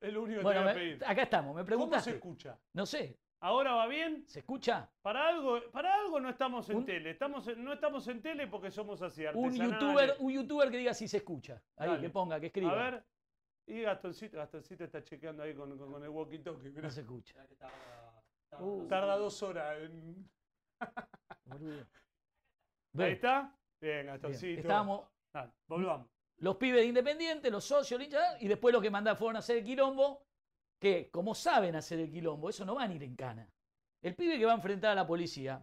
lo único que Bueno, te voy a me- pedir. acá estamos. Me ¿Cómo preguntaste. se escucha? No sé. ¿Ahora va bien? ¿Se escucha? Para algo, para algo no estamos en Un- tele. Estamos en- no estamos en tele porque somos así, Un artesanales. youtuber, un youtuber que diga si se escucha. Ahí, Dale. que ponga, que escriba. A ver. Y Gastoncito, Gastoncito está chequeando ahí con, con- con el walkie-talkie. mirá. No se escucha. Uh, Tarda dos horas. en- boludo. Ahí Ven, está. Bien, bien. Gastoncito. Estábamos Dale, volvamos. los pibes de Independiente, los socios, el hincha, y después los que mandaron fueron a hacer el quilombo, que como saben hacer el quilombo, eso no van a ir en cana. El pibe que va a enfrentar a la policía,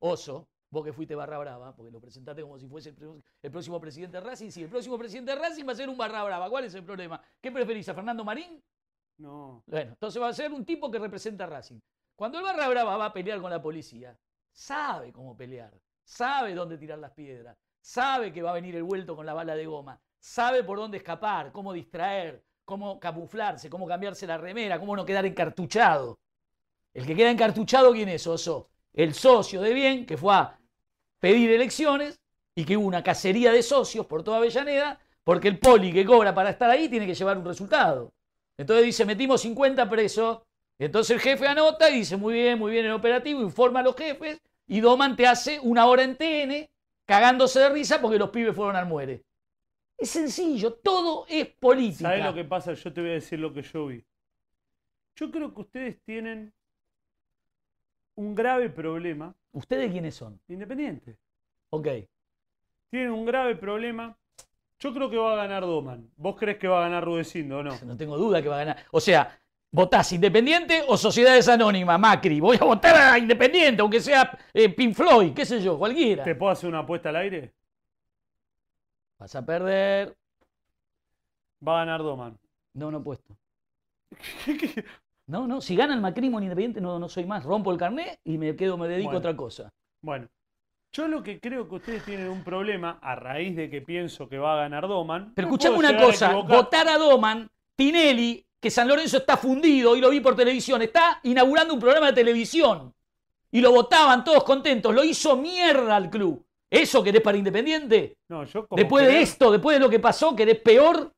Oso, vos que fuiste barra brava, porque lo presentaste como si fuese el, pro- el próximo presidente de Racing, sí, el próximo presidente de Racing va a ser un barra brava. ¿Cuál es el problema? ¿Qué preferís, a Fernando Marín? No. Bueno, entonces va a ser un tipo que representa a Racing. Cuando el Barra Brava va a pelear con la policía, sabe cómo pelear, sabe dónde tirar las piedras, sabe que va a venir el vuelto con la bala de goma, sabe por dónde escapar, cómo distraer, cómo camuflarse, cómo cambiarse la remera, cómo no quedar encartuchado. El que queda encartuchado, ¿quién es, Oso? El socio de bien que fue a pedir elecciones y que hubo una cacería de socios por toda Avellaneda porque el poli que cobra para estar ahí tiene que llevar un resultado. Entonces dice, metimos 50 presos. Entonces el jefe anota y dice, muy bien, muy bien el operativo, informa a los jefes y Doman te hace una hora en TN cagándose de risa porque los pibes fueron al muere. Es sencillo, todo es política. ¿Sabés lo que pasa? Yo te voy a decir lo que yo vi. Yo creo que ustedes tienen un grave problema ¿Ustedes quiénes son? independiente. Ok. Tienen un grave problema. Yo creo que va a ganar Doman. ¿Vos crees que va a ganar Rudecindo o no? No tengo duda que va a ganar. O sea, votás Independiente o Sociedades Anónimas, Macri. Voy a votar a Independiente, aunque sea eh, Pink Floyd, qué sé yo, cualquiera. ¿Te puedo hacer una apuesta al aire? Vas a perder. Va a ganar Doman. No, no puesto. No, no, si gana el macrismo en Independiente no, no soy más. Rompo el carnet y me quedo, me dedico Bueno. a otra cosa. Bueno, yo lo que creo que ustedes tienen un problema a raíz de que pienso que va a ganar Doman. Pero Me escuchame puedo una llegar a cosa, equivocar. votar a Doman, Tinelli, que San Lorenzo está fundido, y lo vi por televisión, está inaugurando un programa de televisión. Y lo votaban todos contentos, lo hizo mierda al club. ¿Eso querés para Independiente? No, yo como Después de querer- esto, después de lo que pasó, querés peor.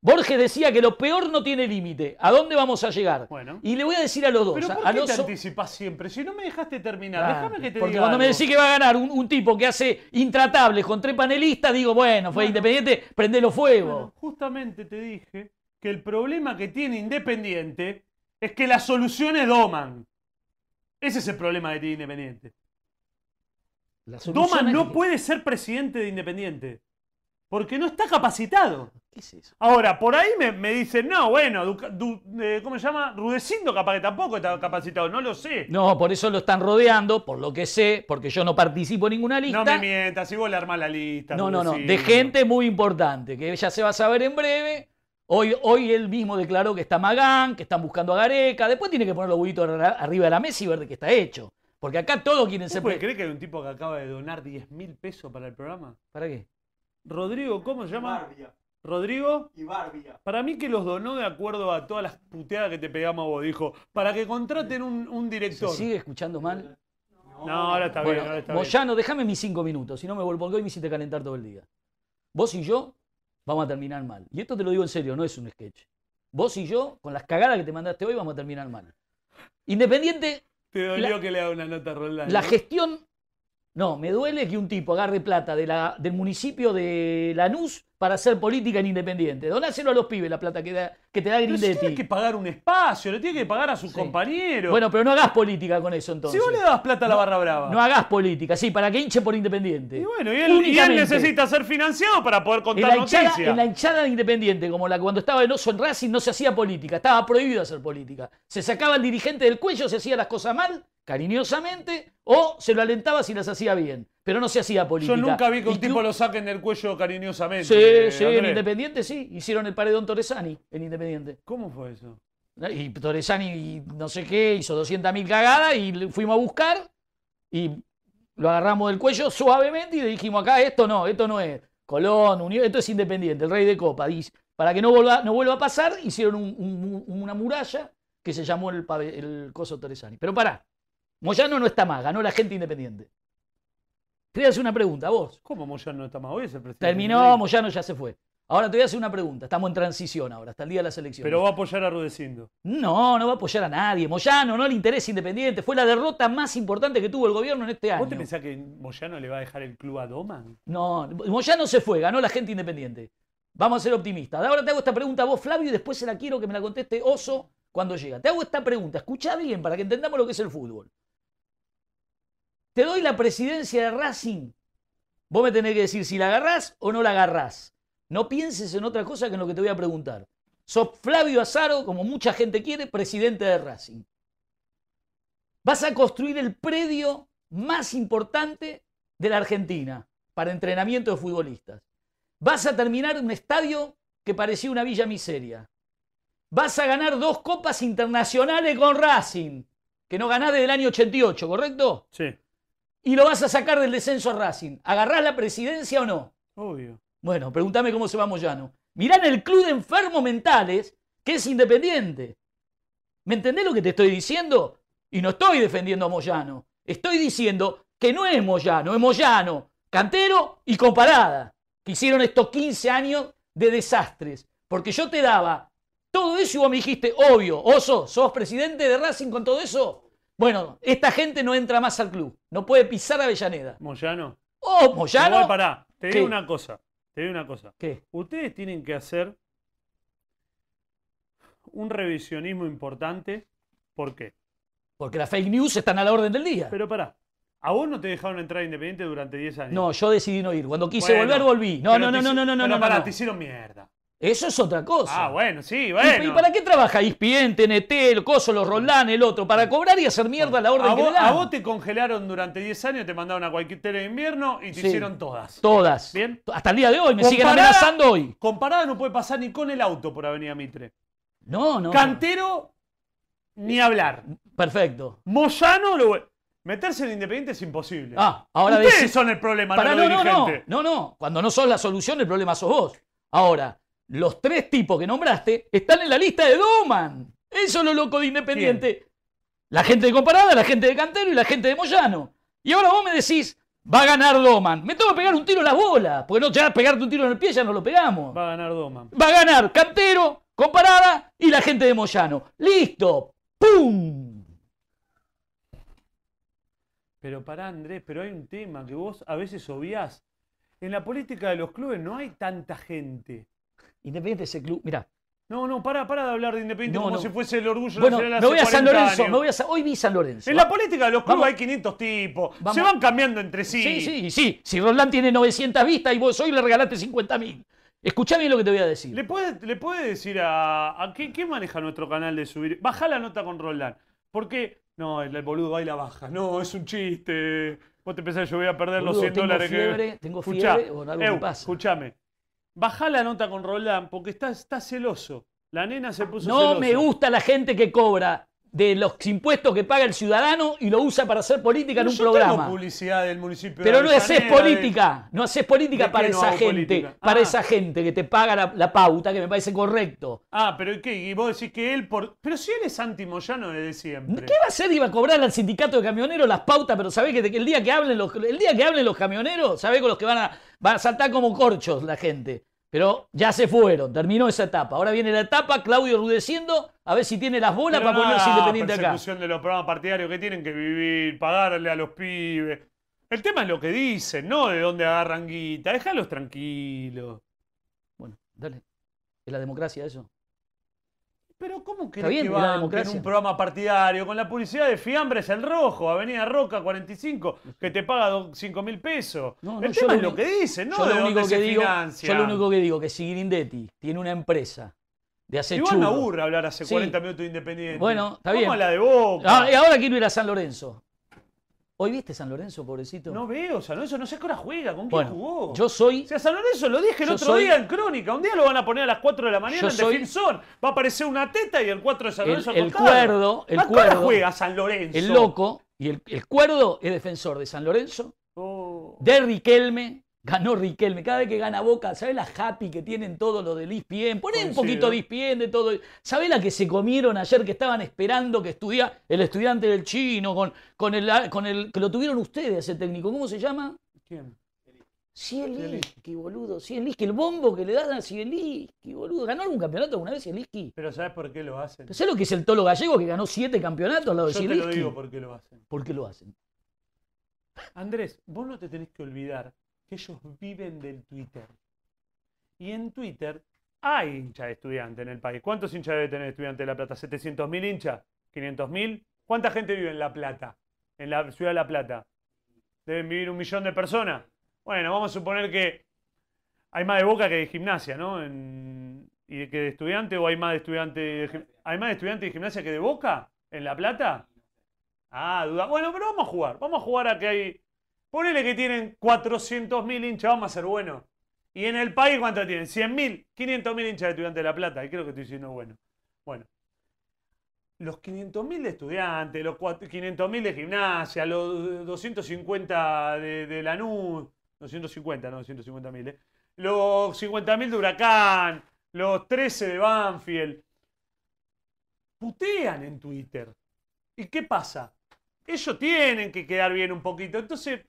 Borges decía que lo peor no tiene límite. ¿A dónde vamos a llegar? Bueno. Y le voy a decir a los dos, Pero ¿por a- al qué te oso- anticipás siempre? Si no me dejaste terminar, Ah, déjame que te Porque diga cuando me algo. decís que va a ganar un, un tipo que hace intratables con tres panelistas, digo, bueno, fue Bueno. independiente, prendelo fuego. Bueno, justamente te dije que el problema que tiene Independiente es que las soluciones doman. Ese es el problema que tiene Independiente. La solución Doman es no que- puede ser presidente de Independiente. Porque no está capacitado. ¿Qué es eso? Ahora, por ahí me, me dicen, no, bueno, Duca- Du- eh, ¿cómo se llama? Rudecindo capaz que tampoco está capacitado, no lo sé. No, por eso lo están rodeando, por lo que sé, porque yo no participo en ninguna lista. No me mientas, si vos le armás la lista. no, no, no, Rudecindo. de gente muy importante, que ya se va a saber en breve. Hoy, hoy él mismo declaró que está Magán, que están buscando a Gareca. Después tiene que poner los huevitos arra- arriba de la mesa y ver de qué está hecho. Porque acá todos quieren ¿Vos ser... podés pre- creer que hay un tipo que acaba de donar 10 mil pesos para el programa? ¿Para qué? Rodrigo, ¿cómo se llama? Barbia. Rodrigo, Y Barbia. para mí que los donó de acuerdo a todas las puteadas que te pegamos a vos, dijo, para que contraten un, un ¿Se director. sigue escuchando mal? No, ahora está bien, Bueno, ahora está bien. Moyano, déjame mis cinco minutos, si no me vuelvo porque hoy me hiciste calentar todo el día. Vos y yo vamos a terminar mal. Y esto te lo digo en serio, no es un sketch. Vos y yo, con las cagadas que te mandaste hoy, vamos a terminar mal. Independiente, Te dolió que le haga una nota a Roldán. la ¿no? gestión. No, me duele que un tipo agarre plata de la- del municipio de Lanús para hacer política en Independiente. Donáselo a los pibes la plata que, da- que te da Pero si tiene Grindetti. que pagar un espacio, le tiene que pagar a su Sí. compañero. Bueno, pero no hagas política con eso entonces. si vos le dabas plata a la barra brava. No hagas política, sí, para que hinche por Independiente. Y bueno, y él, y él Únicamente. necesita ser financiado para poder En contar la, hinchada, noticias. en la hinchada de Independiente, como la que cuando estaba en Oso en Racing, no se hacía política, estaba prohibido hacer política. Se sacaba el dirigente del cuello, se hacía las cosas mal, cariñosamente, o se lo alentaba si las hacía bien, pero no se hacía política. Yo nunca vi que Y un tipo lo saquen del cuello cariñosamente. eh, Sí, sí, en Andrés. Independiente sí, hicieron el paredón Torresani en Independiente. ¿Cómo fue eso? Y Torresani y no sé qué, hizo 200.000 cagadas y le fuimos a buscar y lo agarramos del cuello suavemente y le dijimos acá, esto no, esto no es Colón, Unión, esto es Independiente, el Rey de Copa. Dice, para que no vuelva, no vuelva a pasar, hicieron un- un- un- una muralla que se llamó el, pave- el coso Torresani. Pero pará, Moyano no está más, ganó la gente Independiente. Te voy a hacer una pregunta, vos. ¿Cómo Moyano no está más? Hoy es el presidente. Terminó, Moyano ya se fue. Ahora te voy a hacer una pregunta. Estamos en transición ahora, hasta el día de las elecciones. Pero va a apoyar a Rudecindo. No, no va a apoyar a nadie. Moyano no le interesa Independiente. Fue la derrota más importante que tuvo el gobierno en este año. ¿Vos te pensás que Moyano le va a dejar el club a Doman? No, Moyano se fue, ganó la gente independiente. Vamos a ser optimistas. Ahora te hago esta pregunta a vos, Flavio, y después se la quiero que me la conteste Oso cuando llega. Te hago esta pregunta, escucha bien para que entendamos lo que es el fútbol. Te doy la presidencia de Racing. Vos me tenés que decir si la agarrás o no la agarrás. No pienses en otra cosa que en lo que te voy a preguntar. Sos Flavio Azaro, como mucha gente quiere, presidente de Racing. Vas a construir el predio más importante de la Argentina para entrenamiento de futbolistas. Vas a terminar un estadio que parecía una villa miseria. Vas a ganar dos copas internacionales con Racing, que no ganás desde el año 88, ¿correcto? Sí, Y lo vas a sacar del descenso a Racing. ¿Agarrás la presidencia o no? obvio. Bueno, pregúntame cómo se va Moyano. Mirá en el club de enfermos mentales que es independiente. ¿Me entendés lo que te estoy diciendo? Y no estoy defendiendo a Moyano. Estoy diciendo que no es Moyano, es Moyano, Cantero y Comparada, que hicieron estos 15 años de desastres. Porque yo te daba todo eso y vos me dijiste, obvio, Oso, sos presidente de Racing con todo eso. Bueno, esta gente no entra más al club, no puede pisar Avellaneda. Moyano. Oh, Moyano. Igual pará, te digo ¿Qué? una cosa. Te digo una cosa. ¿Qué? Ustedes tienen que hacer un revisionismo importante. ¿Por qué? Porque las fake news están a la orden del día. Pero pará, a vos no te dejaron entrar a Independiente durante 10 años. No, yo decidí no ir. Cuando quise Bueno, volver, volví. No, pero no, te no, no, hici- no, no, no, pero no, pará, no. te hicieron mierda. Eso es otra cosa. Ah, bueno, sí, ¿Y- bueno. ¿Y para qué trabaja E ESPN, TNT, el coso, los Roldán, el otro? Para cobrar y hacer mierda la orden a, que vos, le dan. a vos te congelaron durante 10 años, te mandaron a cualquier tele de invierno y te Sí. hicieron todas. Todas. Bien. Hasta el día de hoy. Me siguen Comparada- amenazando hoy. Comparada no puede pasar ni con el auto por Avenida Mitre. No, no. Cantero, ni hablar. Perfecto. Moyano, lo... vu- meterse en Independiente es imposible. Ah, ahora Ustedes decís- son el problema, Pará, no no, los no, no, dirigentes. no, no. Cuando no sos la solución, el problema sos vos. Ahora, los tres tipos que nombraste están en la lista de Doman. Eso es lo loco de Independiente. La gente de Comparada, la gente de Cantero y la gente de Moyano. Y ahora vos me decís, va a ganar Doman. Me tengo que pegar un tiro en las bolas, porque no, ya pegarte un tiro en el pie ya no lo pegamos. Va a ganar Doman. Va a ganar Cantero, Comparada y la gente de Moyano. Listo. ¡Pum! Pero pará, Andrés, pero hay un tema que vos a veces obviás. En la política de los clubes no hay tanta gente. Independiente ese club, mirá, No, no, pará, pará de hablar de Independiente No, como no. si fuese el orgullo Bueno, nacional me voy hace a San 40 Lorenzo, años. me voy a San- hoy vi San Lorenzo. En la política de los clubes Vamos. hay 500 tipos. Se Vamos. van cambiando entre sí. Sí, sí, sí. Si Roland tiene 900 vistas y vos hoy le regalaste 50 mil. Escuchá bien lo que te voy a decir. ¿Le puede, le puede decir a, a qué, qué maneja nuestro canal de subir? Baja la nota con Roland. Porque, no, el, el boludo va y la baja. No, es un chiste. Vos te pensás que yo voy a perder los Boludo, 100 tengo dólares fiebre, que. tengo Escuchá, fiebre, bueno, algo me Ew, pasa. Escuchame. Baja la nota con Roland porque está, está celoso. La nena se puso celosa. No me gusta la gente que cobra de los impuestos que paga el ciudadano y lo usa para hacer política en Pero un yo tengo programa. publicidad del municipio de Pero no haces Avellaneda, de- política, no haces ¿De política qué para no esa hago gente, política? para Ah. esa gente que te paga la, la pauta, que me parece correcto. Ah, pero ¿y qué? Y vos decís que él por. Pero si él es anti-Moyano desde siempre. ¿Qué va a hacer? Iba a cobrar al sindicato de camioneros las pautas, pero sabés que, te- que el día que hablen los, el día que hablen los camioneros, sabés con los que van a, van a saltar como corchos la gente. Pero ya se fueron, terminó esa etapa. Ahora viene la etapa, Claudio rudeciendo, a ver si tiene las bolas Pero para ponerse nada, independiente acá. persecución de los programas partidarios que tienen que vivir, pagarle a los pibes. El tema es lo que dicen, no de dónde agarran guita. Déjalos tranquilos. Bueno, dale. Es la democracia eso. Pero ¿cómo Está querés bien, que es la banquen democracia. en un programa partidario con la publicidad de Fiambres el Rojo, Avenida Roca 45, que te paga do- 5 mil pesos? No, no, El yo tema lo es lo único- que dicen, no yo, de lo dónde único se que digo, financia. yo lo único que digo que si Grindetti tiene una empresa de hacer Igual me churros- aburre hablar hace Sí. 40 minutos de Independiente. Bueno, está Vamos bien. a la de Boca. Ah, y ahora quiero ir a San Lorenzo. ¿Hoy viste San Lorenzo, pobrecito? No veo, o sea, no, eso no sé qué hora juega, con quién bueno, jugó. yo soy Si a San Lorenzo lo dije el Yo otro soy- día en Crónica. Un día lo van a poner a las 4 de la mañana Yo en The soy- Filmson. Va a aparecer una teta y el 4 de San El- Lorenzo. al el costado. cuerdo, el ¿A qué hora cuerdo, juega San Lorenzo? el loco y el, el cuerdo es defensor de San Lorenzo, Oh. de Riquelme. Ganó Riquelme. Cada vez que gana Boca, ¿sabés la happy que tienen todos los del ESPN? Poné un Coincido. poquito de ESPN, de todo. ¿Sabés la que se comieron ayer que estaban esperando que estudia el estudiante del chino con, con, el, con el que lo tuvieron ustedes, ese técnico? ¿Cómo se llama? ¿Quién? Zielinski, boludo, Zielinski. El bombo que le dan a Zielinski, boludo. ¿Ganó algún campeonato alguna vez Zielinski? Pero ¿sabes por qué lo hacen? ¿Pero ¿Sabes lo que es el tolo gallego que ganó siete campeonatos al lado de Yo te Zielinski? lo digo por qué lo hacen. ¿Por qué lo hacen? Andrés, vos no te tenés que olvidar que ellos viven del Twitter. Y en Twitter hay hincha de estudiante en el país. ¿Cuántos hinchas debe tener estudiante de La Plata? ¿700.000 hinchas? ¿500.000? ¿Cuánta gente vive en La Plata? En la ciudad de La Plata. ¿Deben vivir un millón de personas? Bueno, vamos a suponer que hay más de Boca que de gimnasia, ¿no? En- ¿Y de- que de estudiante o hay más de estudiante de gim- ¿Hay más de estudiante de gimnasia que de Boca? ¿En La Plata? Ah, duda. Bueno, pero vamos a jugar. Vamos a jugar a que hay. Ponele que tienen 400.000 hinchas, vamos a ser buenos. ¿Y en el país cuánto tienen? 100.000, 500.000 hinchas de estudiantes de La Plata. Y creo que estoy diciendo bueno. Bueno. Los 500.000 de estudiantes, los cuat- 500.000 de gimnasia, los 250 de, de Lanús, 250, no 250.000, ¿eh? los 50.000 de Huracán, los 13 de Banfield, putean en Twitter. ¿Y qué pasa? Ellos tienen que quedar bien un poquito. Entonces,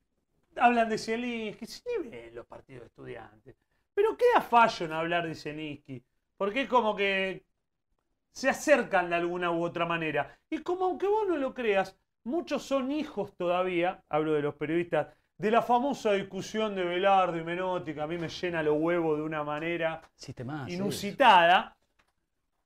hablan de Zielinski. Sí, ven los partidos de estudiantes. Pero queda fallo en hablar de Zielinski. Porque es como que se acercan de alguna u otra manera. Y como aunque vos no lo creas, muchos son hijos todavía, hablo de los periodistas, de la famosa discusión de Velardo y Menotti, que a mí me llena los huevos de una manera Hiciste más. eh. inusitada,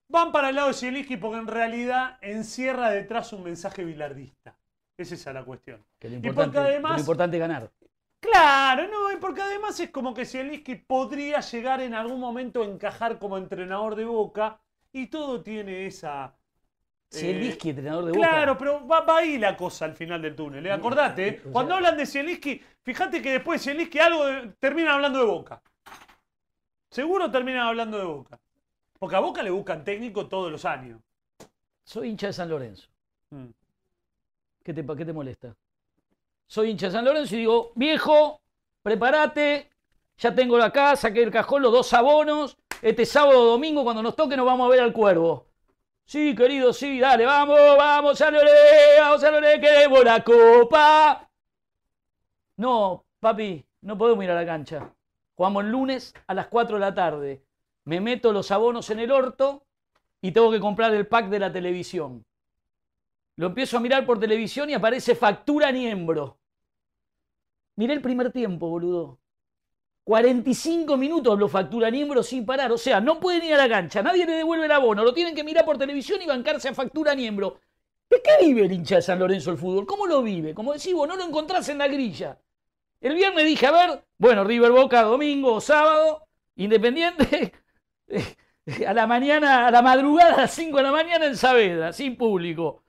van para el lado de Zielinski porque en realidad encierra detrás un mensaje bilardista. Es esa la cuestión. Que lo porque importante, que además- lo importante es ganar. Claro, no, y porque además es como que Zielinski podría llegar en algún momento a encajar como entrenador de Boca y todo tiene esa... eh, Zielinski, entrenador de Boca. Claro, pero va, va ahí la cosa al final del túnel. ¿eh? Acordate, ¿eh? O sea- cuando hablan de Zielinski, fíjate que después de Zielinski algo de- terminan hablando de Boca. Seguro terminan hablando de Boca. Porque a Boca le buscan técnico todos los años. Soy hincha de San Lorenzo. Mm. ¿Qué te, pa- qué te molesta? Soy hincha de San Lorenzo y digo, viejo, prepárate, ya tengo acá, saqué el cajón, los dos abonos, este sábado o domingo cuando nos toque nos vamos a ver al cuervo. Sí, querido, sí, dale, vamos, vamos, San Lorenzo, vamos, San Lorenzo, queremos la copa. No, papi, no podemos ir a la cancha. Jugamos el lunes a las 4 de la tarde. Me meto los abonos en el orto y tengo que comprar el pack de la televisión. Lo empiezo a mirar por televisión y aparece factura Niembro. Miré el primer tiempo, boludo. 45 minutos habló factura Niembro sin parar. O sea, no pueden ir a la cancha, nadie le devuelve el abono, lo tienen que mirar por televisión y bancarse a factura Niembro. ¿De qué vive el hincha de San Lorenzo el fútbol? ¿Cómo lo vive? Como decís vos, no lo encontrás en la grilla. El viernes dije, a ver, bueno, River Boca domingo o sábado, Independiente, a la mañana, a la madrugada, a las 5 de la mañana en Saavedra, sin público.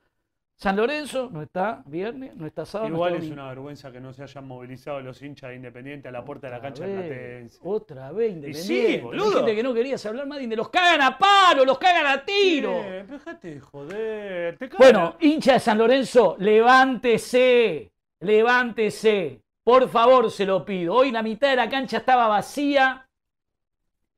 San Lorenzo no está viernes, no está sábado. no Igual está es domingo. una vergüenza que no se hayan movilizado los hinchas de Independiente a la puerta de la Otra cancha de vez, Platense. Otra vez, Y independiente. sí, boludo. Dijiste que no querías hablar más de Inde- Los cagan a palo, los cagan a tiro. Eh, dejate de joder. Te cagan. Bueno, hincha de San Lorenzo, levántese, levántese. Por favor, se lo pido. Hoy la mitad de la cancha estaba vacía.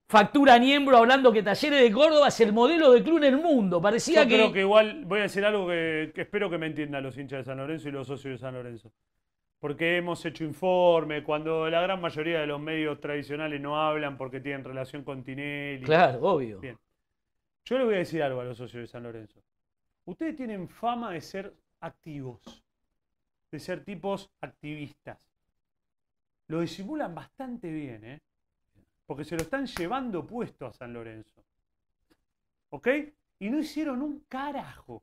Factura Niembro hablando que Talleres de Córdoba es el modelo de club en el mundo. Parecía Yo creo que igual voy a decir algo que, que espero que me entiendan los hinchas de San Lorenzo y los socios de San Lorenzo. Porque hemos hecho informe, cuando la gran mayoría de los medios tradicionales no hablan porque tienen relación con Tinelli. Claro, obvio. Bien. Yo les voy a decir algo a los socios de San Lorenzo. Ustedes tienen fama de ser activos, de ser tipos activistas. Lo disimulan bastante bien, ¿eh? Porque se lo están llevando puesto a San Lorenzo. ¿Ok? Y no hicieron un carajo.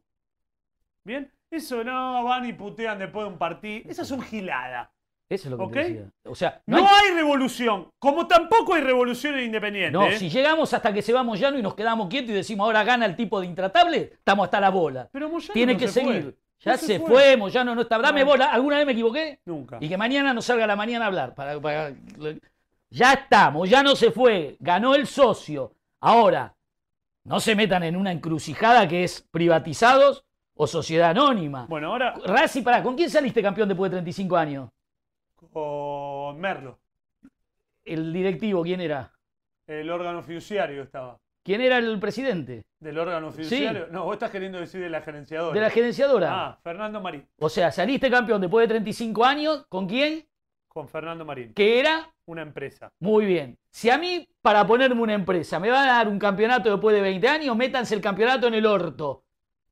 ¿Bien? Eso no, van y putean después de un partido. Esa es un gilada. Eso es lo que ¿Ok? te decía. O sea, No no, hay- hay revolución. Como tampoco hay revolución en Independiente. no, ¿eh? si llegamos hasta que se va Moyano y nos quedamos quietos y decimos ahora gana el tipo de intratable, estamos hasta la bola. Pero Moyano Tiene no que se fue. seguir. Ya No se, fue, Moyano no está. Dame No. bola. ¿Alguna vez me equivoqué? Nunca. Y que mañana no salga a la mañana a hablar. Para, para- Ya estamos, ya no se fue, ganó el socio. Ahora, no se metan en una encrucijada que es privatizados o sociedad anónima. Bueno, ahora Rassi, pará, ¿con quién saliste campeón después de 35 años? con Merlo. El directivo, ¿quién era? El órgano fiduciario estaba. ¿Quién era el presidente? ¿Del órgano fiduciario? No, vos estás queriendo decir de la gerenciadora. De la gerenciadora. Ah, Fernando Marín. O sea, saliste campeón después de 35 años, ¿con quién? Con Fernando Marín. Que era Un una empresa. Muy bien. Si a mí, para ponerme una empresa, me van a dar un campeonato después de 20 años, métanse el campeonato en el orto.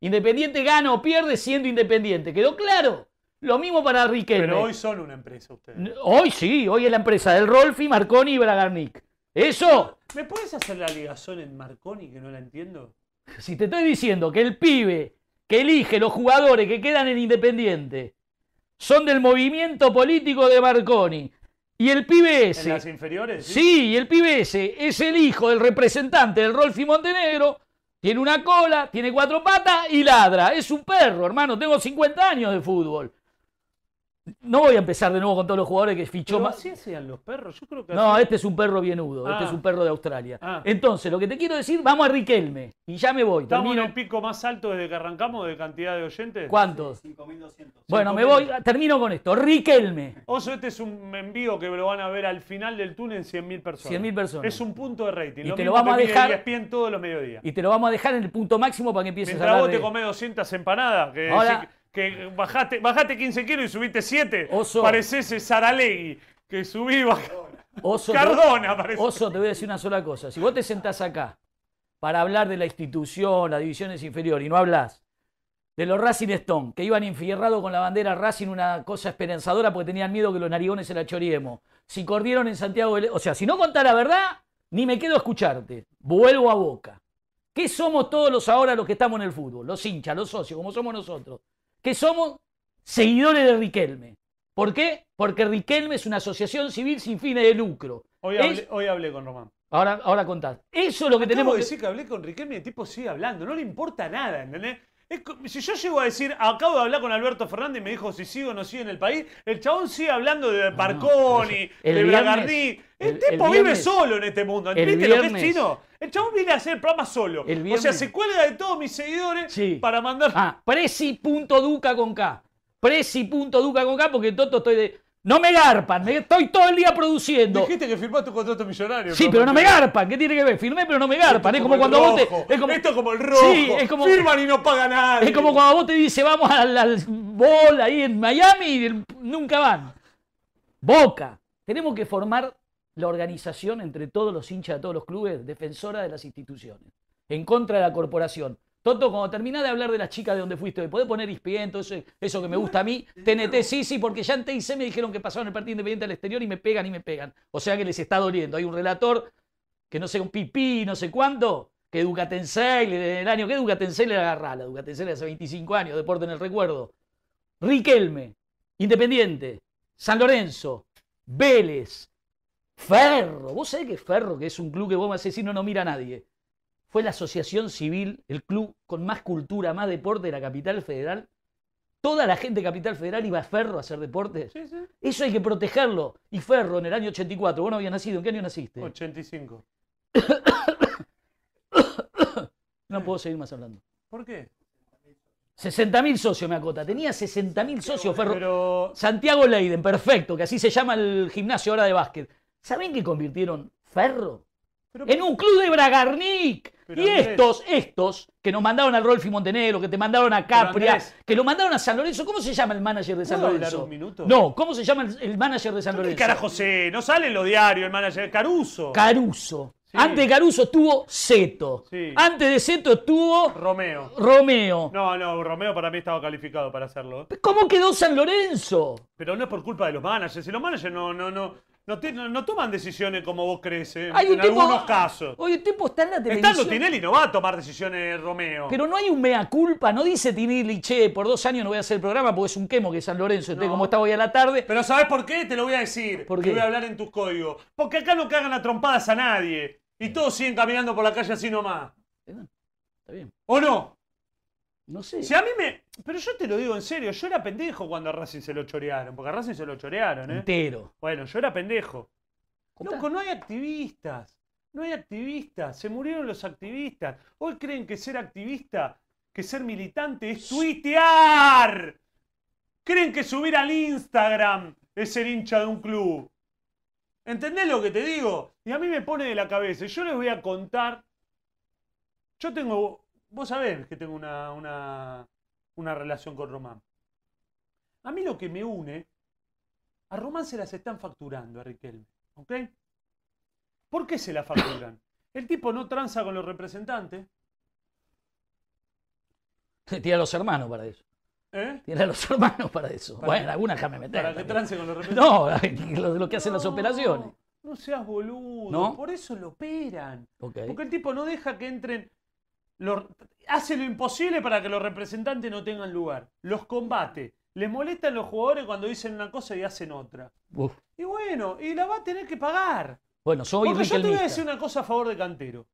Independiente gana o pierde siendo independiente. ¿Quedó claro? Lo mismo para Riquelme. Pero hoy son una empresa ustedes. N- hoy sí, hoy es la empresa del Rolfi, Marconi y Bragarnik. Eso, ¿Me puedes hacer la ligazón en Marconi que no la entiendo? si te estoy diciendo que el pibe que elige los jugadores que quedan en Independiente son del movimiento político de Marconi y el pibe ¿En las ese, inferiores? sí, y el pibe ese es el hijo del representante del Rolfi Montenegro, tiene una cola, tiene cuatro patas y ladra. Es un perro, hermano, tengo 50 años de fútbol. No voy a empezar de nuevo con todos los jugadores que fichó Pero Ma- así hacían los perros. Yo creo que No, así- este es un perro vienudo, este Ah. es un perro de Australia. Ah. Entonces, lo que te quiero decir, vamos a Riquelme. Y ya me voy. Estamos en Termino. el pico más alto desde que arrancamos de cantidad de oyentes. ¿Cuántos? 5.200. Bueno, me cinco voy, termino con esto. Riquelme. Oso, este es un envío que lo van a ver al final del túnel 100.000 personas. 100.000 personas. Es un punto de rating. Y lo te lo mismo vamos que a mide dejar- ESPN todos los mediodías. Y te lo vamos a dejar en el punto máximo para que empieces a Mientras hablar vos te de- comés 200 empanadas, que, Ahora- decís que- que bajaste, bajaste 15 kilos y subiste 7, Oso. parecés Saralegui, que subí y bajé. Oso, te- Cardona, parece. Oso, te voy a decir una sola cosa. Si vos te sentás acá para hablar de la institución, las divisiones inferiores, y no hablas de los Racing Stone, que iban enfierrados con la bandera Racing, una cosa esperanzadora porque tenían miedo que los narigones se la choriemos. Si corrieron en Santiago del... E, O sea, si no contás la verdad, ni me quedo a escucharte. Vuelvo a Boca. ¿Qué somos todos los ahora los que estamos en el fútbol? Los hinchas, los socios, como somos nosotros. ¿Qué somos? Seguidores de Riquelme. ¿Por qué? Porque Riquelme es una asociación civil sin fines de lucro. Hoy Es- hablé, hoy hablé con Román. Ahora, ahora contás. Eso es lo que Tenemos tenemos que que... decir que hablé con Riquelme y el tipo sigue hablando, no le importa nada, ¿entendés? Es co- si yo llego a decir, acabo de hablar con Alberto Fernández y me dijo si sigo o no sigo en el país, el chabón sigue hablando de Parconi, pero el de viernes- Bragarnik. El, el- el tipo vive viernes- solo en este mundo, el ¿entendiste lo que viernes- es chino? El chabón viene a hacer el programa solo. El o sea, viernes- se cuelga de todos mis seguidores Sí. para mandar... Ah, presi.duca con K. Presi.duca con K porque Toto estoy de... No me garpan, me- estoy todo el día produciendo. Dijiste que firmaste un contrato millonario. Sí, pero no me garpan. ¿Qué tiene que ver? Firmé, pero no me garpan. Es como cuando vos te... es como- Esto es como el rojo. Sí, es como- Firman y no pagan nada. Es como cuando vos te dice vamos al, al bowl ahí en Miami y el- nunca van. Boca. Tenemos que formar la organización entre todos los hinchas de todos los clubes, defensora de las instituciones, en contra de la corporación. Toto, cuando terminás de hablar de las chicas de donde fuiste, ¿podés poner E ESPN, todo eso, eso que me gusta a mí? TNT, sí, sí, porque ya en TIC me dijeron que pasaron el partido independiente al exterior y me pegan y me pegan. O sea que les está doliendo. Hay un relator que no sé, un pipí, no sé cuánto, que Ducatensei, le- el año que Ducatensei le agarrá, la Ducatensei de hace 25 años, deporte en el recuerdo. Riquelme, Independiente, San Lorenzo, Vélez, Ferro, vos sabés que Ferro, que es un club que vos me decís, si no, no mira a nadie. Fue la asociación civil, el club con más cultura, más deporte de la capital federal. Toda la gente de Capital Federal iba a Ferro a hacer deportes. Sí, sí. Eso hay que protegerlo. Y Ferro, en el año 84, vos no habías nacido, ¿en qué año naciste? 85. No puedo seguir más hablando. ¿Por qué? 60.000 socios, me acota. Tenía 60.000 socios, Ferro. Pero Santiago Leiden, perfecto, que así se llama el gimnasio ahora de básquet. ¿Saben qué convirtieron Ferro? Pero- en un club de Bragarnik. Pero, y Andrés- estos, estos, que nos mandaron a Rolfi Montenegro, que te mandaron a Capria, Andrés- que lo mandaron a San Lorenzo. ¿Cómo se llama el manager de San ¿Puedo Lorenzo? hablar un minuto? No, ¿cómo se llama el, el manager de San ¿Dónde Lorenzo? carajo sé? No sale en los diarios, el manager. Caruso. Caruso. Sí. Antes de Caruso estuvo Seto. Sí. Antes de Seto estuvo Romeo. Romeo. No, no, Romeo para mí estaba calificado para hacerlo. ¿eh? ¿Cómo quedó San Lorenzo? Pero no es por culpa de los managers. Si los managers no, no, no, no, te- no- no toman decisiones como vos crees, ¿eh? Hay un en tipo- algunos casos. Hoy el tipo está en la televisión. Estando Tinelli no va a tomar decisiones Romeo. Pero no hay un mea culpa, no dice Tinelli, che, por dos años no voy a hacer el programa porque es un quemo que es San Lorenzo, entonces No. como está hoy a la tarde. Pero ¿sabes por qué? Te lo voy a decir. ¿Por Te qué? voy a hablar en tus códigos. Porque acá no cagan a trompadas a nadie. Y todos siguen caminando por la calle así nomás. Está bien, ¿O no? no sé. Si a mí me. Pero yo te lo digo en serio, yo era pendejo cuando a Racing se lo chorearon. Porque a Racing se lo chorearon, ¿eh? Entero. Bueno, yo era pendejo. Contá. Loco, no hay activistas. No hay activistas. Se murieron los activistas. Hoy creen que ser activista, que ser militante es tuitear. Creen que subir al Instagram es ser hincha de un club. ¿Entendés lo que te digo? Y a mí me pone de la cabeza. Y yo les voy a contar. Yo tengo. Vos sabés que tengo una, una, una relación con Román. A mí lo que me une. A Román se las están facturando a Riquelme. ¿Ok? ¿Por qué se la facturan? El tipo no tranza con los representantes. Tiene a los hermanos para eso. ¿eh? Tiene a los hermanos para eso. Para bueno, que- alguna déjame meter. Para que también. trance con los representantes. No, lo, lo que hacen las No, operaciones. No seas boludo. ¿No? Por eso lo operan. Ok. Porque el tipo no deja que entren. los- hace lo imposible para que los representantes no tengan lugar. Los combate. Les molestan los jugadores cuando dicen una cosa y hacen otra. Uf. Y bueno, y la va a tener que pagar. Bueno, soy Porque Enrique yo el te voy a Mista. decir una cosa a favor de Cantero.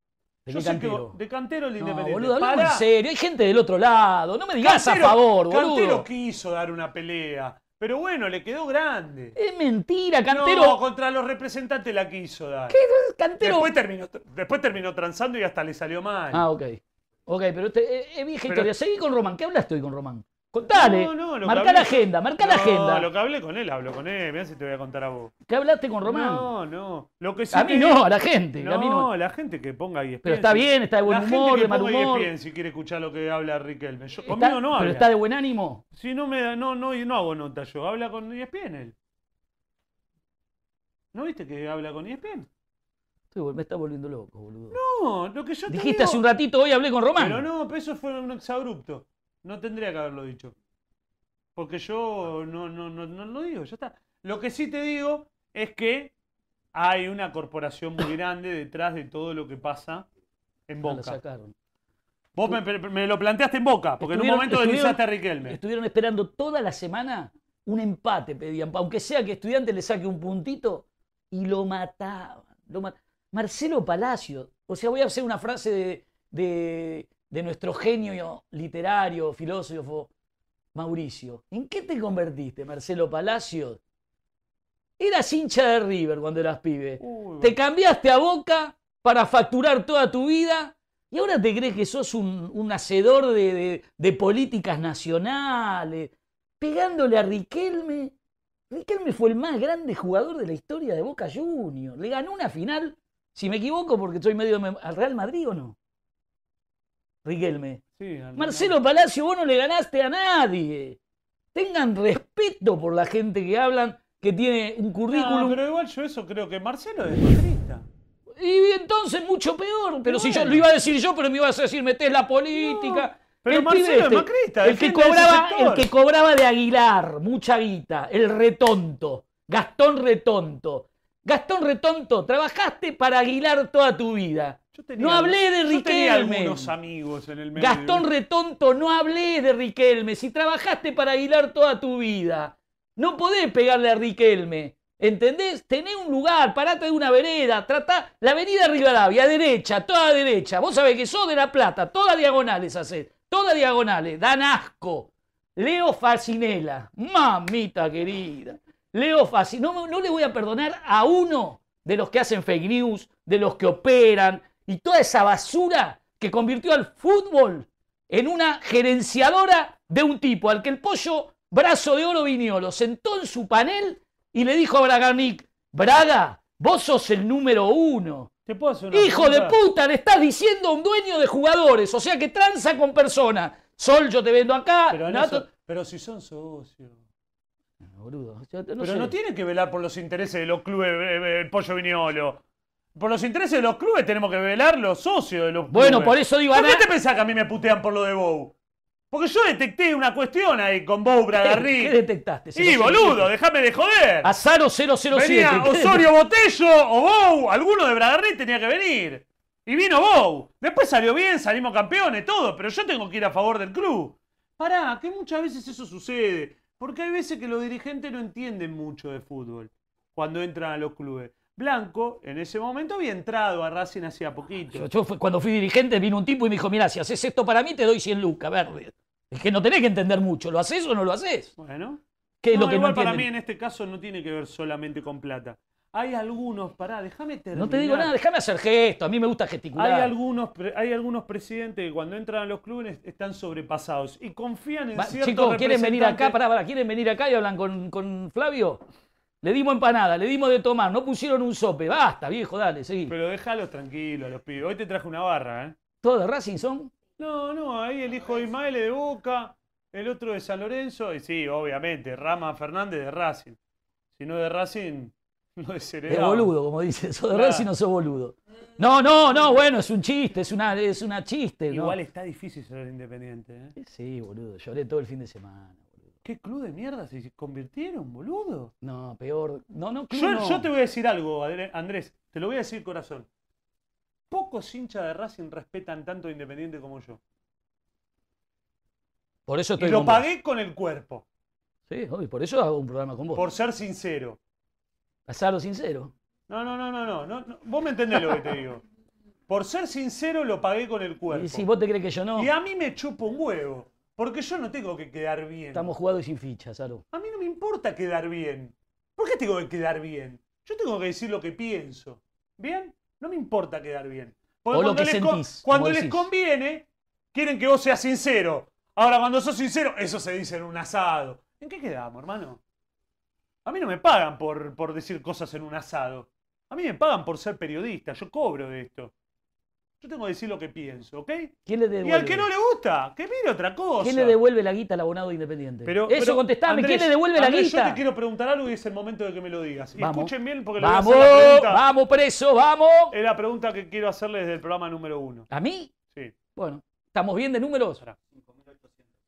¿De Yo qué sé que cantero? vos- de Cantero el No, Independiente. boludo, hablemos Pará. en serio. Hay gente del otro lado. No me digas Cantero- a favor, boludo. Cantero quiso dar una pelea. Pero bueno, le quedó grande. Es mentira, No, Cantero. contra los representantes la quiso dar. Cantero. Después terminó, después terminó transando y hasta le salió mal. Ah, ok. Ok, pero este, eh, es vieja Pero- historia. Seguí con Román. ¿Qué hablaste hoy con Román? Contale. No, no, lo que marca hablé- la agenda, marca la No, agenda. lo que hablé con él, hablo con él. Mirá si te voy a contar a vos. ¿Qué hablaste con Román? No, no. Lo que sí a mí que- no, a la gente. No, a mí no. la gente que ponga ahí Pero está bien, está de buen la humor, gente de que mal ponga humor. ESPN si quiere escuchar lo que habla Riquelme. Yo- Está- conmigo no Pero habla. está de buen ánimo. Si no me da, no, no, y no hago nota yo. Habla con E ESPN él. ¿No viste que habla con E ESPN? Estoy vol- me está volviendo loco, boludo. No, lo que yo te Dijiste digo- hace un ratito, hoy hablé con Román. Pero no, pero eso fue un exabrupto. No tendría que haberlo dicho. Porque yo no, no, no, no lo digo, ya está. Lo que sí te digo es que hay una corporación muy grande detrás de todo lo que pasa en Ah, lo Boca. sacaron. Vos me, me lo planteaste en Boca, porque en un Estuvieron- momento estuvieron- deslizaste a Riquelme. Estuvieron esperando toda la semana un empate, pedían, aunque sea que estudiante le saque un puntito, y lo mataban. lo ma- Marcelo Palacio, o sea, voy a hacer una frase de, de- de nuestro genio literario, filósofo, Mauricio. ¿En qué te convertiste, Marcelo Palacio? Eras hincha de River cuando eras pibe. Uy, Te cambiaste a Boca para facturar toda tu vida y ahora te crees que sos un, un hacedor de, de- de políticas nacionales, pegándole a Riquelme. Riquelme fue el más grande jugador de la historia de Boca Juniors. Le ganó una final, si me equivoco, porque soy medio mem- al Real Madrid o no. Riquelme. sí, Hernán. Marcelo Palacio, vos no le ganaste a nadie. Tengan respeto por la gente que hablan, que tiene un currículum. No, pero igual yo eso creo que Marcelo es madrista. Y entonces mucho peor. Pero si yo Bueno. lo iba a decir yo, pero me ibas a decir, metés la política. No, pero El Marcelo pibe este, es macrista, el que, defiende ese cobraba, el sector. que cobraba de Aguilar, mucha guita, el retonto, Gastón Retonto. Gastón Retonto, trabajaste para Aguilar toda tu vida. Yo tenía- No hablé de Yo tenía Riquelme. algunos amigos en el medio. Gastón Retonto, no hablé de Riquelme. Si trabajaste para Aguilar toda tu vida, no podés pegarle a Riquelme. ¿Entendés? Tené un lugar, parate de una vereda, trata la avenida Rivadavia, derecha, toda derecha. Vos sabés que sos de La Plata, todas diagonales hacés, todas diagonales, dan asco. Leo Facinela, mamita querida. Leo Facinela, no, me- no le voy a perdonar a uno de los que hacen fake news, de los que operan y toda esa basura que convirtió al fútbol en una gerenciadora de un tipo al que el pollo brazo de oro Viñolo sentó en su panel y le dijo a Bragarnik, Braga, vos sos el número uno. ¿Te puedo hacer una Hijo de pregunta? puta, le estás diciendo a un dueño de jugadores, o sea que tranza con personas. Sol, yo te vendo acá. Pero, en Nato- eso- pero si son socios. No, boludo, yo no Pero sé. no tiene que velar por los intereses de los clubes, eh, eh, el pollo viñolo. Por los intereses de los clubes tenemos que velar los socios de los Bueno, clubes. por eso digo, ¿Por qué Ana- te pensás que a mí me putean por lo de Bow? Porque yo detecté una cuestión ahí con Bow ¿Qué Bragarri. detectaste? Y 007? boludo, déjame de joder. Azaro 007. Venía ¿qué Osorio Botello o Bow, alguno de Bragarri tenía que venir. Y vino Bow. Después salió bien, salimos campeones, todo, pero yo tengo que ir a favor del club. Pará, que muchas veces eso sucede, porque hay veces que los dirigentes no entienden mucho de fútbol cuando entran a los clubes. Blanco, en ese momento, había entrado a Racing hacía Yo, poquito. yo fui- cuando fui dirigente vino un tipo y me dijo, mira, si haces esto para mí te doy 100 lucas, verde. Es que no tenés que entender mucho, ¿lo haces o no lo haces? Bueno. ¿Qué es No, lo que no igual para mí entienden? en este caso no tiene que ver solamente con plata. Hay algunos, pará, déjame terminar. No te digo nada, déjame hacer gesto, a mí me gusta gesticular. Hay algunos, pre- hay algunos presidentes que cuando entran a los clubes están sobrepasados y confían en Va, ciertos Chicos, ¿quieren venir representantes. acá? Pará, pará, ¿quieren venir acá y hablan con, con Flavio? Le dimos empanada, le dimos de tomar, no pusieron un sope, basta, viejo, dale, seguí. Pero déjalos tranquilos a los pibes. Hoy te traje una barra, ¿eh? ¿Todos de Racing son? No, no, ahí el hijo de Ismael es de Boca, el otro de San Lorenzo y sí, obviamente, Rama Fernández de Racing. Si no de Racing, Lo De desheredado. boludo, como dice eso. De Claro. Racing no sos boludo. No, no, no, bueno, es un chiste, es una, es una chiste. ¿no? Igual está difícil ser independiente. ¿eh? Sí, boludo, lloré todo el fin de semana. boludo. ¿Qué club de mierda se convirtieron, boludo? No, peor. No, no, club Yo, no. yo te voy a decir algo, Adre- Andrés. Te lo voy a decir corazón. Pocos hinchas de Racing respetan tanto a Independiente como yo. Por Y eso estoy lo con vos. pagué con el cuerpo, Sí, obvio, por eso hago un programa con vos. por ser sincero. Pasalo sincero. No, no, no, no, no, no, no. Vos me entendés lo que te digo. Por ser sincero, lo pagué con el cuerpo. Y si vos te crees que yo no, Y a mí me chupa un huevo. Porque yo no tengo que quedar bien. estamos jugados y sin ficha, Saro. A mí no me importa quedar bien. ¿Por qué tengo que quedar bien? Yo tengo que decir lo que pienso. ¿Bien? No me importa quedar bien. Porque O lo cuando que les con- sentís, como cuando les decís. conviene, quieren que vos seas sincero. Ahora, cuando sos sincero, eso se dice en un asado. ¿En qué quedamos, hermano? A mí no me pagan por, por decir cosas en un asado. A mí me pagan por ser periodista. Yo cobro de esto. Yo tengo que decir lo que pienso, ¿ok? ¿Quién le Y devuelve? al que no le gusta, que mire otra cosa. ¿Quién le devuelve la guita al abonado de independiente? Pero, eso pero, contestame, Andrés, ¿quién le devuelve Andrés, la Yo te guita? quiero preguntar algo y es el momento de que me lo digas. Y Vamos. escuchen bien porque le voy a Vamos, hacer la pregunta. Eh, vamos preso, vamos. Es la pregunta que quiero hacerle desde el programa número uno. ¿A mí? Sí, Bueno, ¿estamos bien de números? Pará.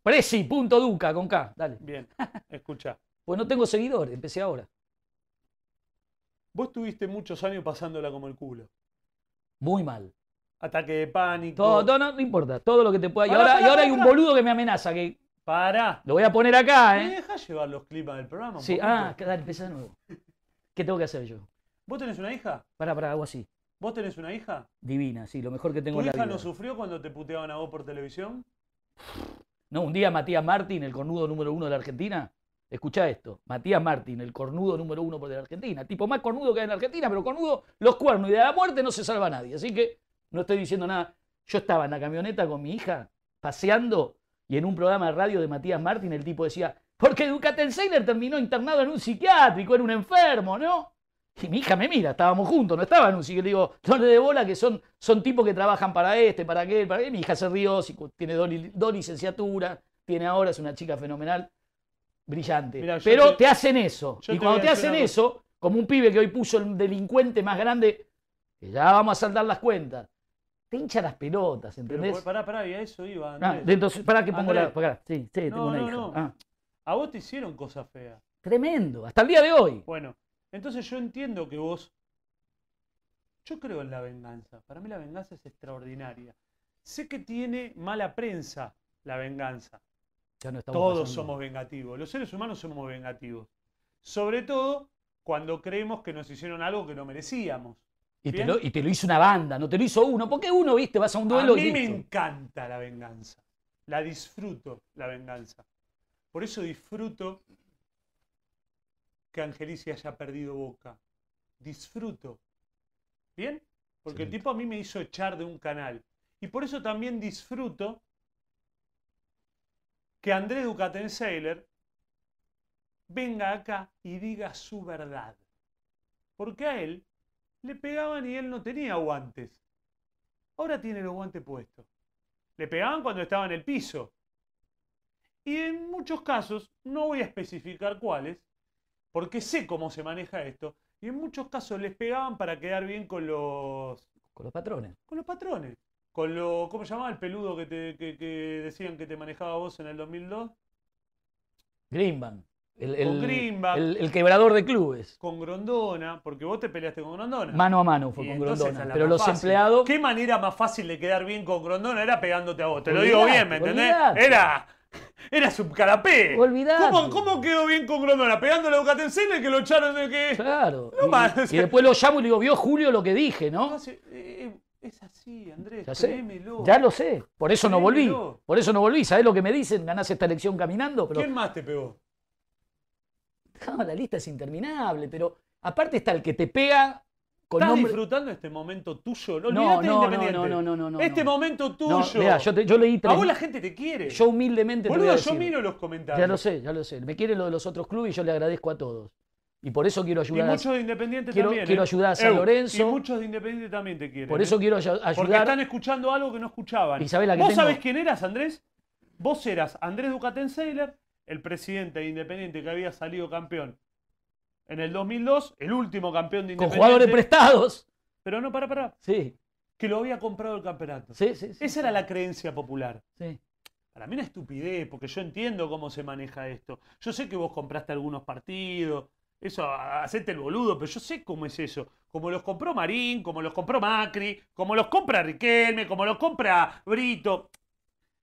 Presi.duca con K, dale. bien. Escucha. Pues no tengo seguidores, empecé ahora. Vos tuviste muchos años pasándola como el culo. Muy mal. Ataque de pánico. Todo, no, no importa, todo lo que te pueda. Y Pará, ahora, pará, y ahora hay pará, un pará. boludo que me amenaza, que Pará. lo voy a poner ¿Me acá, ¿eh? dejás llevar los climas del programa? un Sí, poquito? ah, dale, empecé de nuevo. ¿Qué tengo que hacer yo? ¿Vos tenés una hija? Para, para, hago así. ¿Vos tenés una hija? Divina, sí, lo mejor que tengo ¿Tu en la hija vida. no sufrió cuando te puteaban a vos por televisión? No, un día Matías Martín, el cornudo número uno de la Argentina. Escucha esto, Matías Martín, el cornudo número uno de la Argentina. Tipo más cornudo que hay en la Argentina, pero cornudo, los cuernos y de la muerte no se salva nadie. Así que no estoy diciendo nada. Yo estaba en la camioneta con mi hija, paseando, y en un programa de radio de Matías Martín el tipo decía, porque Ducatel Sailor terminó internado en un psiquiátrico, era un enfermo, ¿no? Y mi hija me mira, estábamos juntos, no estaba en un sitio. Le digo, no le dé bola que son, son tipos que trabajan para este, para aquel, para aquel. Mi hija se rió, psico- tiene dos, li- dos licenciaturas, tiene ahora, es una chica fenomenal, brillante. Mirá, yo Pero te- te, hacen eso. yo Y te cuando voy te a decir hacen una cosa. eso, como un pibe que hoy puso el delincuente más grande, que ya vamos a saldar las cuentas, te hincha las pelotas, Pero, ¿entendés? pará, pará, y a eso iba. Ah, Andrés. entonces, para que pongo la. Andrés. pará, sí, sí, tengo No, una no, hija. no. Ah, A vos te hicieron cosas feas. tremendo, hasta el día de hoy. Bueno, entonces yo entiendo que vos. Yo creo en la venganza. Para mí la venganza es extraordinaria. Sé que tiene mala prensa la venganza. Ya no estamos Todos pasando. somos vengativos. Los seres humanos somos vengativos. Sobre todo cuando creemos que nos hicieron algo que no merecíamos. Y te, Bien. lo, y te lo hizo una banda, no te lo hizo uno. Porque uno, viste, vas a un duelo a mí y me listo. encanta la venganza. La disfruto, la venganza. Por eso disfruto que Angelici haya perdido boca. Disfruto. ¿Bien? Porque el Excelente. tipo a mí me hizo echar de un canal. Y por eso también disfruto que André Ducaten Sailor venga acá y diga su verdad. Porque a él le pegaban y él no tenía guantes. Ahora tiene los guantes puestos. Le pegaban cuando estaba en el piso. Y en muchos casos, no voy a especificar cuáles, porque sé cómo se maneja esto, y en muchos casos les pegaban para quedar bien con los, Con los patrones. con los patrones. Con lo, ¿cómo se llamaba el peludo que, te, que, que decían que te manejaba vos en el 2002? Greenbank. El, Con el- Greenbank. el- el quebrador de clubes. Con Grondona, porque vos te peleaste con Grondona. Mano a mano fue Y con entonces Grondona. esa es la Pero más los fácil. empleados. ¿Qué manera más fácil de quedar bien con Grondona era pegándote a vos? Te lo digo Olvidate, bien, ¿me entendés? olvidate. Era. Era subcarapé. Olvidate. ¿Cómo, ¿Cómo quedó bien con Grondona? Pegándole a Bucatencena y que lo echaron de que. Claro. No y, más. y después lo llamo y le digo, vio Julio lo que dije, ¿no? No, sí, eh, es así, Andrés. Ya sé, créemelo. Ya lo sé. Por eso no volví. Créemelo. Por eso no volví. ¿Sabés lo que me dicen? Ganás esta elección caminando. Pero ¿Quién más te pegó? No, la lista es interminable. Pero aparte está el que te pega con ¿Estás nombre. disfrutando este momento tuyo? No, No, olvídate de no, no, Independiente. no, no, no, no, no. Este momento tuyo. No, mirá, yo, te- yo leí A tres. vos la gente te quiere. Yo humildemente te voy Boludo, a yo decir. miro los comentarios. Ya lo sé, ya lo sé. Me quieren lo de los otros clubes y yo le agradezco a todos. Y por eso quiero Y ayudar. a- muchos de Independiente Quiero- también. quiero ¿eh? ayudar a San Eu, Lorenzo. Y muchos de Independiente también te quieren. por ¿eh? eso quiero ay- Porque están ayudar. escuchando algo que no escuchaban. ¿Y sabés la que ¿Vos tengo? sabés quién eras, Andrés? Vos eras Andrés Ducaten Saylor, el presidente de Independiente que había salido campeón En el 2002, el último campeón de Con Independiente. jugadores prestados. Pero no, para, para. Sí, Que lo había comprado el campeonato. sí, sí. sí, Esa era la creencia popular. sí. Para mí una estupidez, porque yo entiendo cómo se maneja esto. Yo sé que vos compraste algunos partidos, eso, a- hacete el boludo, pero yo sé cómo es eso. Como los compró Marín, como los compró Macri, como los compra Riquelme, como los compra Brito.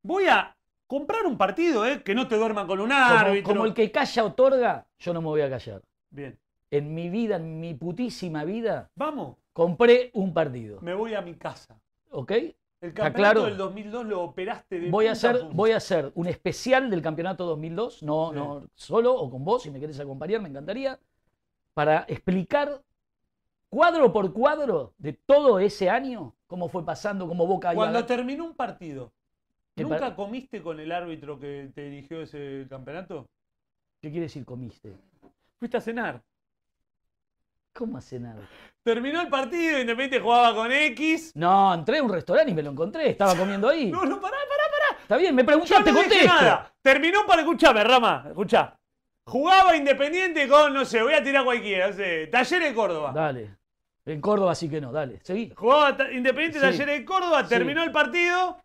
Voy a comprar un partido, ¿eh? Que no te duerman con un Como, árbitro. como el que calla otorga, yo no me voy a callar. Bien, En mi vida, en mi putísima vida, vamos, compré un partido. me voy a mi casa. ¿Ok? El Está campeonato claro. del 2002 lo operaste de Voy a, punta hacer, punta. voy a hacer un especial del campeonato 2002, no, Sí. no solo o con vos, si me querés acompañar, me encantaría, para explicar cuadro por cuadro de todo ese año cómo fue pasando, cómo Boca iba Cuando gan- terminó un partido, Me ¿nunca par- comiste con el árbitro que te dirigió ese campeonato? ¿Qué quiere decir comiste? Fuiste a cenar. ¿Cómo hace nada? Terminó el partido, Independiente jugaba con X. No, entré a un restaurante y me lo encontré, estaba comiendo ahí. No, no, pará, pará. Está bien, me Yo preguntaste, no dije contesto. nada. Terminó para escucharme, Rama. Escuchá. Jugaba Independiente con, no sé, voy a tirar cualquiera, no sé, Talleres de Córdoba. Dale. En Córdoba así que no, dale, seguí. Jugaba ta- Independiente Sí. Talleres de Córdoba, Sí. terminó el partido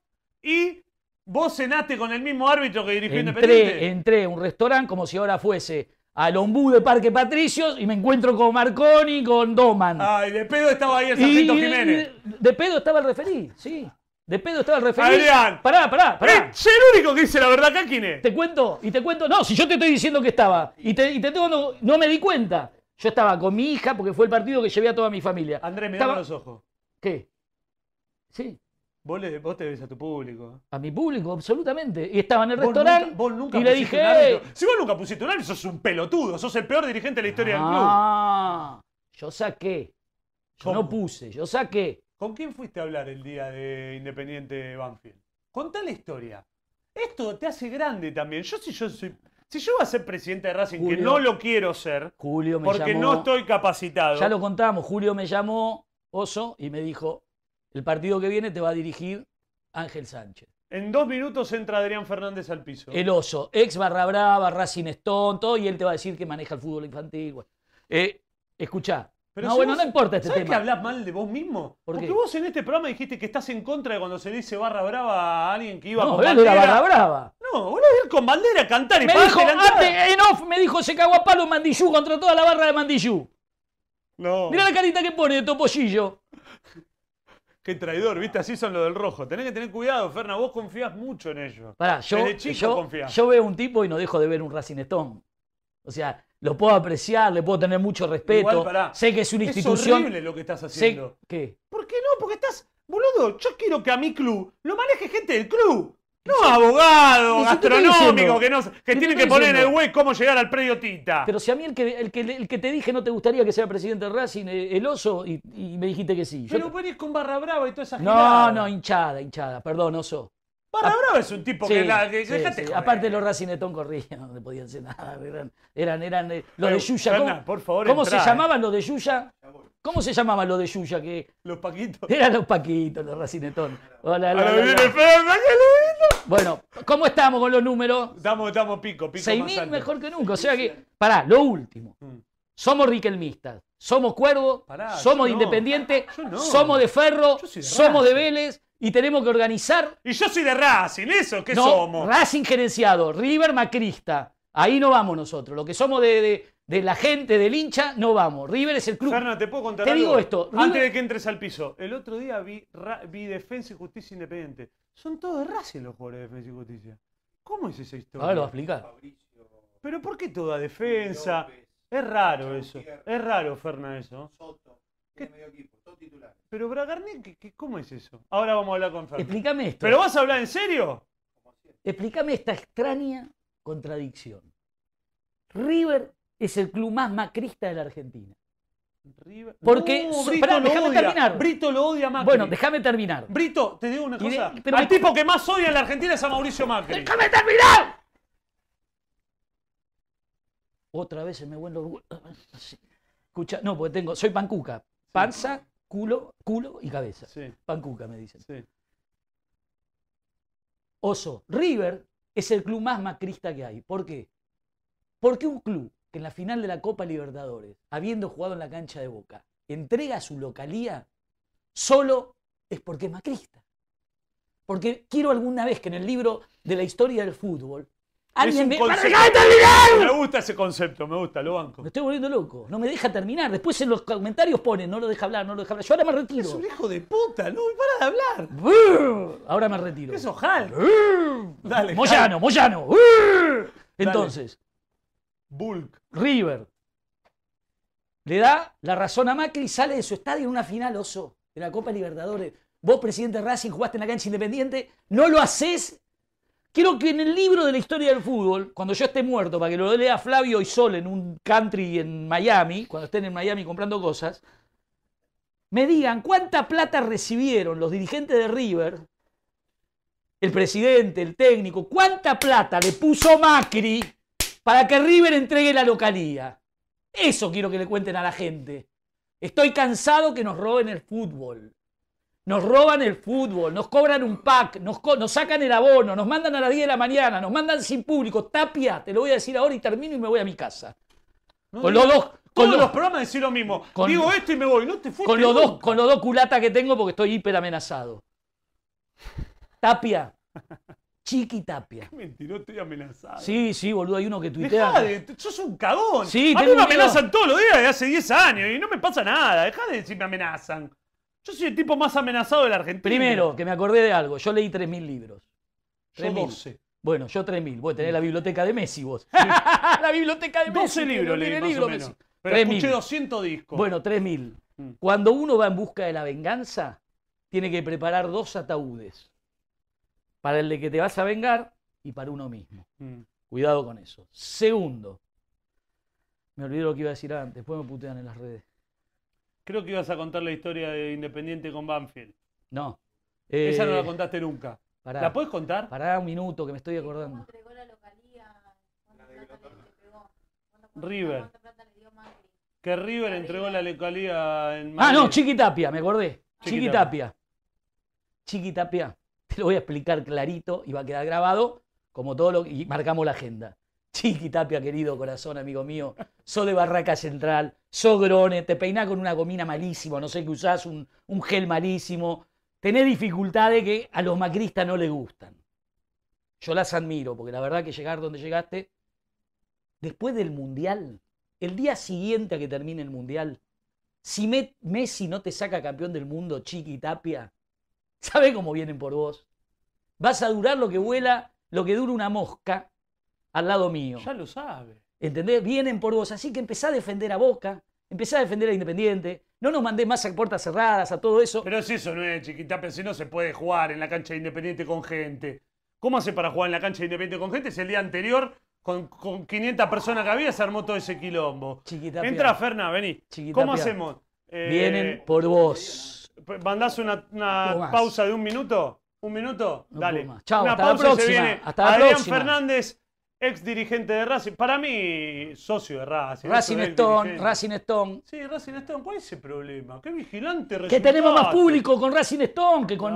y vos cenaste con el mismo árbitro que dirigió Independiente. entré, entré a un restaurante como si ahora fuese al ombú de Parque Patricios y me encuentro con Marconi, con Doman. Ay, de pedo estaba ahí el Sargento Y- Ah, Jiménez. De pedo estaba el referí, sí. De pedo estaba el referí. Adrián. Pará, pará, pará. Eh, soy el único que dice la verdad acá, ¿quién es? Te cuento, y te cuento. No, si yo te estoy diciendo que estaba. Y te, y te tengo. No, no me di cuenta. Yo estaba con mi hija porque fue el partido que llevé a toda mi familia. Andrés, mirá Estaba- con los ojos. ¿Qué? Sí, Vos, le- vos te ves a tu público. a mi público, absolutamente. Y estaba en el Vos restaurante. nunca- vos nunca y le pusiste dije. un árbitro. Si vos nunca pusiste un árbitro, sos un pelotudo. Sos el peor dirigente de la historia del club. Ah, yo saqué. Yo ¿Cómo? no puse, yo saqué. ¿Con quién fuiste a hablar el día de Independiente Banfield? Contá la historia. Esto te hace grande también. Yo si yo soy... Si yo voy a ser presidente de Racing, que Julio. no lo quiero ser, Julio me porque llamó. no estoy capacitado. Ya lo contamos, Julio me llamó Oso y me dijo, el partido que viene te va a dirigir Ángel Sánchez. En dos minutos entra Adrián Fernández al piso. El Oso, ex Barra Brava, Racing Stone, todo, y él te va a decir que maneja el fútbol infantil. bueno. Eh, escuchá, Pero no, si bueno, vos- no importa este ¿Sabés que tema. hablas mal de vos mismo? ¿Por Porque qué? vos en este programa dijiste que estás en contra de cuando se le dice barra brava a alguien que iba No, con él era bandera. Barra Brava. No, boludo, ir con bandera a cantar y Me pagarte dijo, la entrada. antes, en off, me dijo, se cagó a palo en Mandillú contra toda la barra de Mandillú. No, Mirá la carita que pone de Topollillo. qué traidor, viste, así son los del rojo. Tenés que tener cuidado, Ferna, vos confías mucho en ellos. Pará, yo, Desde chico yo- confiás. yo veo un tipo y no dejo de ver un Racing Stone. O sea, lo puedo apreciar, le puedo tener mucho respeto. Igual, pará, sé que es una Es institución. horrible lo que estás sé haciendo. que. ¿Por qué no? Porque estás, boludo, yo quiero que a mi club lo maneje gente del club. No abogados, Eso te estoy gastronómicos, diciendo. que, no, que te tienen que estoy poner en el diciendo. web cómo llegar al predio Tita. Pero si a mí el que, el que, el que te dije no te gustaría que sea presidente de Racing, eh, el oso, y, y me dijiste que sí. Yo Pero te- venís con Barra Brava y toda esa no, no, hinchada, hinchada, perdón, oso. Barra Brava es un tipo Sí, que la. Que, sí, dejate sí. joder. Aparte los Racing Stone corrían, no le podían hacer nada. Eran, eran, eran eh, los Eh, de Yuya. Fernan, ¿Cómo, por favor, cómo entrá, se eh. llamaban los de Yuya? ¿Cómo se llamaban los de Yuya? Que Los Paquitos. Eran los Paquitos, los Racinetón. Hola, hola, Ahora hola, viene hola. Fernan, qué lindo. Bueno, ¿cómo estamos con los números? Estamos, estamos pico, pico. más 6.000 alto. mejor que nunca. O sea que, pará, lo último. Mm. Somos riquelmistas, somos cuervo, Pará, somos de yo no. Independiente, Yo no. somos de Ferro, Yo soy de somos de Racing. Vélez y tenemos que organizar. Y yo soy de Racing, ¿eso qué no, somos? Racing gerenciado, River Macrista. Ahí no vamos nosotros. Lo que somos de, de- de la gente, del hincha, no vamos. River es el club. Fernan, te puedo contar Te algo? digo esto, Antes River- de que entres al piso, el otro día vi, Ra- vi Defensa y Justicia Independiente. Son todos de Racing los jugadores de Defensa y Justicia. ¿Cómo es esa historia? Ahora lo va a explicar. Pero ¿por qué toda defensa? Es raro eso. Es raro, Fernan, eso. Soto, tiene medio equipo, todo titular. Pero Bragarnik, ¿qué- qué- ¿cómo es eso? Ahora vamos a hablar con Fernan. Explícame esto. ¿Pero vas a hablar en serio? Explícame esta extraña contradicción. River es el club más macrista de la Argentina. River- Porque No, so- Brito pará, lo déjame odia. terminar. Brito lo odia a Macri. Bueno, déjame terminar. Brito, te digo una Y de- cosa. pero Al me- tipo que más odia en la Argentina es a Mauricio Macri. ¡Déjame terminar! Otra vez se me vuelve orgullo. Así. Escucha, no, porque tengo, soy pancuca. Panza, culo, culo y cabeza. Sí, Pancuca me dicen. sí. Oso, River es el club más macrista que hay. ¿Por qué? Porque un club que en la final de la Copa Libertadores, habiendo jugado en la cancha de Boca, entrega su localía solo es porque es macrista. Porque quiero alguna vez que en el libro de la historia del fútbol alguien un me... concepto. ¡Pará, dejá de terminar! Me gusta ese concepto, me gusta, lo banco. Me estoy volviendo loco. No me deja terminar. Después en los comentarios ponen, no lo deja hablar, no lo deja hablar. Yo ahora me Es retiro. un hijo de puta, no para de hablar. ¡Brr! Ahora me retiro. Es ojal. ¡Brr! Dale, Jal. Moyano, Moyano. ¡Brr! Entonces, Bulk. River le da la razón a Macri y sale de su estadio en una final oso de la Copa Libertadores. Vos, presidente de Racing, jugaste en la cancha independiente, no lo haces. Quiero que en el libro de la historia del fútbol, cuando yo esté muerto, para que lo lea Flavio y Sol en un country en Miami, cuando estén en Miami comprando cosas, me digan cuánta plata recibieron los dirigentes de River, el presidente, el técnico, cuánta plata le puso Macri para que River entregue la localía. Eso quiero que le cuenten a la gente. Estoy cansado que nos roben el fútbol. Nos roban el fútbol, nos cobran un pack, nos, co- nos sacan el abono, nos mandan a las 10 de la mañana, nos mandan sin público. Tapia, te lo voy a decir ahora y termino y me voy a mi casa. No Con digas- los dos, con Todos los, los programas decís lo mismo. con- Digo esto y me voy. No te fuiste. con los dos, nunca. con los dos culatas que tengo porque estoy hiper amenazado. Tapia, Chiqui Tapia. Mentira, estoy amenazado. Sí, sí, boludo, hay uno que Dejá tuitea. de, sos un cagón. Sí, a mí tengo me miedo. amenazan todos los días desde hace 10 años y no me pasa nada. Dejá de decir me amenazan. Yo soy el tipo más amenazado de la Argentina. Primero, que me acordé de algo. Yo leí 3.000 libros. yo 3.000. 12. Bueno, yo 3.000. Vos Mm. tenés la biblioteca de Messi vos. la biblioteca de Messi. 12 que libros no leí tiene más libro, o menos. Messi. Pero 3.000. escuché 200 discos. Bueno, 3.000. Mm. Cuando uno va en busca de la venganza, tiene que preparar dos ataúdes. Para el de que te vas a vengar y para uno mismo. Mm. Cuidado con eso. Segundo. Me olvidé lo que iba a decir antes. Después me putean en las redes. Creo que ibas a contar la historia de Independiente con Banfield. No. Esa no la Eh, contaste nunca. Pará, ¿La podés contar? pará un minuto que me estoy acordando. entregó la localía? ¿Cuánta plata le- le pegó? ¿Cuánta- cuánta- River. cuánta plata le dio Macri? Que River entregó la localidad en Ah, Madrid. no, Chiqui Tapia, me acordé. Chiqui Chiqui Tapia. Chiqui Tapia. Te lo voy a explicar clarito y va a quedar grabado como todo lo y marcamos la agenda. Chiqui Tapia, querido corazón, amigo mío, sos de Barraca Central, sos grone, te peinás con una gomina malísima, no sé qué usás, un, un gel malísimo, tenés dificultades que a los macristas no les gustan. Yo las admiro, porque la verdad que llegar donde llegaste, después del Mundial, el día siguiente a que termine el Mundial, si Me- Messi no te saca campeón del mundo, Chiqui Tapia, ¿sabe cómo vienen por vos? Vas a durar lo que vuela, lo que dura una mosca al lado mío. Ya lo sabe. ¿Entendés? Vienen por vos. Así que empezá a defender a Boca, empezá a defender a Independiente. No nos mandés más a puertas cerradas, a todo eso. Pero si eso no es chiquitapia, si no se puede jugar en la cancha de Independiente con gente. ¿Cómo hace para jugar en la cancha de Independiente con gente si el día anterior, con, con 500 personas que había, se armó todo ese quilombo? Chiqui Tapia, Entra, Ferna, vení. Chiqui ¿Cómo Tapia, hacemos? Eh, Vienen por vos. ¿Mandás una, una No más. pausa de un minuto? ¿Un minuto? No Dale. puedo más. Chau, una hasta la pausa y se próxima, viene hasta la Adrián próxima. Fernández, ex dirigente de Racing. Para mí, socio de Racing. Racing eso es Stone, dirigente. Racing Stone. Sí, Racing Stone, ¿cuál es ese problema? ¡Qué vigilante este. Que resultaste! tenemos más público con Racing Stone que con.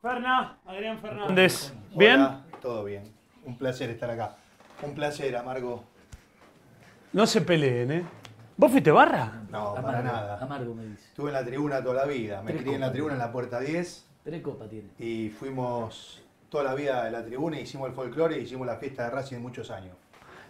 Ferna, Adrián Fernández. ¿Bien? Hola, todo bien. Un placer estar acá. Un placer, Amargo. No se peleen, ¿eh? ¿Vos fuiste barra? No, para nada. amargo me dice. Estuve en la tribuna toda la vida. Me Tres crié en la copas. tribuna en la puerta 10 Tres copas tiene. y fuimos toda la vida a la tribuna, hicimos el folclore y hicimos la fiesta de Racing muchos años.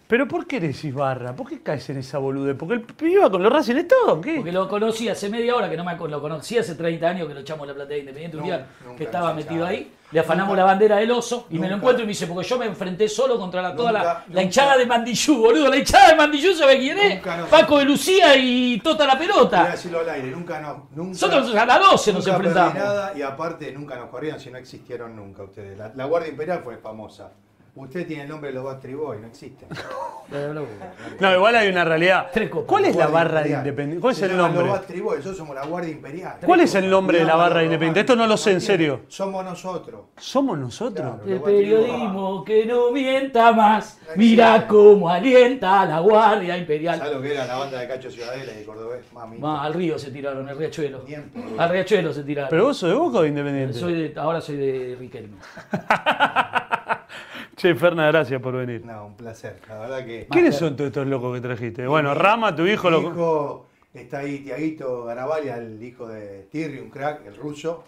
¿Pero por qué decís barra? ¿Por qué caes en esa boludez? Porque el pibe iba con los Racing Stone, ¿qué? Porque lo conocí hace media hora, que no me acuerdo, lo conocí hace 30 años que lo echamos a la plata de Independiente un Nunca, día, nunca que estaba nos metido echaron. ahí, le afanamos Nunca. la bandera del oso y me lo Nunca. encuentro y me dice, porque yo me enfrenté solo contra la, toda Nunca, la, la nunca. hinchada de Mandillú, boludo, la hinchada de Mandillú, ¿sabe quién es? Nunca nos- Paco de Lucía y Tota la Voy a pelota. decirlo al aire, nunca no, nunca. Nosotros a las 12 nos nunca perdí enfrentamos. nada y aparte nunca nos corrieron, si no existieron nunca ustedes. La, la Guardia Imperial fue famosa. Usted tiene el nombre de los Backstreet Boys, no existen. Eh, No, igual hay una realidad. Tres copas. ¿Cuál es la Guardia barra Imperial. independiente? ¿Cuál es Se el llaman nombre? Los Backstreet Boys, nosotros somos la Guardia Imperial. ¿Cuál es el nombre de la barra Cuidado, independiente? Esto Román. no lo sé en Martín, serio. Somos nosotros. ¿Somos nosotros? Claro. El periodismo que no mienta más, mira Excelente. cómo alienta a la Guardia Imperial. ¿Sabes lo que era la banda de Cacho Ciudadela y de Cordobés? Mami. Va, al río se tiraron, al riachuelo. Bien, Al riachuelo se tiraron. ¿Pero vos sos de Boca o de Independiente? Soy de- ahora soy de Riquelme. Che, Ferna, gracias por venir. No, un placer. La verdad que. ¿Quiénes son todos estos locos que trajiste? Bueno, Rama, tu hijo, Mi lo... hijo está ahí Tiaguito Garabaglia, el hijo de Tirri, un crack, el ruso,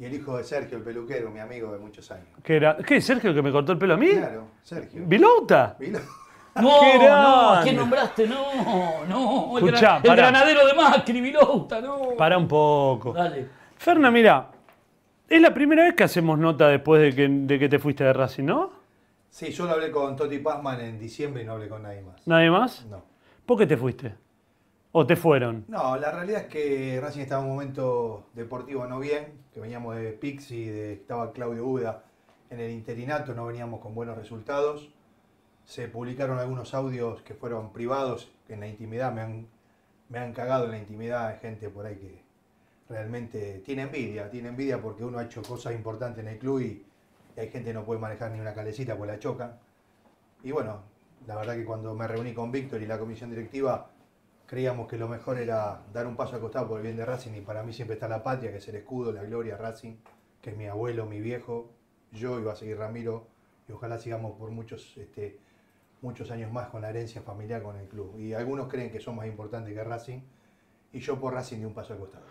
y el hijo de Sergio, el peluquero, mi amigo de muchos años. ¿Qué era? ¿Qué, Sergio, el que me cortó el pelo a mí? Claro, Sergio. ¿Vilauta? Vino- No, ¡Qué no, ¿a grande! ¿quién nombraste? No, no, el, Escuchá, gra- el pará. granadero de Macri, Vilauta, no. Para un poco. Ah. Dale. Ferna, mira, es la primera vez que hacemos nota después de que, de que te fuiste de Racing, ¿no? Sí, yo lo hablé con Toti Pazman en diciembre y no hablé con nadie más. ¿Nadie más? No. ¿Por qué te fuiste? ¿O te fueron? No, la realidad es que Racing estaba en un momento deportivo no bien, que veníamos de Pixi, de, estaba Claudio Uda en el interinato, no veníamos con buenos resultados. Se publicaron algunos audios que fueron privados, que en la intimidad me han, me han cagado en la intimidad, hay gente por ahí que realmente tiene envidia, tiene envidia porque uno ha hecho cosas importantes en el club y, y hay gente que no puede manejar ni una calecita porque la chocan. Y bueno, la verdad que cuando me reuní con Víctor y la comisión directiva, creíamos que lo mejor era dar un paso al costado por el bien de Racing y para mí siempre está la patria, que es el escudo, la gloria Racing, que es mi abuelo, mi viejo, yo iba a seguir Ramiro y ojalá sigamos por muchos, este, muchos años más con la herencia familiar con el club. Y algunos creen que son más importantes que Racing y yo por Racing di un paso al costado.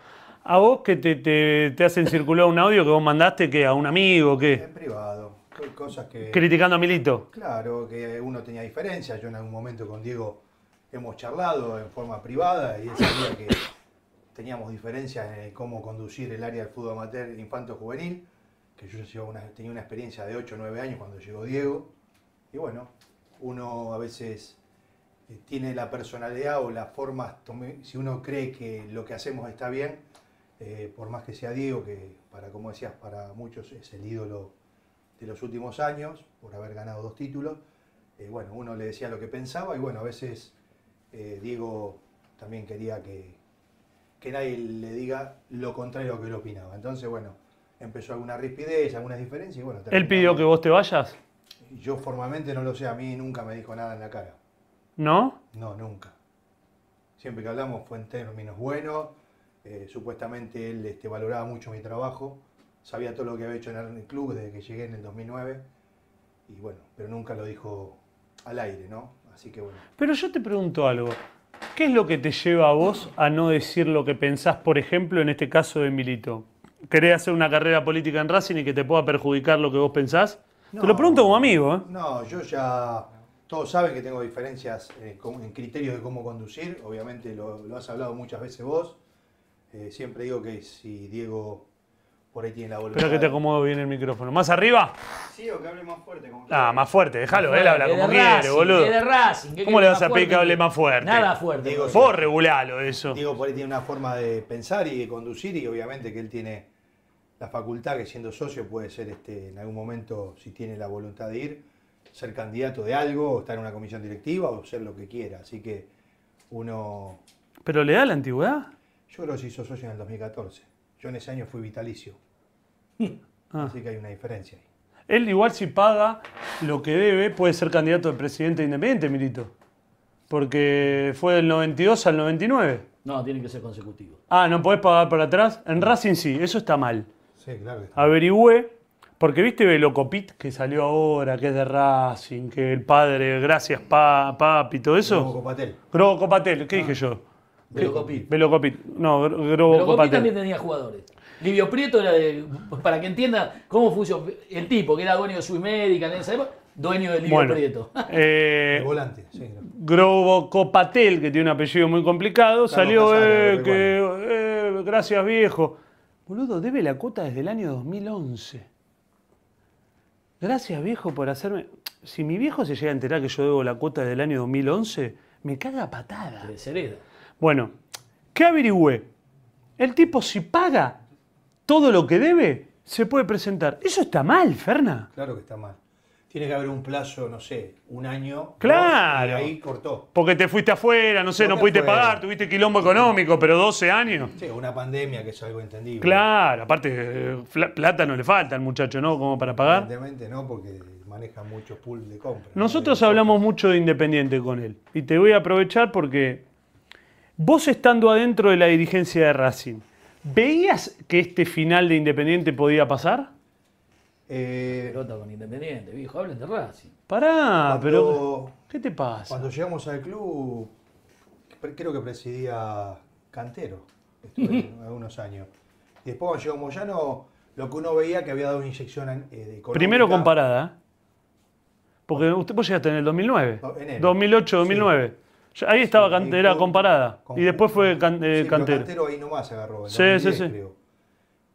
¿A vos que te, te, te hacen circular un audio que vos mandaste que a un amigo, qué? En privado, co- cosas que... Criticando a Milito. Claro, que uno tenía diferencias. Yo en algún momento con Diego hemos charlado en forma privada y él sabía que teníamos diferencias en cómo conducir el área del fútbol amateur infanto-juvenil, que yo llevaba una- tenía una experiencia de 8 o 9 años cuando llegó Diego. Y bueno, uno a veces eh, tiene la personalidad o las formas, tome- si uno cree que lo que hacemos está bien, eh, por más que sea Diego, que para como decías, para muchos es el ídolo de los últimos años, por haber ganado dos títulos. Eh, bueno, uno le decía lo que pensaba y bueno, a veces eh, Diego también quería que, que nadie le diga lo contrario a lo que él opinaba. Entonces, bueno, empezó alguna rispidez, algunas diferencias y bueno. ¿Él terminamos- pidió que vos te vayas? Yo formalmente no lo sé, a mí nunca me dijo nada en la cara. ¿No? No, nunca. Siempre que hablamos fue en términos buenos. eh, supuestamente él este, valoraba mucho mi trabajo. Sabía todo lo que había hecho en el club desde que llegué en el 2009. Y bueno, pero nunca lo dijo al aire, ¿no? Así que bueno. Pero yo te pregunto algo. ¿Qué es lo que te lleva a vos a no decir lo que pensás, por ejemplo, en este caso de Milito? ¿Querés hacer una carrera política en Racing y que te pueda perjudicar lo que vos pensás? te lo No. pregunto como amigo, ¿eh? No, yo ya. Todos saben que tengo diferencias eh, con- en criterios de cómo conducir. Obviamente lo, lo has hablado muchas veces vos. Eh, siempre digo que si Diego por ahí tiene la voluntad. Espera que te acomodo bien el micrófono. ¿Más arriba? Sí, o que hable más fuerte. Como Ah, más fuerte, déjalo, él Fuerte, habla de como quiere, Racing, boludo. de de Racing, ¿qué ¿Cómo le querés vas a más pedir que fuerte? hable más fuerte? Nada fuerte. Digo, boludo. Vos regulalo eso. Diego por ahí tiene una forma de pensar y de conducir y obviamente que él tiene la facultad que siendo socio puede ser este, en algún momento, si tiene la voluntad de ir, ser candidato de algo, o estar en una comisión directiva o ser lo que quiera. Así que uno, ¿Pero le da la antigüedad? yo creo que se hizo socio en el 2014. Yo en ese año fui vitalicio. Ah. Así que hay una diferencia ahí. Él igual si paga lo que debe puede ser candidato al presidente independiente, Milito. Porque fue del 92 al 99. No, tiene que ser consecutivo. Ah, ¿no podés pagar para atrás? En Racing sí, eso está mal. Sí, claro que está. Averigüé, porque viste Velocopit que salió ahora, que es de Racing, que el padre, gracias pa- papi, todo Como eso. Copatel. Grobo Copatel, ¿qué dije yo? Velocopit. Velocopit, no, Gro- Grobo Pero Copi también Copatel. tenía jugadores. Livio Prieto era de. Para que entienda cómo funcionó. El tipo que era dueño de su médica en esa época, dueño de Livio Bueno, Prieto. eh, El volante, sí. claro. Grobo Copatel, que tiene un apellido muy complicado, salió Casares, eh, lo que. eh, gracias, viejo. Boludo, debe la cuota desde el año 2011. Gracias, viejo, por hacerme. Si mi viejo se llega a enterar que yo debo la cuota desde el año 2011, me caga a patada. De Cereda. Bueno, ¿qué averigüé? El tipo, si paga todo lo que debe, se puede presentar. Eso está mal, Ferna. Claro que está mal. Tiene que haber un plazo, no sé, un año. Claro. dos, y ahí cortó. Porque te fuiste afuera, no sé, ¿Por no qué pudiste afuera? pagar, tuviste quilombo económico, pero 12 años. Sí, una pandemia que es algo entendible. Claro, aparte, eh, fla- plata no le falta al muchacho, ¿no? Como para pagar. Evidentemente no, porque maneja muchos pools de compra. ¿no? Nosotros De- hablamos mucho de Independiente con él. Y te voy a aprovechar porque vos estando adentro de la dirigencia de Racing, ¿veías que este final de Independiente podía pasar? Eh, Pelota con Independiente, viejo, hablen de Racing. Pará, pero. cuando- ¿Qué te pasa? Cuando llegamos al club, pre- creo que presidía Cantero, estuve algunos años. Y después cuando llegó Moyano, lo que uno veía que había dado una inyección eh, de económica. Primero comparada. Porque usted, vos llegaste en el 2009. No, enero. 2008, 2009. Ya- Ahí estaba Sí, Can- y era Eh, con- comparada. con- Y después fue Can- eh, Sí, pero Cantero. ahí nomás agarró. en Sí, sí, 2010, sí. creo.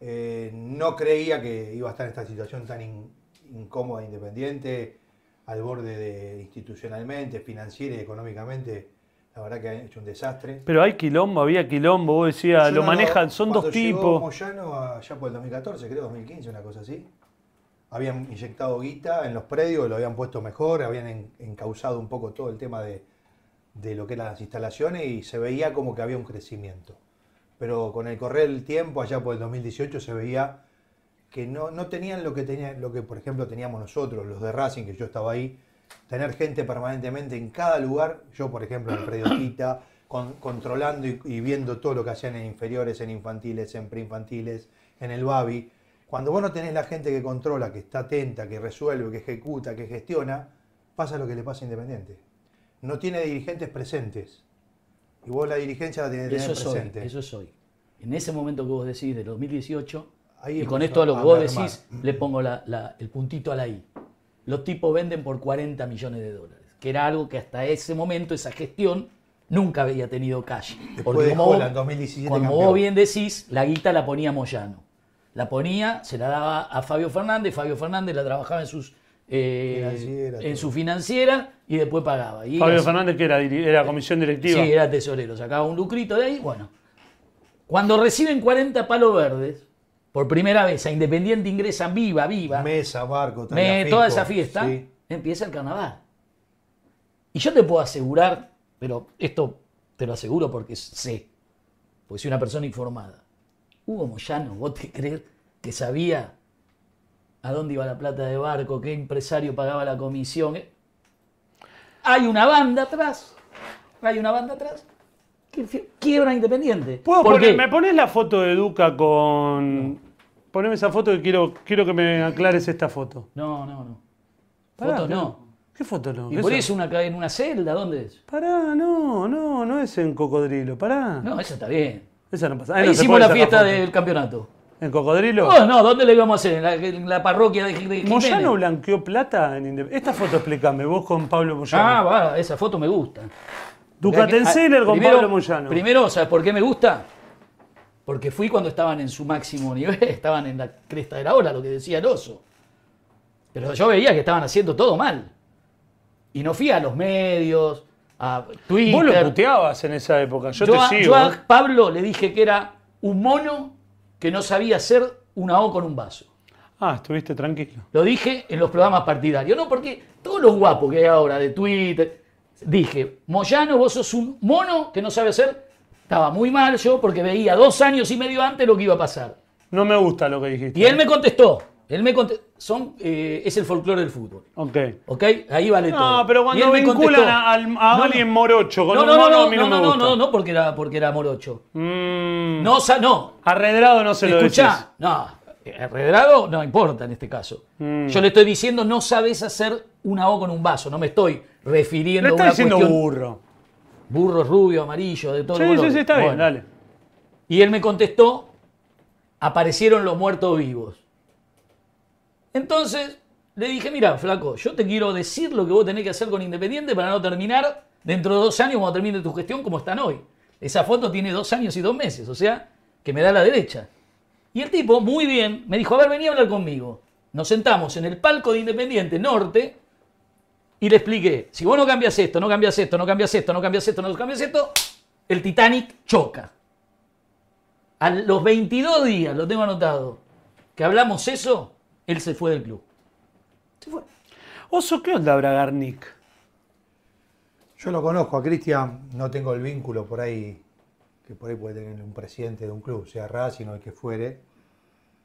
Eh, no creía que iba a estar en esta situación tan in- incómoda, independiente, al borde de institucionalmente, financiera y económicamente. La verdad que ha hecho un desastre. Pero hay quilombo, había quilombo, vos decías, Yo lo no- manejan, son cuando dos llegó tipos. Moyano allá por el 2014, creo, 2015, una cosa así. Habían inyectado guita en los predios, lo habían puesto mejor, habían en- encauzado un poco todo el tema de, de lo que eran las instalaciones y se veía como que había un crecimiento. Pero con el correr del tiempo, allá por el 2018, se veía que no, no tenían lo que, tenía, lo que, por ejemplo, teníamos nosotros, los de Racing, que yo estaba ahí, tener gente permanentemente en cada lugar, yo por ejemplo en el predio Quita, con- controlando y, y viendo todo lo que hacían en inferiores, en infantiles, en preinfantiles, en el Babi. Cuando vos no tenés la gente que controla, que está atenta, que resuelve, que ejecuta, que gestiona, pasa lo que le pasa a Independiente. No tiene dirigentes presentes. Y vos la dirigencia la tenés que Eso tener es hoy, presente. eso es hoy. En ese momento que vos decís, del 2018, Ahí y con esto empezó a lo que a vos mermar. decís, le pongo la- la- el puntito a la I. Los tipos venden por 40 millones de dólares, que era algo que hasta ese momento, esa gestión, nunca había tenido calle. Después Porque de como vos- Holland, 2017 como campeón. vos bien decís, la guita la ponía Moyano. La ponía, se la daba a Fabio Fernández, Fabio Fernández la trabajaba en sus eh, Financiera, en todo. su financiera y después pagaba. Y Fabio así- Fernández, que era, diri- era comisión directiva. Sí, era tesorero, sacaba un lucrito de ahí, bueno. Cuando reciben 40 palos verdes, por primera vez a Independiente ingresan viva, viva, Mesa, barco, me- Tagliafico, toda esa fiesta, sí. empieza el carnaval. Y yo te puedo asegurar, pero esto te lo aseguro porque sé, porque soy una persona informada. Hugo Moyano, ¿vos te crees que sabía a dónde iba la plata de barco, qué empresario pagaba la comisión? Hay una banda atrás, hay una banda atrás que fie- quiebra Independiente. ¿Puedo ¿Por poner- qué? ¿Me pones la foto de Duca con.? Poneme esa foto que quiero, quiero que me aclares esta foto. No, no, no. Pará, Foto pero- no. ¿Qué foto no? Y ¿Qué por son? eso una ca- en una celda, ¿dónde es? Pará, no, no, no es en Cocodrilo, pará. No, eso está bien. Esa no pasa. Ahí no se hicimos puede la hacer fiesta foto. del campeonato. ¿En Cocodrilo? No, no, ¿dónde la íbamos a hacer? ¿En la, en la parroquia de, de Jiménez? ¿Moyano blanqueó plata en Indep- Esta foto explícame, vos con Pablo Moyano. Ah, va, esa foto me gusta. ah, Ducatenseller con Primero- Pablo Moyano. Primero, ¿sabes por qué me gusta? Porque fui cuando estaban en su máximo nivel, estaban en la cresta de la ola, lo que decía el oso. Pero yo veía que estaban haciendo todo mal. Y no fui a los medios, a Twitter. vos lo puteabas en esa época, yo, te a, sigo. yo a ¿eh? Pablo le dije que era un mono que no sabía hacer una O con un vaso. Ah, estuviste tranquilo. Lo dije en los programas partidarios, ¿no? Porque todos los guapos que hay ahora de Twitter, dije, Moyano, vos sos un mono que no sabe hacer. Estaba muy mal yo porque veía dos años y medio antes lo que iba a pasar. No me gusta lo que dijiste. Y él me contestó, él me conte- son, eh, es el folclore del fútbol. Ok. ¿Ok? Ahí vale todo. No, pero Y cuando él me vinculan contestó, a, al- a no, alguien morocho con no, un no, mono, no, a mí no, no, me no, gusta. no, no, porque era, porque era morocho. Mm, No, sa- no, Arredrado no se lo decís. Escuchá, no, eh, Redrado no importa en este caso. Mm. Yo le estoy diciendo no sabes hacer una O con un vaso, no me estoy refiriendo Le a está una diciendo cuestión burro. burro, rubio, amarillo, de todo Sí, color. sí, sí, está bien, Bueno, dale. Y él me contestó, aparecieron los muertos vivos. Entonces le dije, mira, flaco, yo te quiero decir lo que vos tenés que hacer con Independiente para no terminar dentro de dos años cuando termine tu gestión como están hoy. Esa foto tiene dos años y dos meses, o sea, que me da la derecha. Y el tipo, muy bien, me dijo, a ver, vení a hablar conmigo. Nos sentamos en el palco de Independiente Norte y le expliqué, si vos no cambias esto, no cambias esto, no cambias esto, no cambias esto, no cambias esto, el Titanic choca. A los 22 días, lo tengo anotado, que hablamos eso, él se fue del club. Se fue. Oso, ¿qué onda Bragarnik? Yo lo conozco a Cristian, no tengo el vínculo por ahí, que por ahí puede tener un presidente de un club, sea Racing o el que fuere.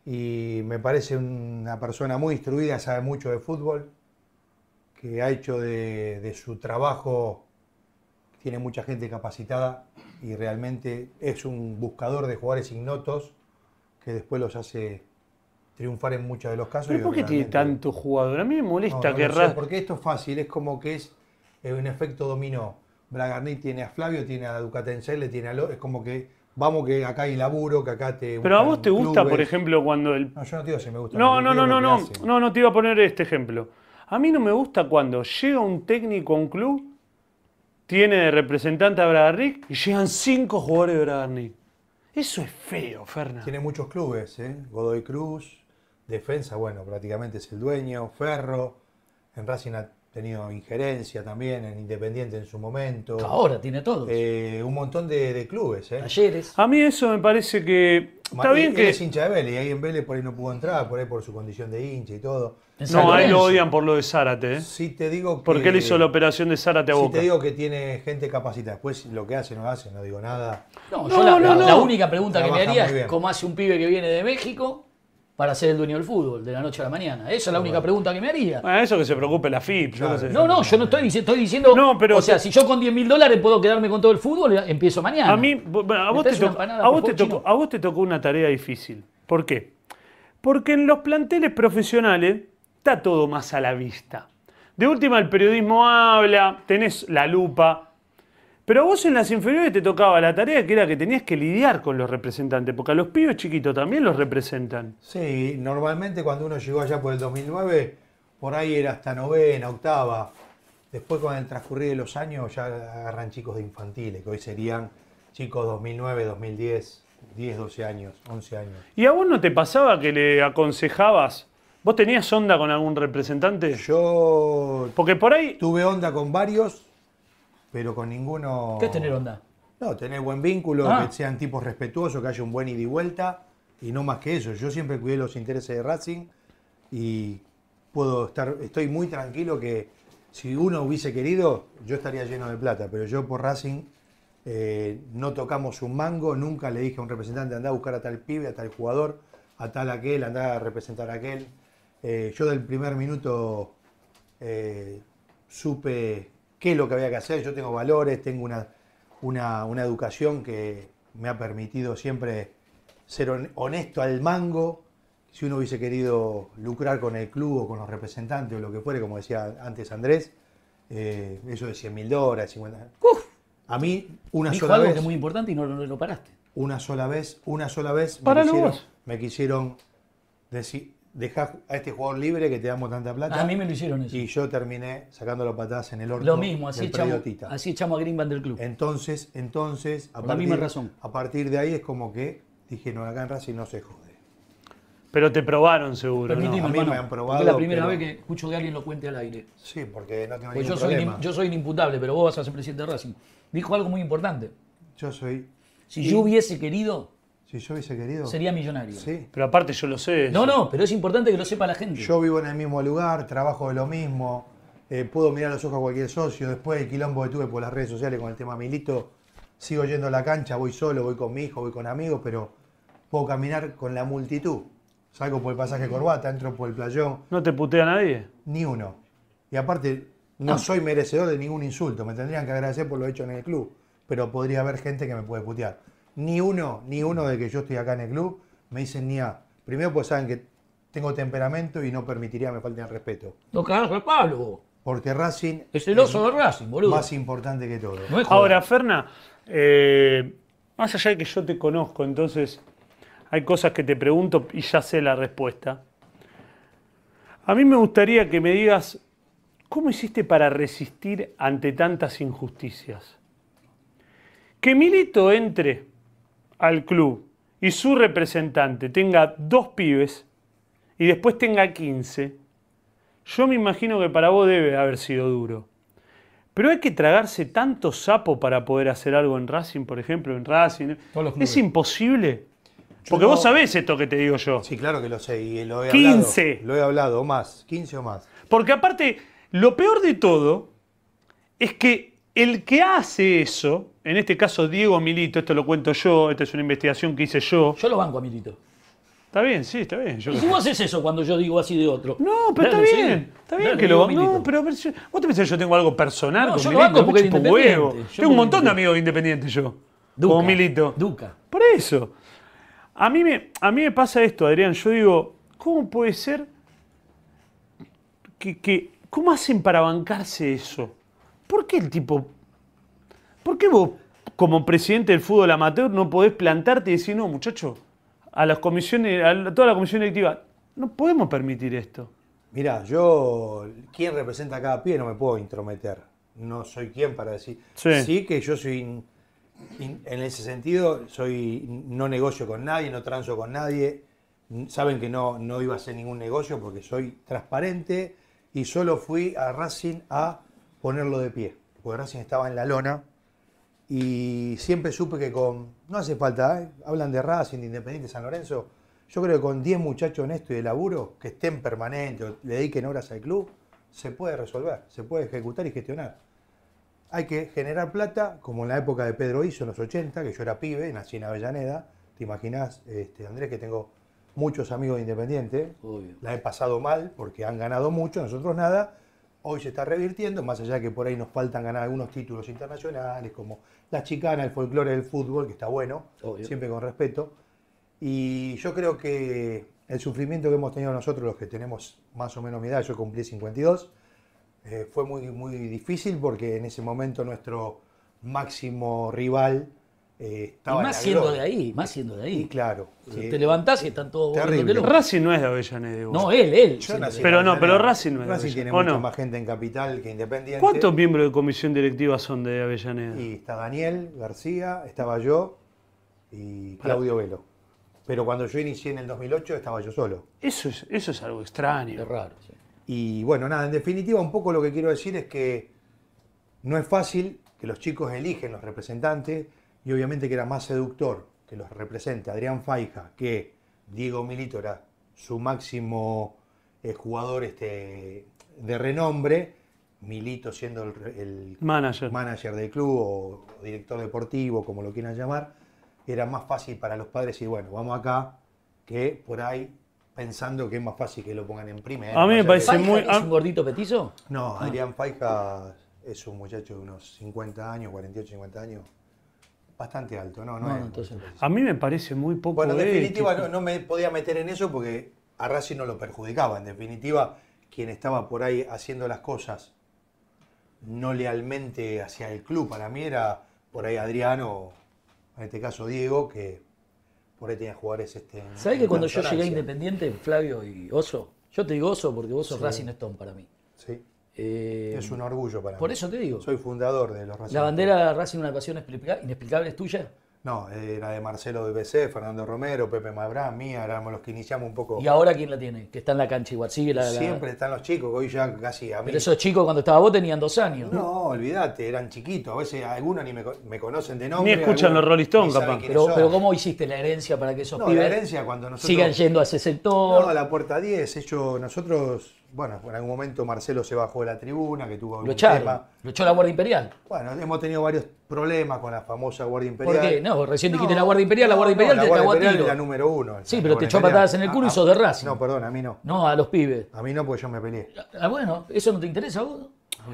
Y me parece una persona muy instruida, sabe mucho de fútbol, que ha hecho de, de su trabajo, tiene mucha gente capacitada y realmente es un buscador de jugadores ignotos que después los hace triunfar en muchos de los casos. y ¿Pero por qué tiene realmente- tanto jugador? A mí me No, molesta no que lo sé, Ra- Porque esto es fácil, es como que es eh, un efecto dominó. Bragarni tiene a Flavio, tiene a Ducatense, le tiene a Lo- Es como que vamos que acá hay laburo, que acá te. Pero a buscan vos te gusta, por clubes. ejemplo, cuando el No, yo no te digo si me gusta. No, pero no, te no, digo no, lo que no, hacen. no, no te iba a poner este ejemplo. A mí no me gusta cuando llega un técnico a un club, tiene de representante a Bragarnik y llegan cinco jugadores de Bragarnik. Eso es feo, Fernando. Tiene muchos clubes, ¿eh? Godoy Cruz, Defensa, bueno, prácticamente es el dueño, Ferro. En Racing ha tenido injerencia también, en Independiente en su momento. Ahora tiene todo. Eh, un montón de, de clubes, ¿eh? Talleres. A mí eso me parece que está Él- bien él que es hincha de Vélez, y ahí en Vélez por ahí no pudo entrar, por ahí por su condición de hincha y todo. en San no, a él lo Lorenzo. odian por lo de Zárate, ¿eh? Sí te digo que... porque él hizo la operación de Zárate a Sí Boca. te digo que tiene gente capacitada. Después lo que hace, no hace, no digo nada. No, No, yo la, no, la- no. la única pregunta que me Trabaja haría muy es bien. cómo hace un pibe que viene de México para ser el dueño del fútbol, de la noche a la mañana. Esa es la única pregunta que me haría. Bueno, eso que se preocupe la FIP, yo no sé. No, no, yo no estoy diciendo, estoy diciendo, No, pero- o sea, si yo con 10 mil dólares puedo quedarme con todo el fútbol, empiezo mañana. A mí, bueno, a, ¿Me vos te traes una tocó, empanada, a por vos te favor, tocó- chino? a vos te tocó una tarea difícil. ¿Por qué? Porque en los planteles profesionales está todo más a la vista. De última, el periodismo habla, tenés la lupa. Pero a vos en las inferiores te tocaba la tarea que era que tenías que lidiar con los representantes, porque a los pibes chiquitos también los representan. Sí, normalmente cuando uno llegó allá por el 2009, por ahí era hasta novena, octava. Después con el transcurrir de los años ya agarran chicos de infantiles, que hoy serían chicos 2009, 2010, 10, 12 años, 11 años. ¿Y a vos no te pasaba que le aconsejabas? ¿Vos tenías onda con algún representante? Yo Porque por ahí tuve onda con varios, pero con ninguno... ¿Qué es tener onda? No, tener buen vínculo, Ah. que sean tipos respetuosos, que haya un buen ida y vuelta, y no más que eso. Yo siempre cuidé los intereses de Racing y puedo estar, estoy muy tranquilo que si uno hubiese querido, yo estaría lleno de plata, pero yo por Racing eh, no tocamos un mango, nunca le dije a un representante, andá a buscar a tal pibe, a tal jugador, a tal aquel, andá a representar a aquel. Eh, yo del primer minuto eh, supe qué es lo que había que hacer, yo tengo valores, tengo una, una, una educación que me ha permitido siempre ser hon- honesto al mango. Si uno hubiese querido lucrar con el club o con los representantes o lo que fuere, como decía antes Andrés, eh, eso de 100 mil dólares, 50. A mí, una Dijo sola algo vez que es muy importante y no, no lo paraste. una sola vez, una sola vez me Paralo quisieron, vos. me quisieron decir, dejar a este jugador libre que te damos tanta plata. A mí me lo hicieron eso. Ah, Y yo terminé sacando las patadas en el orto. Lo mismo, así del echamos, predio Tita. así echamos a Greenbank del club. Entonces, entonces, a Por la misma razón. a partir de ahí es como que dije, no, acá en Racing no se jode. Pero te probaron seguro, ¿no? Permitime, a mí me hermano, han probado, porque Es la primera vez pero- que escucho que alguien lo cuente al aire. Sí, porque no Porque tengo ningún Pues yo soy, problema. in- yo soy inimputable, pero vos vas a ser presidente de Racing. Dijo algo muy importante. Yo soy, Si yo hubiese querido, si yo hubiese querido, sería millonario. sí. Pero aparte yo lo sé. No, no, pero es importante que lo sepa la gente. Yo vivo en el mismo lugar, trabajo de lo mismo, eh, puedo mirar los ojos a cualquier socio. Después del quilombo que tuve por las redes sociales con el tema Milito, sigo yendo a la cancha, voy solo, voy con mi hijo, voy con amigos, pero puedo caminar con la multitud. Salgo por el pasaje corbata, entro por el playón, ¿No te putea nadie? ni uno. Y aparte, no soy merecedor de ningún insulto. Me tendrían que agradecer por lo hecho en el club. Pero podría haber gente que me puede putear. Ni uno, ni uno de que yo estoy acá en el club me dicen ni a. Primero, pues saben que tengo temperamento y no permitiría que me falten el respeto. No cagás a Pablo, vos. Porque Racing Es el oso de Racing, boludo. más importante que todo. No es joda. Ahora, Ferna, eh, más allá de que yo te conozco, entonces hay cosas que te pregunto y ya sé la respuesta. A mí me gustaría que me digas, ¿cómo hiciste para resistir ante tantas injusticias? Que Milito entre al club y su representante tenga dos pibes y después tenga 15, yo me imagino que para vos debe haber sido duro. Pero hay que tragarse tanto sapo para poder hacer algo en Racing, por ejemplo, en Racing. Todos los clubes. Es imposible. Porque no- vos sabés esto que te digo yo. Sí, claro que lo sé. Y lo he 15. hablado. Lo he hablado, o más. 15 o más. Porque aparte, lo peor de todo es que el que hace eso, en este caso Diego Milito, esto lo cuento yo, esta es una investigación que hice yo. Yo lo banco a Milito. Está bien, sí, está bien. yo ¿Y lo- si vos haces eso cuando yo digo así de otro? No, pero Dale, está sí. bien. Está bien Dale, que lo digo banco. Milito. No, pero a ver, yo- vos te pensás que yo tengo algo personal No, con yo lo Milito. banco Me porque es chupa un independiente. huevo. Yo Tengo un porque montón de independiente. amigos independientes yo. Duca. Como Milito. Duca. Por eso. A mí, me, a mí me pasa esto, Adrián. Yo digo, ¿Cómo puede ser que, que- ¿Cómo hacen para bancarse eso? ¿Por qué el tipo... ¿Por qué vos, como presidente del fútbol amateur, no podés plantarte y decir, no, muchacho, a las comisiones, a la- toda la comisión directiva, no podemos permitir esto? Mirá, yo, quien representa a cada pie no me puedo intrometer. No soy quien para decir. Sí. que yo soy, in- in- en ese sentido, soy no negocio con nadie, no transo con nadie. N- Saben que no, no iba a hacer ningún negocio porque soy transparente y solo fui a Racing a ponerlo de pie. Porque Racing estaba en la lona y siempre supe que con, no hace falta, ¿eh? hablan de Racing, de Independiente San Lorenzo, yo creo que con 10 muchachos honestos y de laburo, que estén permanentes, o le dediquen horas al club, se puede resolver, se puede ejecutar y gestionar. Hay que generar plata, como en la época de Pedro Iso, en los 80, que yo era pibe, nací en Avellaneda, te imaginás, este, Andrés, que tengo muchos amigos de Independiente, Obvio. la he pasado mal porque han ganado mucho, nosotros nada. Hoy se está revirtiendo, más allá que por ahí nos faltan ganar algunos títulos internacionales, como la chicana, el folclore del fútbol, que está bueno, Obvio. siempre con respeto. Y yo creo que el sufrimiento que hemos tenido nosotros, los que tenemos más o menos mi edad, yo cumplí 52, eh, fue muy, muy difícil porque en ese momento nuestro máximo rival eh, Y estaba en más la siendo gloria. de ahí, más siendo de Y ahí. claro. eh, Te levantás y están todos Terrible. volviéndolo. Racing no es de Avellaneda. igual. No, él, él. yo nací en Pero no, pero Avellaneda. Racing no es de Racing Avellaneda, tiene ¿o mucha no? más gente en Capital que Independiente. ¿Cuántos miembros de comisión directiva son de Avellaneda? Y está Daniel García, estaba yo y Claudio Velo. Pero cuando yo inicié en el 2008 estaba yo solo. Eso, es, eso es algo Es extraño. raro. sí. Y bueno, nada, en definitiva un poco lo que quiero decir es que no es fácil que los chicos eligen los representantes y obviamente que era más seductor que los represente Adrián Faija que Diego Milito era su máximo eh, jugador este, de renombre, Milito siendo el, re- el Manager. manager del club o director deportivo, como lo quieran llamar, era más fácil para los padres decir, bueno, vamos acá, que por ahí, pensando que es más fácil que lo pongan en primera. A mí me no sé, parece ¿Faija, muy- que ¿Es un gordito petizo? No, Ah. Adrián Faija es un muchacho de unos 50 años, 48, 50 años, bastante alto, ¿no? No, No, es- entonces no. A mí me parece muy poco. Bueno, en definitiva ético. no, no me podía meter en eso porque a Racing no lo perjudicaba. En definitiva, quien estaba por ahí haciendo las cosas no lealmente hacia el club, para mí era por ahí Adriano, en este caso Diego, que por ahí tenía jugadores este. en- ¿Sabés en que cuando yo llegué a Francia? Independiente, Flavio y Oso, yo te digo Oso porque vos sos Racing Stone para mí. Sí, Eh, es un orgullo para por mí. eso te digo. Soy fundador de los Racing. La bandera Racing una pasión explica- inexplicable es tuya. No, era de Marcelo BBC, Fernando Romero, Pepe Mabrán, mía, éramos los que iniciamos un poco. ¿Y ahora quién la tiene? Que está en la cancha igual. Sigue la, la- Siempre están los chicos, hoy ya casi a mí. Pero esos chicos cuando estaba vos tenían dos años. No, olvídate, eran chiquitos. A veces algunos ni me, co- me conocen de nombre. Ni escuchan algunos los Rolling Stones, ni saben capaz. quiénes Pero, son. pero ¿cómo hiciste la herencia para que esos No, la pibes herencia cuando nosotros. sigan yendo a ese sector? No, la puerta 10. Ellos, nosotros. Bueno, en algún momento Marcelo se bajó de la tribuna, que tuvo lo algún echaron. tema. Lo echó la Guardia Imperial. Bueno, hemos tenido varios problemas con la famosa Guardia ¿Por Imperial. qué? No, recién dijiste la Guardia Imperial, la Guardia no, Imperial la te Guardia cagó a Imperial tiro. era la número uno. Sí, La pero te Guardia echó Imperial. patadas en el culo y Ah, sos de Racing. No, perdón, a mí no. No, a los pibes. A mí no, porque yo me peleé. Ah, bueno, ¿eso no te interesa a vos?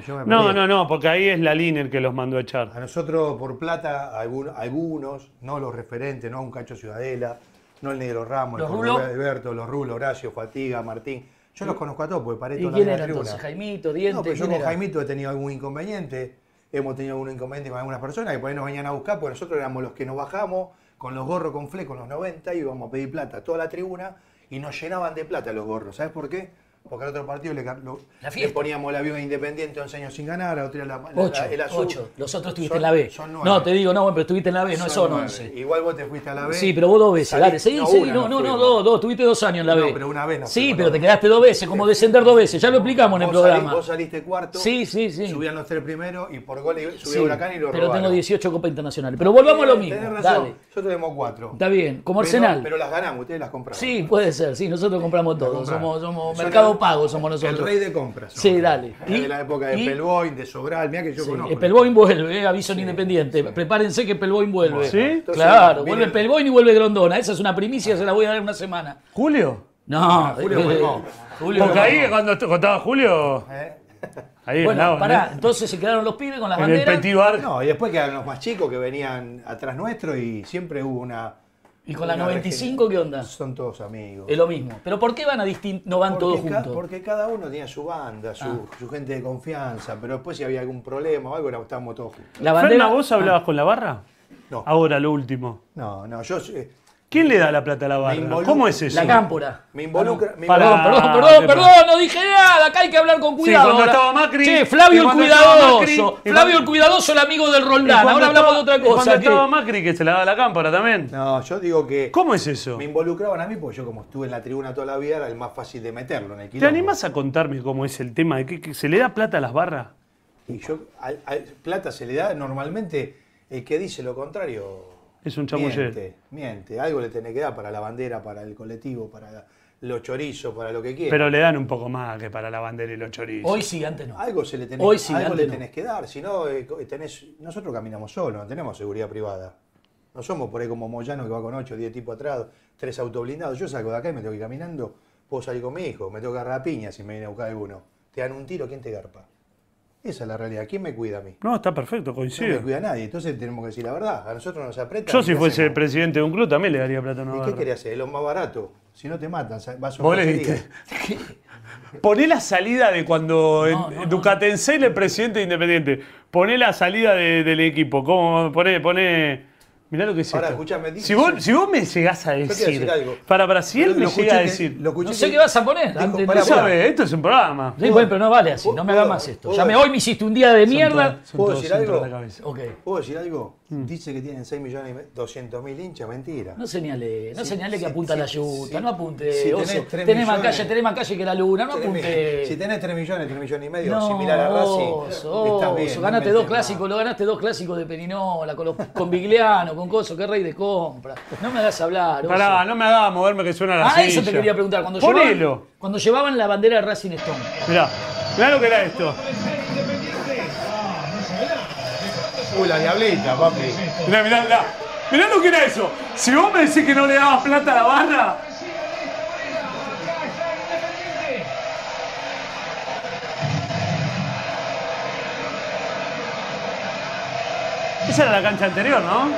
Yo me No, peleé. no, no, porque ahí es la línea el que los mandó a echar. A nosotros, por plata, algun- algunos, no los referentes, no un Cacho Ciudadela, no el Negro Ramos, ¿Los el Rulo? Cordobés Alberto, los Rulo, Horacio, Fatiga, Martín. Yo los conozco a todos porque paré ¿Y toda quién la era tribuna. entonces? ¿Jaimito? ¿Diente? no, pero yo ¿Quién con era? Jaimito he tenido algún inconveniente. Hemos tenido algún inconveniente con algunas personas que por ahí nos venían a buscar porque nosotros éramos los que nos bajamos con los gorros con flecos en los 90 y íbamos a pedir plata a toda la tribuna y nos llenaban de plata los gorros. ¿Sabes por qué? Porque al otro partido le, ca- lo- La le fiesta. poníamos el avión independiente 11 años sin ganar, a otro era la, la- la- Ocho, el azul. ocho. Los otros estuviste Son- en la B. son nueve. no, te digo, no, bueno, pero estuviste en la B, no Son son nueve. once. Igual vos te fuiste a la B. Sí, pero vos dos veces, Salí- dale. Sí, sí, una no, nos no, no, fuimos. dos, dos, tuviste dos años en la No, B. pero una vez nos Sí, fuimos, pero ¿no? te quedaste dos veces, como descender dos veces, ya lo explicamos en el Vos salí- programa. vos saliste cuarto. Sí, sí, sí. Subían los tres primeros y por gol y- subió Sí, Huracán y lo pero robaron. tengo 18 copas internacionales. Pero volvamos a lo Eh, mismo. Tenés razón. Dale. Yo tenemos cuatro. Está bien, como Pero- Arsenal. Pero, las ganamos, ustedes las compraron. Sí, puede ser, sí, nosotros compramos Las todo. compraron. Somos, somos Yo mercado era- pago, somos nosotros. El rey de compras. Sí, somos. dale. Era Y- De la época de y- Pelboy, de Sobral, mira que yo Sí, conozco. el Pelboy vuelve, eh, aviso en Independiente. Prepárense que Pelboy vuelve. ¿Sí? Entonces, ¿eh? claro, viene vuelve el- Pelboy y vuelve Grondona. Esa es una primicia, se la voy a dar en una semana. ¿Julio? No, Ah, eh, Julio Pelboy. Julio Porque Pelboy. ahí cuando est- contaba Julio, ¿Eh? ahí Bueno, ganaban, pará, ¿eh? entonces se quedaron los pibes con las en el banderas. Petit Bar. No, y después quedaron los más chicos que venían atrás nuestro y siempre hubo una, ¿Y con la Una 95 qué onda? Son todos amigos. Es lo mismo. ¿Pero por qué van a distin- no van todos ca- juntos? porque cada uno tenía su banda, su, Ah. su gente de confianza, pero después si había algún problema o algo, era- estábamos todos juntos. La Ferna, bandera- ¿vos hablabas con la barra? No, Ahora, lo último. no, no, yo eh, ¿Quién le da la plata a la barra? involucro. ¿Cómo es eso? La cámpora. me involucra... me Para- involucra- Perdón, Ah, perdón, qué perdón, no dije nada, acá hay que hablar con cuidado. cuando ahora. estaba Macri, Che, Flavio y el cuando estaba Cuidadoso. Macri, y Flavio cuando- el Cuidadoso, el amigo del Y Roldán. Ahora cuando hablamos de estaba- otra y Cuando cosa. ¿qué? estaba Macri que se la daba la cámpora también. No, yo digo que ¿Cómo es eso? me involucraban a mí porque yo como estuve en la tribuna toda la vida era el más fácil de meterlo en el ¿Te quilombo. animás a contarme cómo es el tema de que, que se le da plata a las barras? Y yo, al- al- plata se le da, normalmente el que dice lo contrario. Es un chamullero. Miente, miente. Algo le tiene que dar para la bandera, para el colectivo, para los chorizos, para lo que quiera. Pero le dan un poco más que para la bandera y los chorizos. Hoy sí, antes no. Algo se le tenés, Hoy sí, algo antes le no. tenés que dar, si no eh, co- tenés, nosotros caminamos solos, no tenemos seguridad privada. No somos por ahí como Moyano que va con 8 o 10 tipos atrás, tres autos blindados. Yo salgo de acá y me tengo que ir caminando, puedo salir con mi hijo, me tengo que agarrar a piña si me viene a buscar alguno. Te dan un tiro, ¿quién te garpa? Esa es la realidad. ¿Quién me cuida a mí? No, está perfecto, No me coincido. cuida nadie, entonces tenemos que decir la verdad. A nosotros nos apretan. Yo ¿y si qué fuese hacemos? presidente de un club también le daría plata a una ¿Y qué barra. querés hacer? Es lo más barato. Si no te matan, sa- vas a Vos le comisaría. diste. Poné la salida de cuando en- no, no. Ducatensel el presidente de Independiente. Poné la salida de- del equipo. ¿Cómo? Poné, poné. Mirá lo que es Ahora, esto. escuchame, dice- si, vos, si vos me llegás a Yo te voy a decir. decir algo. Para, para, si él Lo- me lo llega a escuché que- decir. lo escuché No sé que- qué vas a poner. Dijo, antes- pará, ¿Tú sabes? Esto es un programa. Sí, bueno, pero no vale así, no me hagas más esto. Ya me voy, me hiciste un día de mierda. Son ¿Puedo todos decir centros algo? de la cabeza. Ok. ¿Puedo decir algo? Dice que tienen 6 millones y me- 200 mil hinchas, mentira. Mm. No señale, no Si- señale que si- apunta si- la yuta, si- no apunte. si tenés oso. tres tenés más millones. calle, tenés más calle que la luna, no Tres mi- apunte. Si tenés 3 millones, 3 millones y medio, No, similar a Racing, oso, estás oso, bien, no ganaste metés dos más. clásicos, lo ganaste dos clásicos de Perinola, con, los, con Vigliano, con Coso, qué rey de compra. No me hagas hablar. oso. Pará, no me hagas moverme que suena la ah, silla. eso te quería preguntar. Cuando llevaban, Ponelo. cuando llevaban la bandera de Racing Stone, Mirá, mirá lo que era esto. Uy, la diablita, papi. Mirá, mirá, mirá. Mirá lo que era eso. Si vos me decís que no le dabas plata a la barra. Esa era la cancha anterior, ¿no?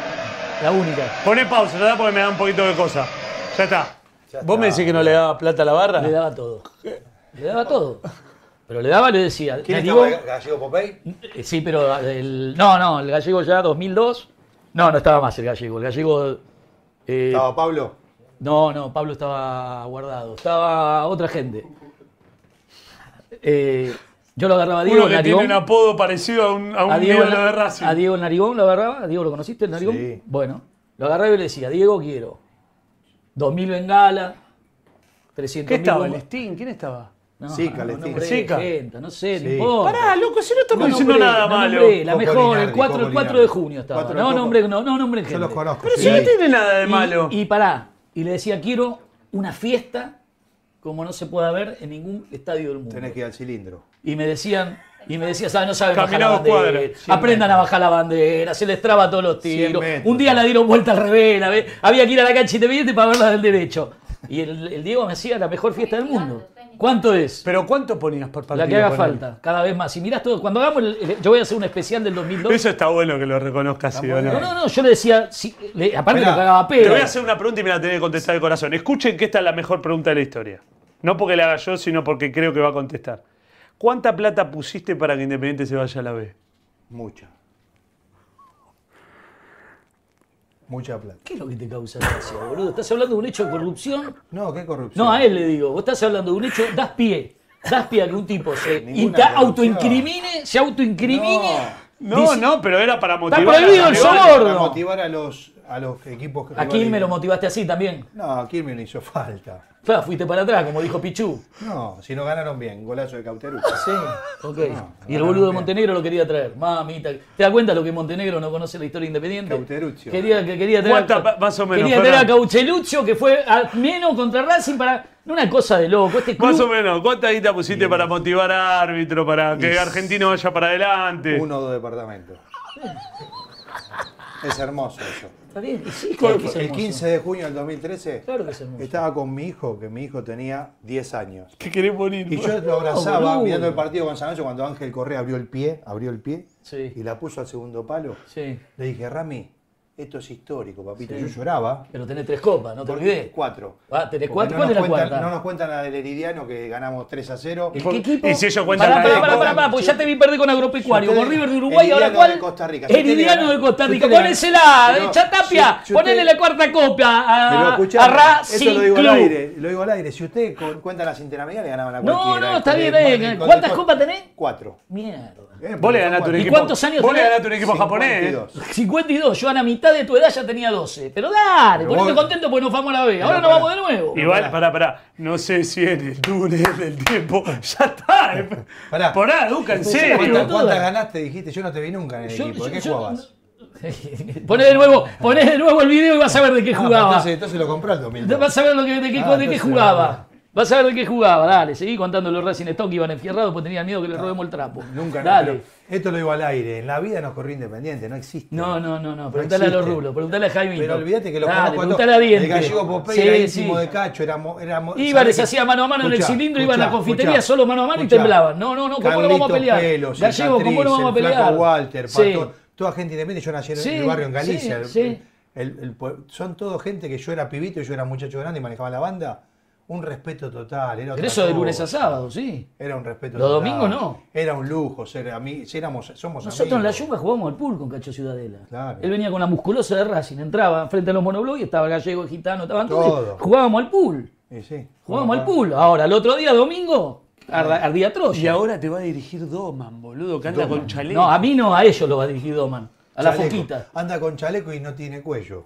la única. Poné pausa, ya está, porque me da un poquito de cosa. Ya está. Ya ¿Vos me está. decís que no le dabas plata a la barra? Le daba todo. Le daba todo. Pero le daba, le decía. ¿Quién Narigó- estaba? ¿Gallego Popey? Eh, Sí, pero el, no, no, el gallego ya 2002. No, no estaba más el gallego. El gallego. eh, ¿Estaba Pablo? no, no, Pablo estaba guardado. Estaba otra gente. Eh, yo lo agarraba a Diego Uno el que tiene narigón. un apodo parecido a un, a un a, Diego, ídolo el- de Racing. a Diego el narigón lo agarraba. ¿A Diego lo conociste, el narigón? Sí. Bueno, lo agarraba y le decía: Diego, quiero 2000 bengala, 300 ¿Qué este? estaba? ¿El Sting? ¿Quién estaba? Sí, Calestín. no, Seca. Seca. Gente, no sé, no Sí. importa. Pará, loco, si no estamos No diciendo nombré, nada no malo. nombré, la Coco mejor, el Linardi, 4, Coco el 4 de Linardi. junio estaba. Cuatro de No Coco. nombre, no, no nombre gente. Yo los conozco. Pero sí. si no tiene nada de Y- malo. Y, pará, y le decía, quiero una fiesta como no se pueda ver en ningún estadio del mundo. Tenés que ir al cilindro. Y me decían, y me decían, "Ah, no saben bajar Caminá la dos bandera, cuadras, cien aprendan a bajar la bandera, se les traba todos los Cien tiros. metros. Un día la dieron vuelta al revés, la ve- había que ir a la cancha independiente para verla del derecho. Y el, el Diego me hacía la mejor fiesta del mundo. ¿Cuánto es? ¿Pero cuánto ponías por partido? La que haga ponele? falta, cada vez más. Y mirás todo, cuando hagamos, el- el- yo voy a hacer un especial del 2002. Eso está bueno que lo reconozcas, sí, Está bueno. ¿o No, no? no, no, yo le decía, sí, le- aparte Mirá, lo cagaba Te pedo. voy a hacer una pregunta y me la tenés que contestar de corazón. Escuchen que esta es la mejor pregunta de la historia. No porque la haga yo, sino porque creo que va a contestar. ¿Cuánta plata pusiste para que Independiente se vaya a la B? Mucha. Mucha plata. ¿Qué es lo que te causa gracia, boludo? ¿Estás hablando de un hecho de corrupción? No, qué corrupción. No, a él le digo, vos estás hablando de un hecho, das pie. Das pie a que un tipo se Ninguna inta- corrupción. autoincrimine, se autoincrimine. No, dice- no, pero era para motivar. a prohibido la el B. solo- Para sordo. motivar a los, a los equipos que A rivales. me lo motivaste así también. No, a Kirme le hizo falta. Claro, fuiste para atrás, como dijo Pichu. No, si no ganaron bien, golazo de Cauterú. Sí, ok. No, y el no, boludo de no. Montenegro lo quería traer. Mamita. ¿Te das cuenta lo que Montenegro no conoce la historia independiente? Cauteruccio. Quería, que quería traer. ¿Cuánta pa- más o menos, Quería traer a Fernando? Caucheluccio, que fue a menos contra Racing para. no, Una cosa de loco. Este club. Más o menos, ¿cuánta guita pusiste para motivar a árbitro, para que Y- Argentino vaya para adelante? Uno o dos departamentos. Es hermoso eso. Está bien, y sí, claro que es El hermoso. 15 de junio del 2013 Claro que es hermoso. estaba con mi hijo, que mi hijo tenía 10 años. ¿Qué querés morir? Y yo lo abrazaba Oh, boludo. mirando el partido con San Lorenzo cuando Ángel Correa abrió el pie, abrió el pie Sí. y la puso al segundo palo. Sí. Le dije, Rami, Esto es histórico, papito. Sí. Yo lloraba. Pero tenés tres copas, no te Porque- olvides. Cuatro. Ah, tenés Porque cuatro. no, ¿Cuál es nos la cuentan, cuarta? no nos cuentan la del Herediano que ganamos 3 a 0. ¿El Por- qué equipo? y si ellos cuentan Pará, la pará, época- pará, pará, pará, porque ya te vi perder con Agropecuario, Yo te con digo, River de Uruguay, ahora Herediano cuál. de Costa Rica. Yo te Heridiano digo, de Costa yo te Rica, digo, ponésela, pero- echa tapia, yo- yo ponele te- la cuarta copia Pero a, escuchame, Ah, a Racing eso lo digo al Club. aire, lo digo al aire. Si ustedes co- cuentan las intermedias, le ganaban a No, cualquiera. no, está Con bien, el- eh, con el- con ¿cuántas el- copas tenés? Cuatro. Mierda. Eh, Vos le son ganaste un cuatro. equipo. cuántos años Vos le tenés? ganaste un equipo japonés. 52. 52, yo a la mitad de tu edad ya tenía 12. Pero dale, Pero ponete vos- contento porque nos vamos a la B. Ahora Pero nos vamos de pará. nuevo. Igual, pará, pará. No sé si en el túnel del tiempo. Ya está. eh. Pará. Pará, Duca, en ¿Cuántas, serio. boludo. cuántas ganaste? Dijiste, yo no te vi nunca en el Yo- equipo. ¿De yo- qué yo- jugabas? Ah, Poné de nuevo, poné de nuevo el video y vas a ver de qué Ah, jugaba. entonces, entonces lo compró el 2002. Vas a ver lo que, de qué, Ah, de qué entonces- jugaba. Vas a ver de qué jugaba, dale, seguí contando los Racing Stock que iban enfierrados porque tenían miedo que les robemos el trapo. Ah, Nunca, dale. no, pero Esto lo digo al aire. En la vida nos corrió independiente, no existe. No, no, no, no. Preguntale a los existe. rulos, preguntale a Jaime. Pero olvídate que los Dale, conozco a todos. preguntale a Diente. El gallego Popeye Sí, era sí. íntimo de Cacho, era, mo- era mo- Iban, ¿sabés les qué? hacía mano a mano en el Escuchá, cilindro, iban a la escuchá, confitería escuchá. solo mano a mano y Escuchá. temblaban. No, no, no, ¿cómo no vamos a Carlitos pelear? Pelos, el Gallego, ¿cómo no Catrice, vamos a el pelear? Flaco Walter, Sí. Pato, toda gente independiente. Yo nací en Sí, el barrio en Galicia. sí, el- sí. el- el pue- son todo gente que yo era pibito y yo era muchacho grande y manejaba la banda. Un respeto total. Era Pero otra eso de lunes cosa. a sábado, sí. Era un respeto Los total. domingos no. Era un lujo ser amigos. Éramos, somos Nosotros en la amigos. Yumba jugábamos al pool con Cacho Ciudadela. Claro. Él venía con la musculosa de Racing, entraba frente a los monoblog y estaba gallego, gitano, estaban todos. Todo. Jugábamos al pool. Y sí. Jugábamos al pool. Ahora, el otro día, domingo, arda- ardía Troya. Y ahora te va a dirigir Doman, boludo. que anda con chaleco. No, a mí no, a ellos lo va a dirigir Doman. A la Chaleco. foquita. Anda con chaleco y no tiene cuello.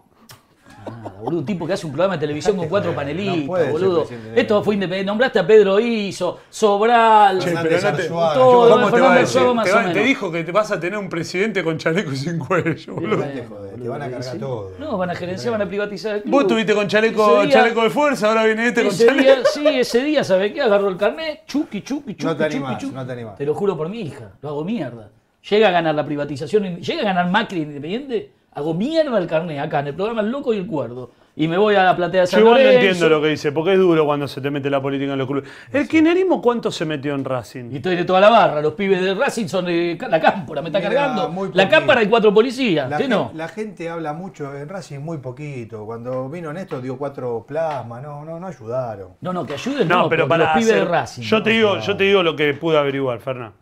Nada, boludo, un tipo que hace un programa de televisión con cuatro panelistas, No puede ser boludo. presidente de- Esto fue independiente. Nombraste a Pedro Iso, Sobral. Che, pero Fernández no te- Arzuaga, todo, yo- ¿Cómo te Fernando va a Arzuaga decir? más Te o va- te menos. dijo que te vas a tener un presidente con chaleco y sin cuello, boludo. Bueno, te joder, te boludo, van a cargar sí. todo. No, van a gerenciar, van a privatizar el club. Vos tuviste con chaleco, Ese día- chaleco de fuerza, ahora viene este con Ese chaleco. día, sí, ese día, ¿sabes qué? Agarró el carnet, chuqui, chuqui, chuqui, No te chuqui, animás, chuqui. no te animás. Te lo juro por mi hija, lo hago mierda. Llega a ganar la privatización, llega a ganar Macri Independiente, hago mierda el carnet acá en el programa El Loco y el Cuerdo. Y me voy a la platea de Yo San igual no Lorenzo. entiendo lo que dice, porque es duro cuando se te mete la política en los clubes. ¿El kirchnerismo cuánto se metió en Y Racing? estoy de toda la barra, los pibes de Racing son de ca- la cámpora, me está Mirá, muy cargando. La poquito. cámpora y cuatro policías, La, ¿qué gen- no? la gente habla mucho en Racing, muy poquito. Cuando vino Néstor dio cuatro plasmas, no, no, no ayudaron. No, no, que ayuden, No, pero para los pibes hacer- de Racing. Yo ¿no? te digo, yo te digo lo que pude averiguar, Fernán.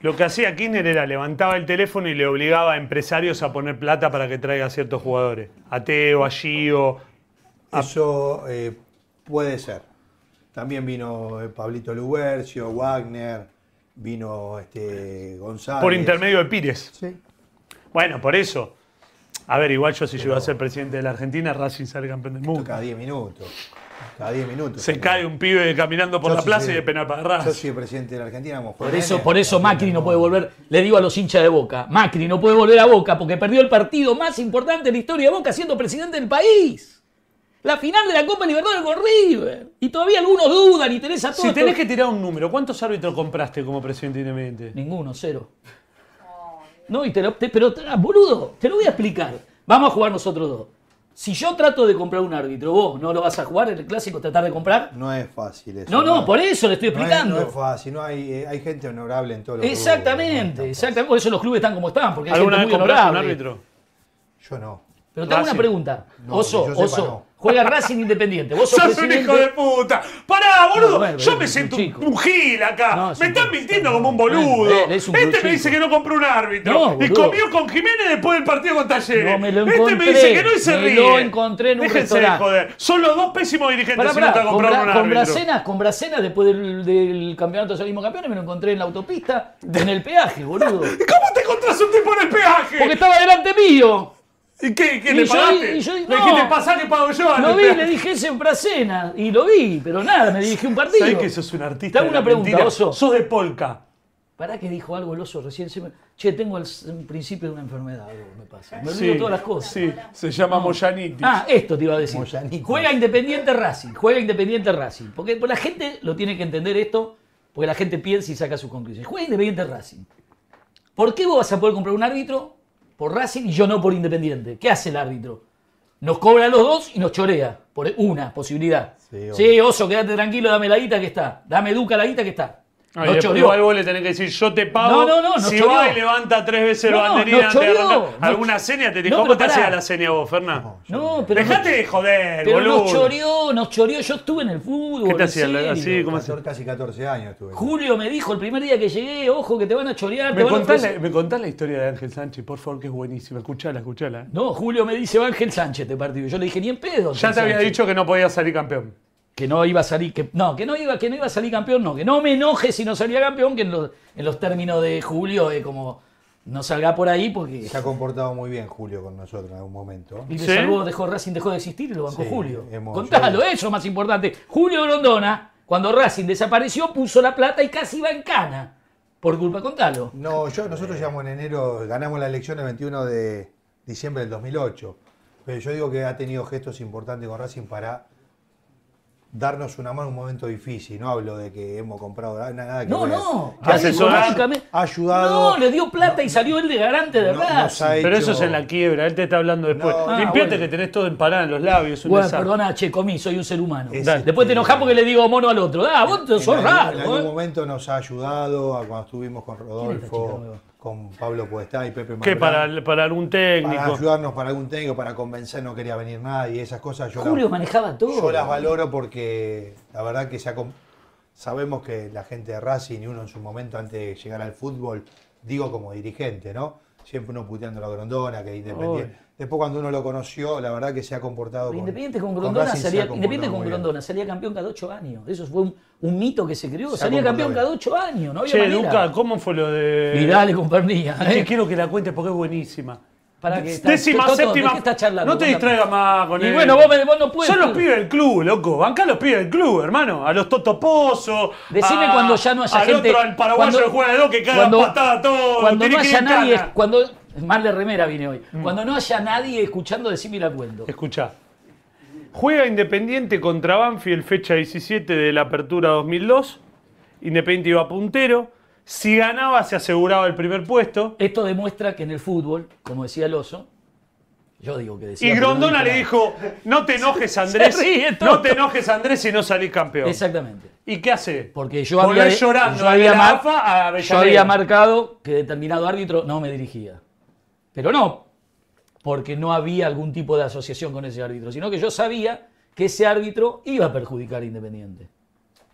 Lo que hacía Kirchner era levantaba el teléfono y le obligaba a empresarios a poner plata para que traiga ciertos jugadores. A Teo, a Gio. Ah. Eso eh, puede ser. También vino eh, Pablito Lubercio, Wagner, vino este, González. Por intermedio de Pires. Sí. Bueno, por eso. A ver, igual yo si yo iba a ser presidente de la Argentina, Racing sale campeón del mundo. Cada 10 minutos. Cada 10 minutos. Se cae un pibe caminando por Yo la sí plaza soy- y de penal para Yo Racing. soy presidente de la Argentina. como Por Juan eso, Menem, por eso así Macri que no puede volver, le digo a los hinchas de Boca, Macri no puede volver a Boca porque perdió el partido más importante de la historia de Boca siendo presidente del país. La final de la Copa Libertadores con River. Y todavía algunos dudan y tenés a todos. Si tenés estos- que tirar un número, ¿cuántos árbitros compraste como presidente independiente? Ninguno, cero. No, y te lo, te- pero, ah, boludo, te lo voy a explicar. Vamos a jugar nosotros dos. Si yo trato de comprar un árbitro, vos no lo vas a jugar en el clásico, tratar de comprar. No es fácil eso. No, no, por eso le estoy No es- explicando. No es, fácil, no hay, eh, hay gente honorable en todos los clubes, no Exactamente, es tan fácil. exactamente. Por eso los clubes están como están, porque hay ¿Alguna vez gente muy compraste un honorable. árbitro? Yo no. Pero te hago una Racing. pregunta. No, oso, que yo sepa, oso. no. Juega Racing Independiente. Vos sos, ¡Sos un presidente- hijo de puta! ¡Pará, boludo! No, bueno, Yo es me un siento chico. un gil acá. No, me es un están chico. mintiendo como un Bueno, boludo. él es un este me bruchito. dice que no compró un árbitro. No, y boludo. comió con Jiménez después del partido con Talleres. No, me lo este me encontré. dice que no y se Me ríe. lo encontré en un Déjense de restaurante. joder. Son los dos pésimos dirigentes Pará, si pará, no te con, compraron un Bra- con árbitro. Bracenas, con Bracenas, después del, del campeonato de salimos campeones, me lo encontré en la autopista, en el peaje, boludo. ¿Cómo te encontrás un tipo en el peaje? Porque estaba delante mío. ¿Y qué? ¿Qué Y le yo- pagaste? y yo- Le no. dijiste, pasá que pago yo. Lo al vi, peaje. le dije ese en Bracenas. Y lo vi, pero nada, me dirigí un partido. Sabés que sos un artista. Te hago de la una pregunta, mentira. Oso. Sos de polka. Pará que dijo algo el oso recién. se me- Che, tengo el s- un principio de una enfermedad, algo me pasa. Me olvido Sí, todas las cosas. Sí, se llama Moyanitis. Ah, esto te iba a decir. Moyanitis. Juega Independiente Racing, juega Independiente Racing. Porque pues, la gente lo tiene que entender esto, porque la gente piensa y saca sus conclusiones. Juega Independiente Racing. ¿Por qué vos vas a poder comprar un árbitro por Racing y yo no por Independiente? ¿Qué hace el árbitro? Nos cobra a los dos y nos chorea por una posibilidad. Sí, obvio. Sí, oso, quédate tranquilo, dame la guita que está. Dame Duca la guita que está. No, Ah, y No después choreó. igual vos le tenés que decir, yo te pago. No, no, no, no si choreó. va y levanta tres veces No, la no, banderina no antes de choreó. arrancar. No ¿Alguna ch- seña te No, dijo? ¿Cómo pero te pará. hacía la seña vos, Fernán? No, yo No, pero. Dejate no- de joder, Pero boludo. nos choreó, nos choreó. Yo estuve en el fútbol. ¿Qué te en hacía? serio. Así, ¿cómo hacía? 14, casi 14 años estuve. Julio me dijo el primer día que llegué, ojo que te van a chorear, te ¿Me van a contás, la, ofrecer- me contás la historia de Ángel Sánchez, por favor, que es buenísima. Escuchala, escuchala. eh. No, Julio me dice, va Ángel Sánchez te partido. Yo le dije, ni en pedo. Ya Ángel te había Sánchez". dicho que no podías salir campeón. Que no iba a salir, que no, que no iba, que no iba a salir campeón, no, que no me enoje si no salía campeón, que en los, en los términos de Julio es como no salga por ahí porque Se ha comportado muy bien Julio con nosotros en algún momento. y me ¿Sí? salvó, dejó Racing dejó de existir y lo bancó Sí, Julio. hemos- Contalo, eso es más importante. Julio Grondona, cuando Racing desapareció, puso la plata y casi iba en cana. Por culpa, contalo. No, yo, nosotros llegamos en enero, ganamos la elección el 21 de diciembre del 2008. Pero yo digo que ha tenido gestos importantes con Racing para darnos una mano en un momento difícil. No hablo de que hemos comprado na- nada que No, ver. no. Ah, Racing asesorar, económicamente- Ha ayudado. No, le dio plata y salió el de garante de no- Racing. nos ha Pero eso hecho- es en la quiebra, él te está hablando después. No. Ah, Limpiate bueno. que tenés todo empanado en los labios, es un Bueno, desastre. perdona, che, comí, soy un ser humano. Es este, Dale. Después te enojás porque le digo mono al otro. Ah, vos en sos algún- En raro. algún ¿eh? momento nos ha ayudado, a cuando estuvimos con ¿Quién es esta chica Rodolfo, nueva? con Pablo Podestá y Pepe ¿Qué? Mambrán, Para, para algún técnico. para ayudarnos para algún técnico, para convencer, no quería venir nadie, esas cosas yo, Julio las, manejaba todo. yo las valoro porque la verdad que se ha com- sabemos que la gente de Racing y uno en su momento antes de llegar al fútbol, digo como dirigente, ¿no? Siempre uno puteando a la grondona, que independiente. Obvio. Después cuando uno lo conoció, la verdad que se ha comportado con- Independiente con con Grondona, Racing se ha salía, comportado Independiente con muy bien. Grondona salía campeón cada ocho años. Eso fue un, un mito que se creó. Se ha salía campeón cada comportado ocho años. No había Che, manera. Duca, ¿cómo fue lo de...? Eh, Vidal y compañía. Es que ¿eh? quiero que la cuentes porque es buenísima. Pará que está- Décima, Toto, ¿de séptima. qué estás charlando? No te Contame. distraigas más con Y él. bueno, vos me- vos no puedes, Son los tú. pibes del club, loco. Bancá a los pibes del club, hermano. A los Totoposos. Decime a- cuando ya no haya al gente. Otro, al paraguayo cuando- que juega de dos que caga cuando- patada a todo. Cuando tiene Mm. no que ir haya en nadie. cana. Cuando, mal de remera vine hoy. Cuando no haya nadie escuchando, decime y la cuento. Escuchá. Juega Independiente contra Banfield, fecha 17 de la apertura 2002. Independiente iba puntero. Si ganaba, se aseguraba el primer puesto. Esto demuestra que en el fútbol, como decía el oso, yo digo que decía. Y pero no Grondona dijo le nada. dijo, no te enojes Andrés, Se ríe, no tonto. te enojes Andrés si no salís campeón. Exactamente. ¿Y qué hace? Porque yo Volvés había, de- llorando yo de había la mar- AFA a yo Avellaneda. había marcado que determinado árbitro no me dirigía. Pero no porque no había algún tipo de asociación con ese árbitro, sino que yo sabía que ese árbitro iba a perjudicar a Independiente.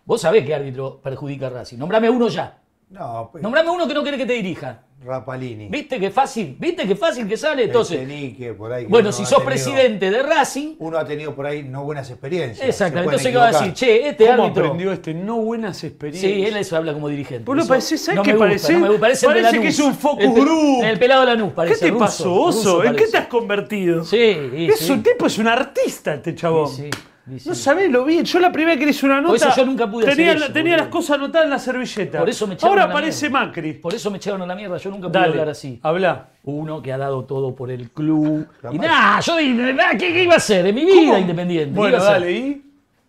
Vos sabés qué árbitro perjudica a Racing. Nombrame uno ya. No, pues, Nombrame uno que no quiere que te dirija. Rapalini. ¿Viste qué fácil? ¿Viste qué fácil que sale? Entonces, Echenique, por ahí que bueno, uno si ha sos tenido- presidente de Racing, Uno ha tenido por ahí no buenas experiencias. exactamente. se Entonces, pueden ¿qué va a equivocar. decir? Che, este ¿Cómo árbitro. aprendió este? No buenas experiencias. Sí, él eso habla como dirigente. Boludo, Eso parece- ¿sabes no qué me gusta, parece? no me gusta, parece el de Parece que Lanús. es un focus El pe- group. El pelado de Lanús ¿Qué parece. te ruso, pasó, Oso? ¿En ruso qué te parece. has convertido? Sí, y es sí. un tipo, es un artista este chabón. Sí, sí, sí. No sabés lo bien. Yo la primera que le hice una nota. Por eso yo nunca pude tenía, hacer la- eso, tenía boludo. las cosas anotadas en la servilleta. Por eso me echaron Ahora a la aparece mierda. Macri. Por eso me echaron a la mierda. Yo nunca pude Dale, hablar así. Habla. Uno que ha dado todo por el club. Capaz. Y nada, yo dije, nah, ¿qué, qué iba a hacer? En mi vida ¿Cómo? independiente. ¿qué Bueno, iba a hacer? dale, ¿y?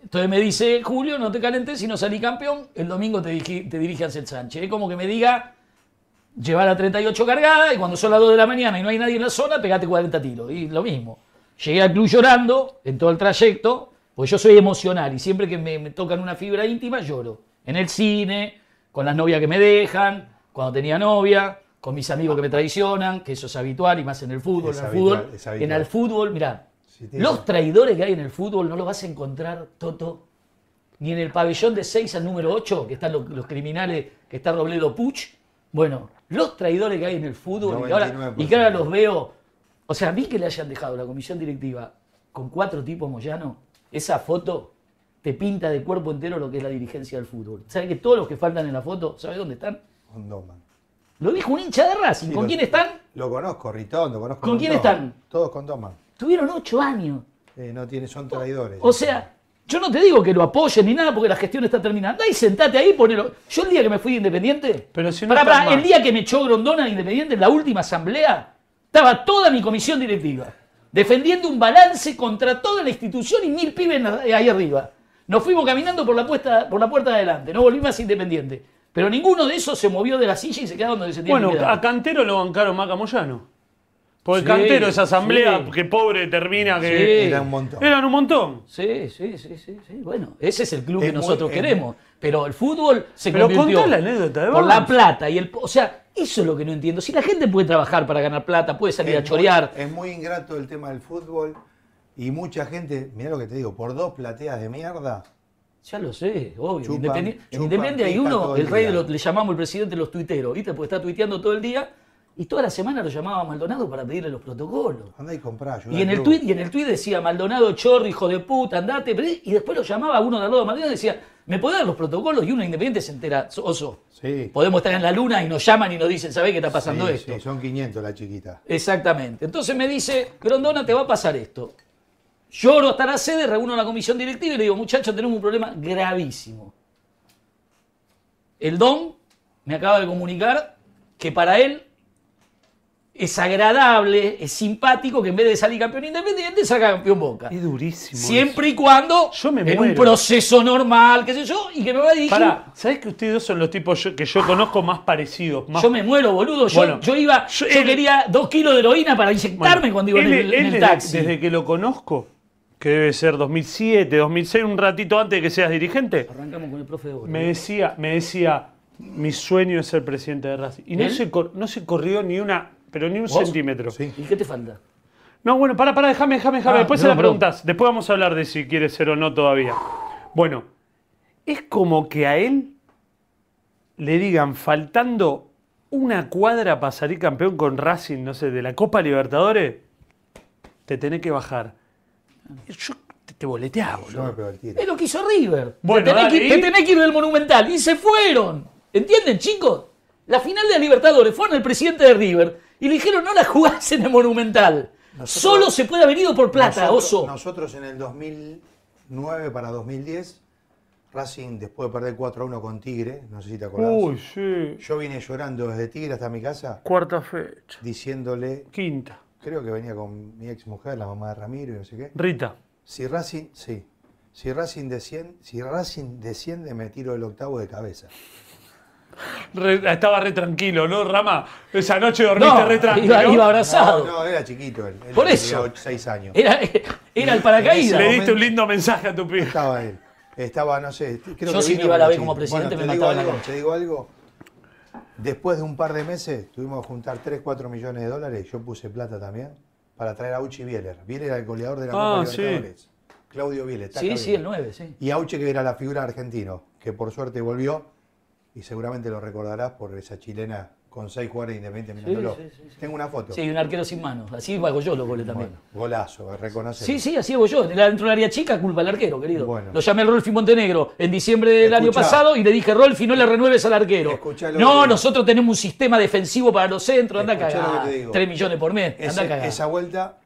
Entonces me dice, Julio, no te calentes, si no salí campeón, el domingo te, dirigi- te dirige Ansel Sánchez. Es como que me diga, llevar a 38 cargada y cuando son las 2 de la mañana y no hay nadie en la zona, pegate 40 tiros. Y lo mismo. Llegué al club llorando en todo el trayecto, porque yo soy emocional y siempre que me, me tocan una fibra íntima lloro. En el cine, con las novias que me dejan, cuando tenía novia, con mis amigos que me traicionan, que eso es habitual y más en el fútbol. Es en el habitual, fútbol, es en habitual. el fútbol, mirá, Si te- los traidores que hay en el fútbol no los vas a encontrar, Toto, ni en el pabellón de 6 al número 8, que están los, los criminales, que está Robledo Puch. Bueno, los traidores que hay en el fútbol, y, ahora, y que ahora los veo. O sea, a mí que le hayan dejado la comisión directiva con cuatro tipos Moyano, esa foto te pinta de cuerpo entero lo que es la dirigencia del fútbol. ¿Sabes que todos los que faltan en la foto, ¿sabes dónde están? Con Doman. Lo dijo un hincha de Racing. Sí, ¿Con lo- quién están? Lo conozco, Ritondo, conozco. ¿Con un quién montón. están? Todos con Doman. Tuvieron ocho años. Eh, no tiene, son traidores. O sea, yo no te digo que lo apoyen ni nada porque la gestión está terminada. Andá y sentate ahí, ponelo. Yo el día que me fui de Independiente, Pero si no pará, están pará, más. el día que me echó Grondona de Independiente, en la última asamblea, estaba toda mi comisión directiva defendiendo un balance contra toda la institución y mil pibes en la- ahí arriba. Nos fuimos caminando por la, puesta, por la puerta de adelante, no volví más Independiente. Pero ninguno de esos se movió de la silla y se quedaron donde se tenían Bueno, que quedar. a Cantero lo bancaron más a Moyano. Porque Sí, Cantero, esa asamblea, sí. que pobre termina, Sí. que Era un montón. eran un montón. Sí, sí, sí, sí, sí. Bueno, ese es el club Es que muy- nosotros es- queremos. Pero el fútbol se Pero convirtió contá la anécdota de por la Burns. plata y el... O sea, eso es lo que no entiendo. Si la gente puede trabajar para ganar plata, puede salir a muy- chorear, es muy ingrato el tema del fútbol y mucha gente, mirá lo que te digo, por dos plateas de mierda, Ya lo sé, obvio. Chupan, Independi- chupan, Independiente hay pican uno, todo el el rey día. de los- le llamamos el presidente de los tuiteros, ¿viste? Porque está tuiteando todo el día y toda la semana lo llamaba a Maldonado para pedirle los protocolos. andá y comprá, ayudá Y en al el club. tuit, y en el tuit decía Maldonado, chorro, hijo de puta, andate, pero- y después lo llamaba a uno de al lado de Maldonado y decía, ¿me podés dar los protocolos? Y uno independiente se entera, "So- oso, Sí, podemos estar en la luna y nos llaman y nos dicen, ¿sabés qué está pasando sí, esto? sí, son 500 la chiquita. Exactamente. Entonces me dice, Grondona, te va a pasar esto. Lloro hasta la sede, reúno a la comisión directiva y le digo, muchachos, tenemos un problema gravísimo. El don me acaba de comunicar que para él es agradable, es simpático que en vez de salir campeón independiente, salga campeón boca. Es durísimo. Siempre y cuando Yo me en un muero. proceso normal, qué sé yo, y que me va a dirigir. Para, ¿sabés que ustedes dos son los tipos yo- que yo conozco más parecidos? Más Yo me muero, boludo. Yo, Bueno, yo iba, yo, yo- él- quería dos kilos de heroína para inyectarme Bueno, cuando iba en él- el, en él el desde, taxi. desde que lo conozco, que debe ser 2007, 2006, un ratito antes de que seas dirigente, Arrancamos con el profe de Boca. me decía, me decía, mi sueño es ser presidente de Racing. Y no ¿Él? se, cor- no se corrió ni una, pero ni un ¿Vos? centímetro. Sí. ¿Y qué te falta? No, bueno, pará, pará, déjame, déjame, déjame. Ah, Después se no, la no. preguntas. Después vamos a hablar de si quiere ser o no todavía. Bueno, es como que a él le digan, faltando una cuadra para salir campeón con Racing, no sé, de la Copa Libertadores, te tenés que bajar. Yo te, te boleteaba, Yo me boludo. pego el tiro. Es lo que hizo River. Bueno, te, tenés dale, que, te ¿y? tenés que ir del Monumental. Y se fueron. ¿Entienden, chicos? La final de la Libertadores fueron el presidente de River y le dijeron no la jugás en el Monumental. Solo se puede haber ido por plata, Nosotros- oso. Nosotros en el 2009 para 2010, Racing, después de perder 4 a 1 con Tigre, no sé si te acordás, Uy, sí. yo vine llorando desde Tigre hasta mi casa Cuarta fecha. diciéndole, Quinta. creo que venía con mi ex mujer, la mamá de Ramiro y no sé qué, Rita. si Racing, sí, si Racing desciende, si Racing desciende me tiro el octavo de cabeza. Re- estaba re tranquilo, ¿no, Rama? Esa noche dormiste No, re tranquilo. iba, iba abrazado. No, no, era chiquito él. él Por tenía eso. ocho- seis años. Era, era el paracaídas. Le momento- diste un lindo mensaje a tu pibe. Estaba él. Estaba, no sé, creo que Yo si vino me iba a la B Cachín. como presidente, Bueno, me te digo mataba en la algo, cancha. Te digo algo. Después de un par de meses tuvimos que juntar 3, 4 millones de dólares, yo puse plata también, para traer a Auchi Bieler. Bieler era el goleador de la Copa Ah, sí. Libertadores. Claudio Bieler. taca Sí, sí, Bieler. el 9, sí. Y Auche, que era la figura argentino, que por suerte volvió, y seguramente lo recordarás por esa chilena con seis jugadores independientes mirándolo. sí, sí, sí. Tengo una foto. Sí, y un arquero sin manos. Así hago yo los goles también. Bueno, golazo, reconoce. Sí, sí, así hago yo. Era Dentro del área chica, culpa del arquero, querido. Bueno. Lo llamé a Rolfi Montenegro en diciembre del año Escuchá. pasado y le dije, Rolfi, no le renueves al arquero. Escuchá lo no, que- nosotros tenemos un sistema defensivo para los centros, anda a Escuchá lo cagar. que te digo. Tres millones por mes, anda a Ese- cagar. esa vuelta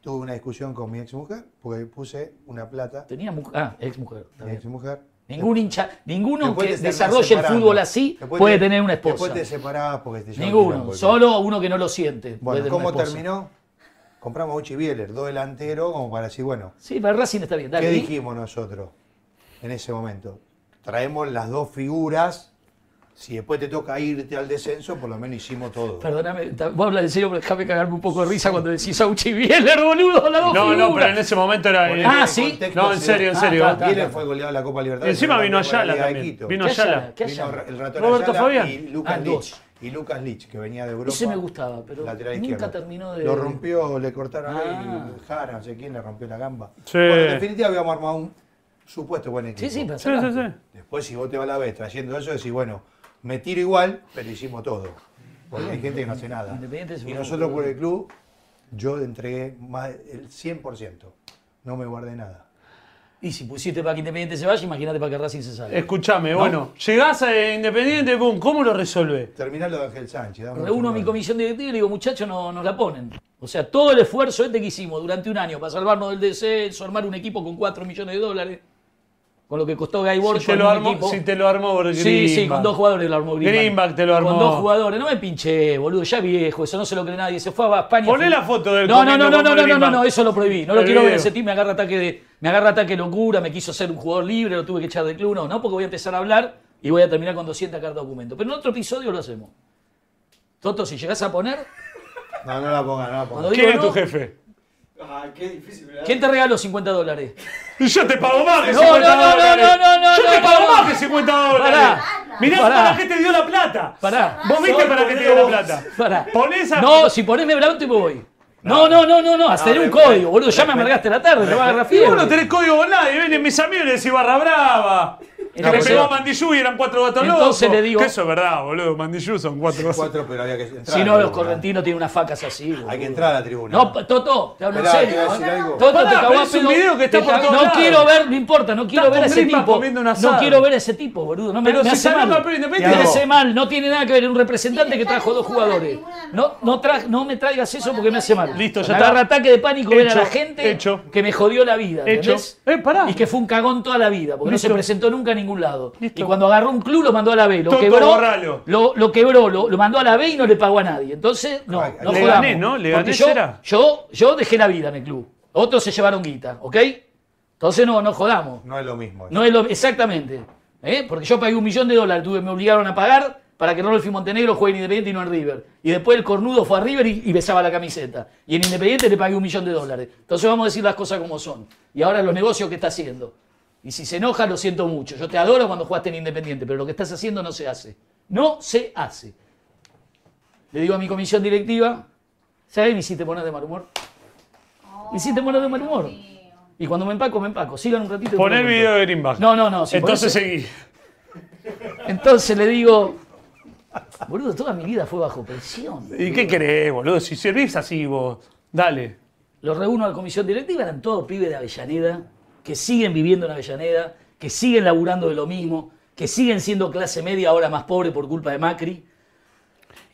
tuve una discusión con mi ex mujer, porque puse una plata Tenía mu- ah, ex mujer. a mi ex mujer. Ningún hincha, ninguno Después que te terminás desarrolle el separando. fútbol así Después puede te- tener una esposa. Después te separabas porque te llevaba el quilombo, Ninguno, el solo uno que no lo siente. quilombo. Bueno, puede tener una ¿cómo esposa. terminó? Compramos a Uchi Bieler, dos delanteros, como para decir, bueno, Sí, para Racing está bien, dale. ¿qué ¿y? dijimos nosotros en ese momento? Traemos las dos figuras, si después te toca irte al descenso, por lo menos hicimos todo. Perdóname, ta- vos hablas en serio, pero déjame cagarme un poco de risa cuando decís Sauchi Bieler, boludo, la dos No, no, figuras. pero en ese momento era. eh, Ponele Ah, en sí. ah, contexto, No, en si- serio, en serio. está, está. Bieler fue goleado de la Copa Libertadores. Y encima ganó vino la Copa de la Ayala Liga de también. Quito. Vino ¿Qué Ayala. Ayala? ¿Qué Vino Ayala? el ratón Roberto Ayala Fabián. y Lucas Ah, Lich. dos. Y Lucas Lich, que venía de Europa. Ese me gustaba, pero lateral nunca izquierdo. terminó de. Lo rompió, le cortaron Ah. ahí, Jara, no sé quién, le rompió la gamba. Sí. Bueno, en definitiva habíamos armado un supuesto buen equipo. Sí, sí, pero Sí, sí, sí. Después si vos te vas a la vez trayendo eso, decís, bueno, me tiro igual, pero hicimos todo. Porque hay gente que no hace nada. Independiente es Y un- nosotros por el club, yo entregué más el 100%. No me guardé nada. Y si pusiste para que Independiente se vaya, imagínate para que Racing se salga. Escuchame, bueno, llegás a Independiente, boom, ¿cómo lo resolvés? Terminá lo de Ángel Sánchez. dame un Reúno a mi chingón. comisión directiva y le digo, muchachos, no, nos la ponen. O sea, todo el esfuerzo este que hicimos durante un año para salvarnos del descenso, armar un equipo con 4 millones de dólares, con lo que costó Guy Borges. Si te lo armó, si te lo armó por Sí, sí, con dos jugadores lo armó Greenback. Greenback te lo armó. Con dos jugadores. No me pinche, boludo, ya viejo, eso no se lo cree nadie. Se fue a España. Poné la foto del No, no, comiendo no, no, con no, no, no, no, Greenback. no, eso lo prohibí. No lo El quiero ver video. ese tipo, me agarra ataque de. Me agarra ataque de locura, me quiso ser un jugador libre, lo tuve que echar del club. No, no, porque voy a empezar a hablar y voy a terminar con 200 cartas de documento. Pero en otro episodio lo hacemos. Toto, si llegás a poner, No, no la ponga, no la cuando ponga. digo ¿Quién es no, tu jefe? Ah, qué difícil, ¿verdad? ¿Quién te regaló 50 dólares? Yo te pago más. de No, no, 50 no, no, dólares. no, no, no, Yo te no, pago no, más 50 dólares. Pará. Mirá Pará. para qué te dio la plata. Pará. Vos viste Soy para qué te dio la boludo. plata. Pará. Ponés a. No, si ponés me blanco y me voy. No, no, no, no, no. Hacer un respeto, código, boludo. Ya me amargaste la tarde, te va a agarrar Y vos fiebre. no tenés código con nadie. Vienen mis amigos y les decís barra brava. Que No, le pero- pegó a Mandillú y eran cuatro gatos locos. Entonces le digo- Que eso es verdad, boludo. Mandillú son cuatro gatos. Cuatro, pero había que entrar. Si no, a la los tribuna. correntinos tienen unas facas así. boludo. Hay que entrar a la tribuna. No, pa- Toto, te hablo en Esperá, te serio. iba a ¿eh? decir algo. Toto, Pará, te pero cagó a es un pedo- video que está te por ca- todos No lados. quiero ver, no importa, no quiero Está ver a con ese gripa tipo. comiendo un No asado. quiero ver a ese tipo, boludo. No me, Pero me si hace salió mal. campeón independiente. Me Thiago. hace mal, no tiene nada que ver. Un representante Sí, que está trajo dos en contra, jugadores. tribuna no. No, no, tra- no me traigas eso Con la porque me hace mal. Argentina. Listo, ya Me está. agarra ataque de pánico ver a la Hecho, gente hecho. que me jodió la vida. Hecho. ¿entendés? Eh, pará. Y que fue un cagón toda la vida, porque no se Listo. presentó nunca a ningún lado. Listo. Y cuando agarró un club lo mandó a la B, lo Toto, quebró, borralo. lo, lo quebró, lo, lo mandó a la B y no le pagó a nadie. Entonces, no, Ay, no le jodamos. gané, ¿no? Le Porque gané, yo, ¿será? yo, yo dejé la vida en el club. Otros se llevaron guita, ¿ok? Entonces no, no jodamos. No es lo mismo. No es lo- exactamente. ¿eh? Porque yo pagué un millón de dólares, tuve, me obligaron a pagar para que Rolfi Montenegro juegue en Independiente y no en River. Y después el cornudo fue a River y, y besaba la camiseta. Y en Independiente le pagué un millón de dólares. Entonces vamos a decir las cosas como son. Y ahora los negocios que está haciendo. Y si se enoja, lo siento mucho. Yo te adoro cuando jugaste en Independiente, pero lo que estás haciendo no se hace. No se hace. Le digo a mi comisión directiva, ¿sabes? Me hiciste poner de mal humor. Me hiciste poner de mal humor. Y cuando me empaco, me empaco. Sigan un ratito. y Pon el después video cuento. de Greenback. No, no, no. si Entonces ponés- seguí. entonces le digo, boludo, toda mi vida fue bajo presión. ¿Y qué querés, boludo? Si servís así vos. Dale. Lo reúno a la comisión directiva, eran todos pibes de Avellaneda, que siguen viviendo en Avellaneda, que siguen laburando de lo mismo, que siguen siendo clase media, ahora más pobre por culpa de Macri.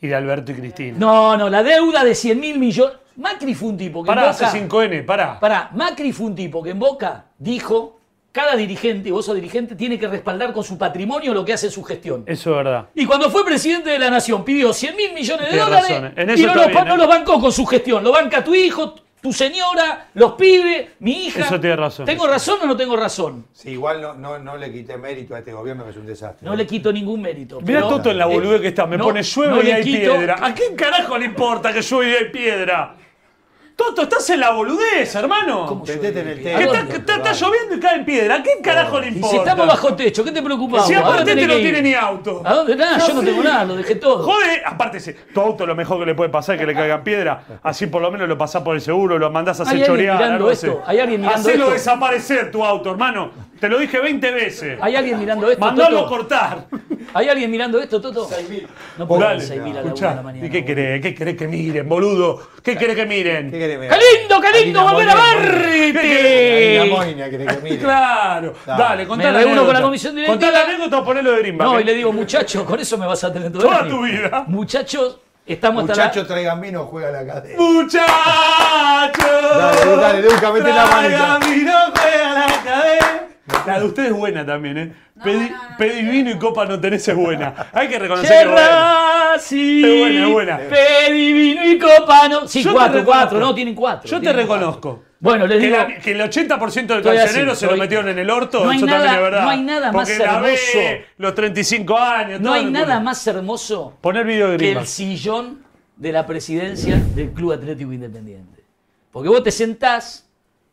Y de Alberto y Cristina. No, no, la deuda de 100 mil millones. Macri fue un tipo que en Pará, hace Boca- 5N, pará. Pará, Macri fue un tipo que en Boca dijo, cada dirigente, y vos sos dirigente, tiene que respaldar con su patrimonio lo que hace su gestión. Eso es verdad. Y cuando fue presidente de la nación pidió 100 mil millones de Tenés dólares razón, en y eso no está los, bien, no ¿eh? los bancó con su gestión. Lo banca tu hijo, tu señora, los pibes, mi hija. Eso tiene razón. ¿Tengo razón o no tengo razón? Sí, igual no, no, no le quité mérito a este gobierno que es un desastre. No le quito ningún mérito. Mirá pero- Toto en la boludez que está. Me no, pone llueve no y le hay quito- piedra. ¿A quién carajo le importa que llueve y hay piedra? Toto, estás en la boludez, hermano. ¿Cómo Que yo Metete le en el pido? tema. ¿A está, dónde? Oh. que está- está lloviendo y cae en piedra. ¿A quién carajo le Y importa? si estamos bajo techo, ¿qué te preocupamos? Si Ahora aparte tenés te no que ir. tiene ni auto. ¿A dónde? Nada, yo no tengo nada, lo dejé todo. Joder, aparte, ese- tu auto lo mejor que le puede pasar es que le caigan piedra. Así por lo menos lo pasás por el seguro, lo mandás a ¿Hay hacer alguien chorear. mirando algo así. esto? ¿Hay alguien mirando Hacelo esto? desaparecer tu auto, hermano. Te lo dije 20 veces. ¿Hay alguien mirando esto, Mandalo a Toto? cortar. ¿Hay alguien mirando esto, Toto? No puedo Dale, 6 mil a la una de la escuchá. mañana. ¿Y qué boludo. querés? ¿Qué querés que miren, boludo? ¿Qué querés que miren? ¿Qué querés, mira? ¡Qué lindo, qué lindo Alina volver a Moynihan. verte! Alina Moynihan, querés que mire. Claro. Dale. Dale, contá Me la reúno con anécdota. la comisión directiva. Contá la anécdota o ponelo de Grimba. No, y le digo, muchachos, con eso me vas a tener todo el Toda año. tu vida. Muchachos, estamos hasta la... Muchachos, traigan vino o juega la cadena. ¡Muchachos! Dale, Lu- dale, Luca, mete la manita. Traigan vino, juega la cadena. La de ustedes es buena también, ¿eh? No, Pedí, no, no, pedí no. vino y copa no tenés es buena. Hay que reconocer que es buena. Sierra, sí, Es buena, es buena. pedí vino y copa, no. Sí, Yo te cuatro, reconozco. cuatro, no, tienen cuatro. Yo te tienen cuatro. reconozco. Bueno, les Que, digo, la- que el 80% del Estoy cancionero así, se lo estoy- metieron en el orto, No hay eso también nada- es verdad. no hay nada más Porque la B, hermoso. los 35 años, no todo hay lo nada pone. más hermoso Poner video de que Grima. el sillón de la presidencia del Club Atlético Independiente. Porque vos te sentás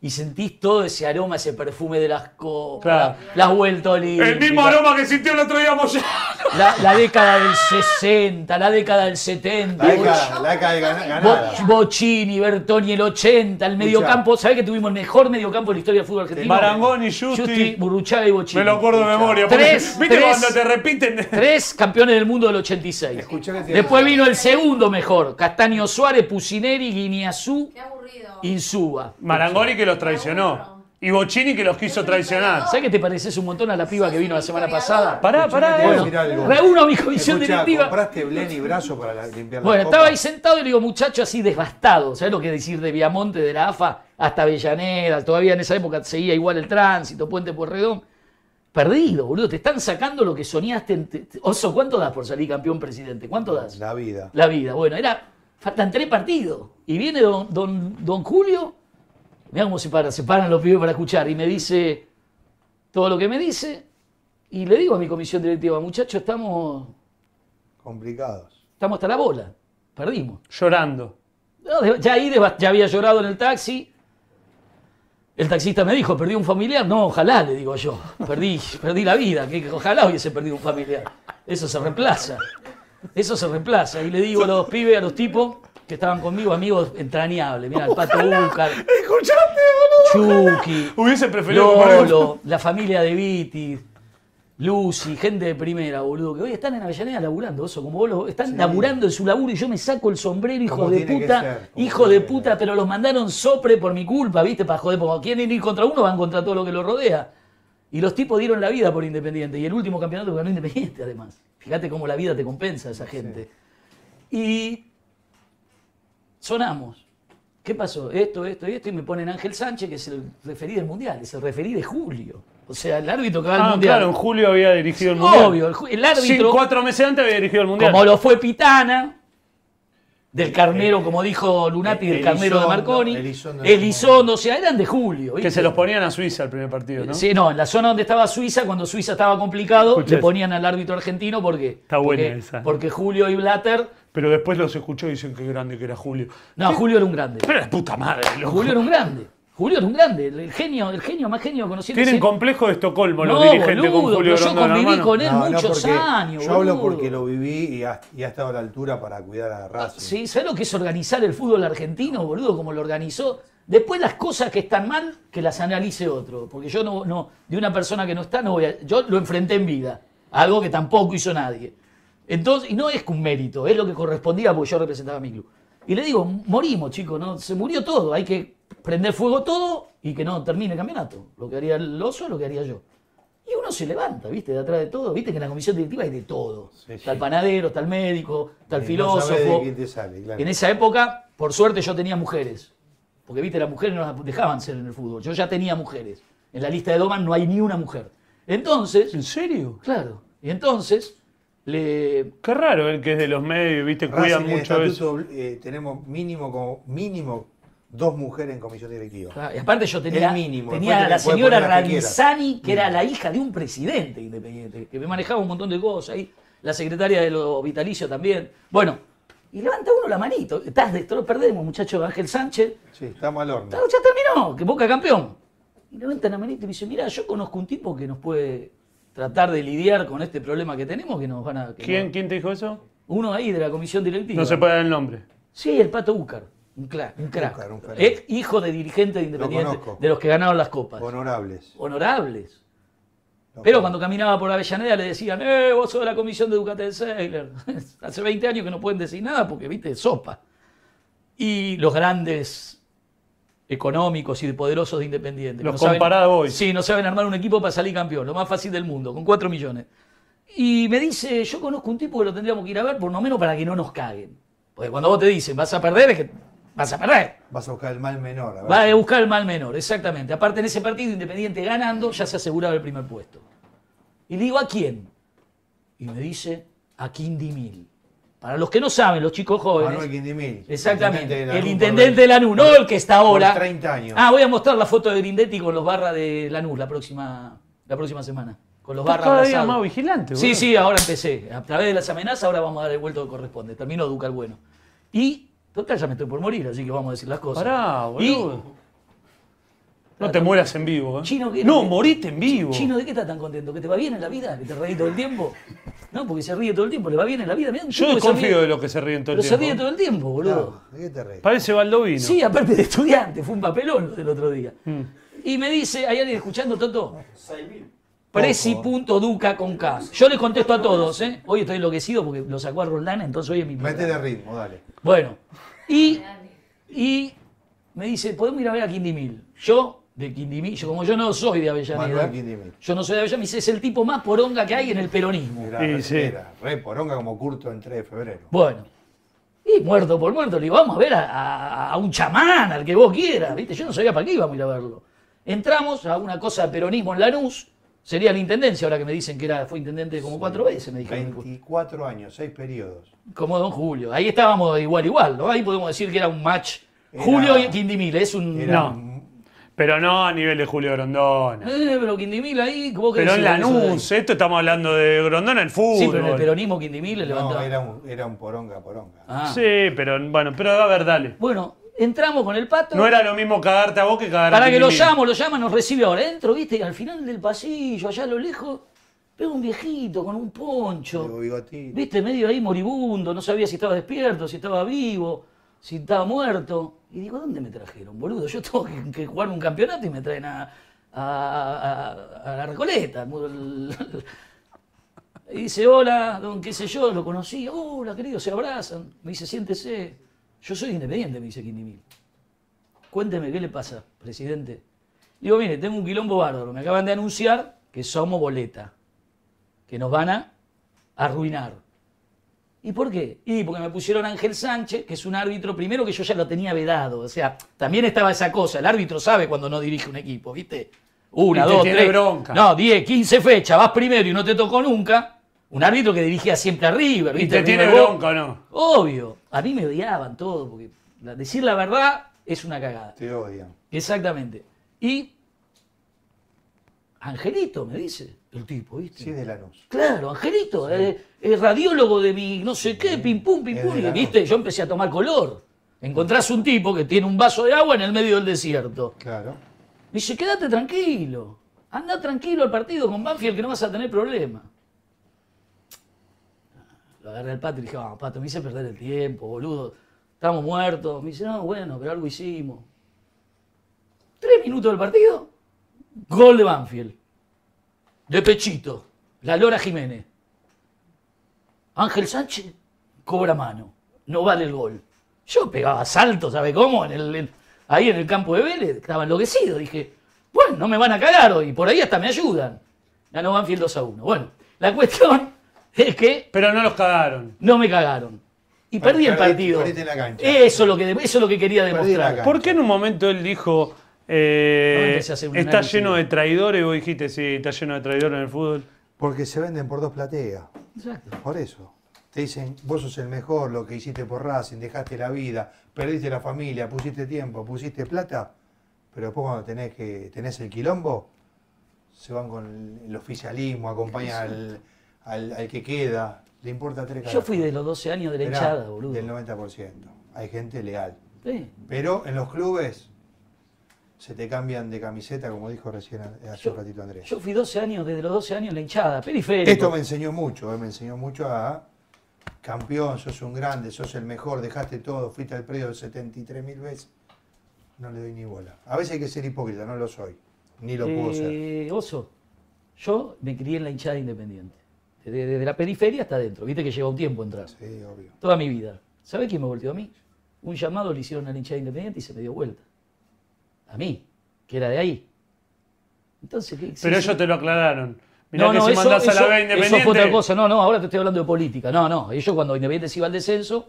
y sentís todo ese aroma, ese perfume de las copas, Claro. las vueltas olímpicas. El mismo aroma que sintió el otro día Moyano. La, la década del 60, la década del 70. La década, la década de gana- ganada. Bo- Bochini, Bertoni, el 80, el mediocampo. ¿Sabés que tuvimos el mejor mediocampo de la historia del fútbol argentino? Marangoni, Justi. Justi, Burruchaga y Bochini. Me lo acuerdo de memoria. porque- Tres, ¿Viste tres. cuando te repiten? Tres campeones del mundo del 86. Escuchá que te- Después vino el segundo mejor. Castaño Suárez, Pusineri, Guineazú, Qué aburrido. Insúa. Marangoni Ah, que los traicionó. Y Bocini que los quiso traicionar. ¿Sabés que te pareces un montón a la piba que vino la semana pasada? Pará, eh. Escuchá que te voy a decir algo. Reúno a mi comisión Escuchá, directiva. compraste blend y brazo para la- limpiar la Bueno, copa? estaba ahí sentado y le digo, muchacho, así devastado. ¿Sabes lo que decir de Viamonte, de la AFA, hasta Avellaneda? Todavía en esa época seguía igual el tránsito, Puente Puerredón. Perdido, boludo. Te están sacando lo que soñaste. en- te- te- Oso, ¿cuánto das por salir campeón presidente? ¿Cuánto das? La vida. La vida. Bueno, era. Faltan tres partidos. Y viene don, don, don Julio. Mirá cómo se paran, se paran los pibes para escuchar. Y me dice todo lo que me dice. Y le digo a mi comisión directiva, muchacho, estamos, Complicados. estamos hasta la bola. Perdimos. Llorando. No, de- ya ahí deba- ya había llorado en el taxi. El taxista me dijo, perdí un familiar. No, ojalá, le digo yo. Perdí, perdí la vida, que que ojalá hubiese perdido un familiar. Eso se reemplaza. Eso se reemplaza. Y le digo a los pibes, a los tipos que estaban conmigo, amigos entrañables. Mira, el pato Búcar, ¿Escuchaste, Chucky, Hubiese preferido comprar un- Lolo, la familia de Viti, Lucy, gente de primera, boludo, que hoy están en Avellaneda laburando, eso, como vos los- están Sí. laburando en su laburo y yo me saco el sombrero, hijo Como de tiene que puta, ser, como hijo de tiene que puta, ser. pero los mandaron sopre por mi culpa, viste, para joder, porque quieren ir contra uno, van contra todo lo que los rodea. Y los tipos dieron la vida por Independiente, y el último campeonato que ganó Independiente, además. Fíjate cómo la vida te compensa a esa gente. Y sonamos. ¿Qué pasó? Esto, esto y esto, y me ponen Ángel Sánchez, que es el referí del Mundial, es el referí de Julio. O sea, el árbitro que va al Ah, Mundial. claro, en julio había dirigido el mundial. Obvio, el, ju- el Sí, árbitro, cuatro meses antes había dirigido el mundial. como lo fue Pitana, del Carnero, como dijo Lunati, del Carnero de Elizondo, Marconi, Elizondo en ese Elizondo, o sea, eran de Julio. que ¿viste? se los ponían a Suiza al primer partido, ¿no? Sí, no, en la zona donde estaba Suiza, cuando Suiza estaba complicado, Escuchá le eso. ponían al árbitro argentino porque, Está buena porque, esa. porque Julio y Blatter. Pero después los escuchó y dicen que grande que era Julio. No, Julio era un grande. Pero la puta madre, loco. Julio era un grande. Julio era un grande. El genio, el genio más genio conocido. Tienen complejo de Estocolmo los No, dirigentes con boludo, Julio pero yo Grondona, conviví hermano. con él muchos porque- años, Yo hablo boludo. porque lo viví y ha, y ha estado a la altura para cuidar a Racing. Ah, Sí, ¿sabes lo que es organizar el fútbol argentino, boludo? Como lo organizó. Después las cosas que están mal, que las analice otro. Porque yo no, no de una persona que no está, no voy a. Yo lo enfrenté en vida. Algo que tampoco hizo nadie. Entonces, y no es que un mérito, es lo que correspondía porque yo representaba a mi club. Y le digo, morimos, chicos, ¿no? se murió todo, hay que prender fuego todo y que no termine el campeonato. Lo que haría el oso, lo que haría yo. Y uno se levanta, ¿viste? De atrás de todo, ¿viste? Que en la comisión directiva hay de todo. Sí, está el sí. panadero, está el médico, está el Y Eh, no sabés filósofo. de quién te sale, claro. En esa época, por suerte, yo tenía mujeres. Porque, viste, las mujeres no las dejaban ser en el fútbol. Yo ya tenía mujeres. En la lista de Doman no hay ni una mujer. Entonces, ¿En serio? claro, y entonces, le, Qué raro el que es de los medios, viste, Racing cuidan en el mucho eso. estatuto, eh, tenemos mínimo como mínimo dos mujeres en comisión directiva. Claro, ah, y aparte yo tenía, El mínimo, tenía después a te la puede señora poner la que quieras. Ranzani, que era la hija de un presidente independiente, que me manejaba un montón de cosas ahí, la secretaria de los vitalicios también. Bueno, y levanta uno la manito, estás de esto lo perdemos, muchacho Ángel Sánchez, Sí, estamos al horno. "Ta- ya terminó, que Boca campeón. Y levanta la manito y me dice, mira, yo conozco un tipo que nos puede tratar de lidiar con este problema que tenemos, que nos van a... que ¿Quién, no-". ¿Quién te dijo eso? Uno ahí de la comisión directiva. No se puede dar el nombre. Sí, el Pato Úcar, un crack, un crack. Úcar, un crack. Ex hijo de dirigente de Independiente, conozco. de los que ganaron las copas Honorables. honorables. No, Pero cuando caminaba por Avellaneda le decían, eh, vos sos de la comisión de Ducate de Segler. Hace 20 años que no pueden decir nada porque, viste, sopa. Y los grandes económicos y poderosos de Independiente. que Los comparado saben, hoy. Sí, no saben armar un equipo para salir campeón, lo más fácil del mundo, con 4 millones. Y me dice, yo conozco un tipo que lo tendríamos que ir a ver, por lo menos para que no nos caguen. Porque cuando vos te dicen, vas a perder, es que vas a perder. Vas a buscar el mal menor. a ver. Va eh, a buscar el mal menor, exactamente. Aparte, en ese partido, Independiente ganando, ya se aseguraba el primer puesto. Y le digo, ¿a quién? Y me dice, a Quindimil. Para los que no saben, los chicos jóvenes. Manuel Quindimil. eh, Exactamente. intendente de el Lanús, intendente de por- Lanús, no el que está por ahora. 30 años. Ah, voy a mostrar la foto de Grindetti con los barras de Lanús la próxima, la próxima semana. Con los Estás barras cada día abrazados. más vigilante, Sí, boludo. sí, ahora empecé. A través de las amenazas, ahora vamos a dar el vuelto que corresponde. Termino Duca el bueno. Y, total, ya me estoy por morir, así que vamos a decir las cosas. Pará, boludo. Y- No te mueras en vivo, ¿eh? Chino, ¿qué- no, morite en vivo. Chino, ¿de qué estás tan contento? ¿Que te va bien en la vida? ¿Que te reís todo el tiempo? No, porque se ríe todo el tiempo, le va bien en la vida. Mirá un Yo tipo que se ríe- desconfío de los que se ríen todo el Pero se ríe tiempo. todo el tiempo, boludo. No, ¿de qué te reís? Parece Baldovino. Sí, aparte de estudiante, fue un papelón lo del otro día. Mm. Y me dice, ¿hay alguien escuchando, Toto? Presi.duca con K. Yo le contesto a todos, ¿eh? Hoy estoy enloquecido porque lo sacó a Roldán, entonces hoy es mi Métele ritmo, dale. Bueno, y, y me dice, ¿podemos ir a ver a Quindimil? Yo, de Quindimil, yo como yo no soy de Avellaneda, Manuel Quindimil. yo no soy de Avellaneda, me dice, es el tipo más poronga que hay en el peronismo. Era, Sí, sí. era re poronga como curto en 3 de febrero. Bueno, y muerto por muerto, le digo, vamos a ver a, a- a un chamán, al que vos quieras, ¿viste? Yo no sabía para qué íbamos a ir a verlo. Entramos a una cosa de peronismo en Lanús, sería la intendencia, ahora que me dicen que era, fue intendente como cuatro veces, me dijeron. 24 años, 6 periodos. Como Don Julio. Ahí estábamos igual, igual, ¿no? Ahí podemos decir que era un match. Era- Julio y Quindimil, es un. Era No. un- Pero no a nivel de Julio Grondona. Eh, pero Quindimil ahí, ¿vos qué Pero en decís con eso de ahí? Lanús, esto estamos hablando de Grondona en fútbol. Sí, pero en el peronismo Quindimil le no, levantaba. era un, era un poronga, poronga. Ah. Sí, pero bueno, pero a ver, dale. Bueno, entramos con el pato. No era lo mismo cagarte a vos que cagar a Para que lo Tinelli. llamo, lo llama, nos recibe ahora. Entro, viste, y al final del pasillo, allá a lo lejos, veo un viejito con un Digo, poncho. bigotito. Viste, medio ahí moribundo, no sabía si estaba despierto, si estaba vivo, si estaba muerto. Y digo, ¿dónde me trajeron, boludo? Yo tengo que, que jugar un campeonato y me traen a, a- a- a la Recoleta. Y dice, hola, don qué sé yo, lo conocí. Hola, querido, se abrazan. Me dice, siéntese. Yo soy independiente, me dice Quindimil. Cuénteme, ¿qué le pasa, presidente? Digo, mire, tengo un quilombo bárbaro. Me acaban de anunciar que somos boleta. Que nos van a arruinar. ¿Y por qué? Y porque me pusieron a Ángel Sánchez, que es un árbitro, primero que yo ya lo tenía vedado. O sea, también estaba esa cosa. El árbitro sabe cuando no dirige un equipo, ¿viste? Una, Y te dos, tiene tres. bronca. No, 10, 15 fechas, vas primero y no te tocó nunca. Un árbitro que dirigía siempre a River, Y ¿viste? te tiene River Boca. bronca, ¿o no? Obvio. A mí me odiaban todo, porque la- decir la verdad es una cagada. Te odian. Exactamente. Y Angelito, me dice el tipo, ¿viste? Si es de Lanús. Claro, Angelito, es, es radiólogo de mi no sé qué, pim pum, pim Es pum. de Y la viste, yo empecé a tomar color. Encontrás un tipo que tiene un vaso de agua en el medio del desierto. Claro. Me dice, quédate tranquilo. Anda tranquilo al partido con Banfield que no vas a tener problema. Lo agarré al pato y le dije, vamos, pato, me hice perder el tiempo, boludo. Estamos muertos. Me dice, no, bueno, pero algo hicimos. Tres minutos del partido, gol de Banfield. De pechito, la Lora Jiménez. Ángel Sánchez cobra mano, no vale el gol. Yo pegaba salto, ¿sabe cómo? En el- en- ahí en el campo de Vélez, estaba enloquecido. Dije, bueno, no me van a cagar hoy, por ahí hasta me ayudan. Ganó Banfield 2 a 1. Bueno, la cuestión es que Pero no los cagaron. no me cagaron. Y Bueno, perdí el perdiste- partido. perdiste en la cancha. Eso es lo que, eso es lo que quería Perdí en la demostrar. cancha. ¿Por qué en un momento él dijo, eh, No, empecé a hacer un está análisis. lleno de traidores? Y vos dijiste, sí, está lleno de traidores en el fútbol. Porque se venden por dos plateas. Exacto. Por eso. Te dicen, vos sos el mejor, lo que hiciste por Racing, dejaste la vida, perdiste la familia, pusiste tiempo, pusiste plata, pero después cuando tenés, que, tenés el quilombo, se van con el oficialismo, acompañan al, al- al que queda, le importa tres Yo carajos. fui de los 12 años de la Esperá, hinchada, boludo. Del 90%. Hay gente leal. Sí. Pero en los clubes se te cambian de camiseta, como dijo recién eh, hace un ratito Andrés. Yo fui 12 años, desde los 12 años en la hinchada, periférico. Esto me enseñó mucho, eh, me enseñó mucho a campeón, sos un grande, sos el mejor, dejaste todo, fuiste al predio 73 mil veces. No le doy ni bola. A veces hay que ser hipócrita, no lo soy, ni lo puedo ser. Eh, Oso, yo me crié en la hinchada independiente. Desde, desde la periferia hasta adentro. Viste que lleva un tiempo entrar. Sí, obvio. Toda mi vida. ¿Sabés quién me volteó a mí? Un llamado le hicieron a la hinchada independiente y se me dio vuelta. A mí, que era de ahí. Entonces, ¿qué Pero sí, sí. ellos te lo aclararon. Mirá que si eso- mandás a la eso- B Eso fue otra independiente. cosa. No, no, ahora te estoy hablando de política. No, no. Ellos cuando Independiente se iba al descenso,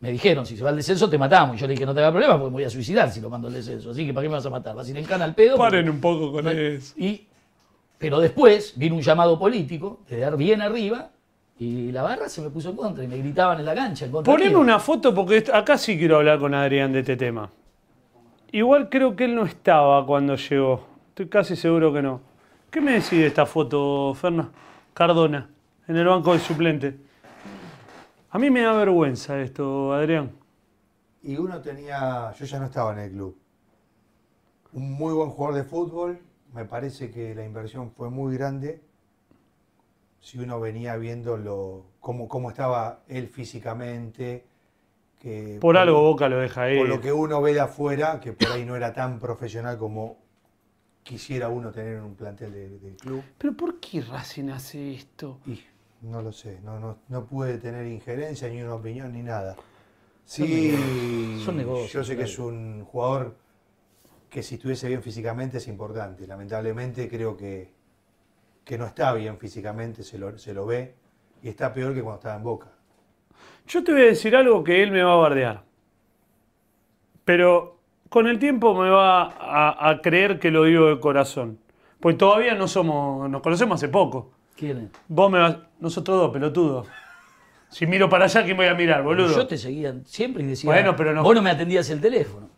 me dijeron, si se va al descenso te matamos. Y yo le dije, no te haga problema porque me voy a suicidar si lo mando al descenso. Así que ¿para qué me vas a matar? Vas a ir en cana al pedo. porque- Paren un poco con eso. y, pero después vino un llamado político de dar bien arriba y la barra se me puso en contra y me gritaban en la cancha. en contra Poneme mío. una foto porque est- acá sí quiero hablar con Adrián de este tema. Igual creo que él no estaba cuando llegó. Estoy casi seguro que no. ¿Qué me decís de esta foto, Ferna? Cardona, en el banco de suplente. A mí me da vergüenza esto, Adrián. Y uno tenía, yo ya no estaba en el club, un muy buen jugador de fútbol, me parece que la inversión fue muy grande si uno venía viendo lo, cómo, cómo estaba él físicamente. Que Por algo Boca lo deja ahí. Por lo que uno ve de afuera, que por ahí no era tan profesional como quisiera uno tener en un plantel de- del club. Pero ¿por qué Racing hace esto? Y no lo sé, no, no, no puede tener injerencia, ni una opinión, ni nada. Son Sí, son negocios, yo sé que claro. es un jugador que si estuviese bien físicamente es importante. Lamentablemente creo que, que no está bien físicamente, se lo, se lo ve, y está peor que cuando estaba en Boca. Yo te voy a decir algo que él me va a bardear. Pero con el tiempo me va a, a creer que lo digo de corazón. Pues todavía no somos. Nos conocemos hace poco. ¿Quién es? Vos me vas. Nosotros dos, pelotudo. Si miro para allá, ¿quién voy a mirar, boludo? Yo te seguía siempre y decía, Bueno, pero no- vos no me atendías el teléfono.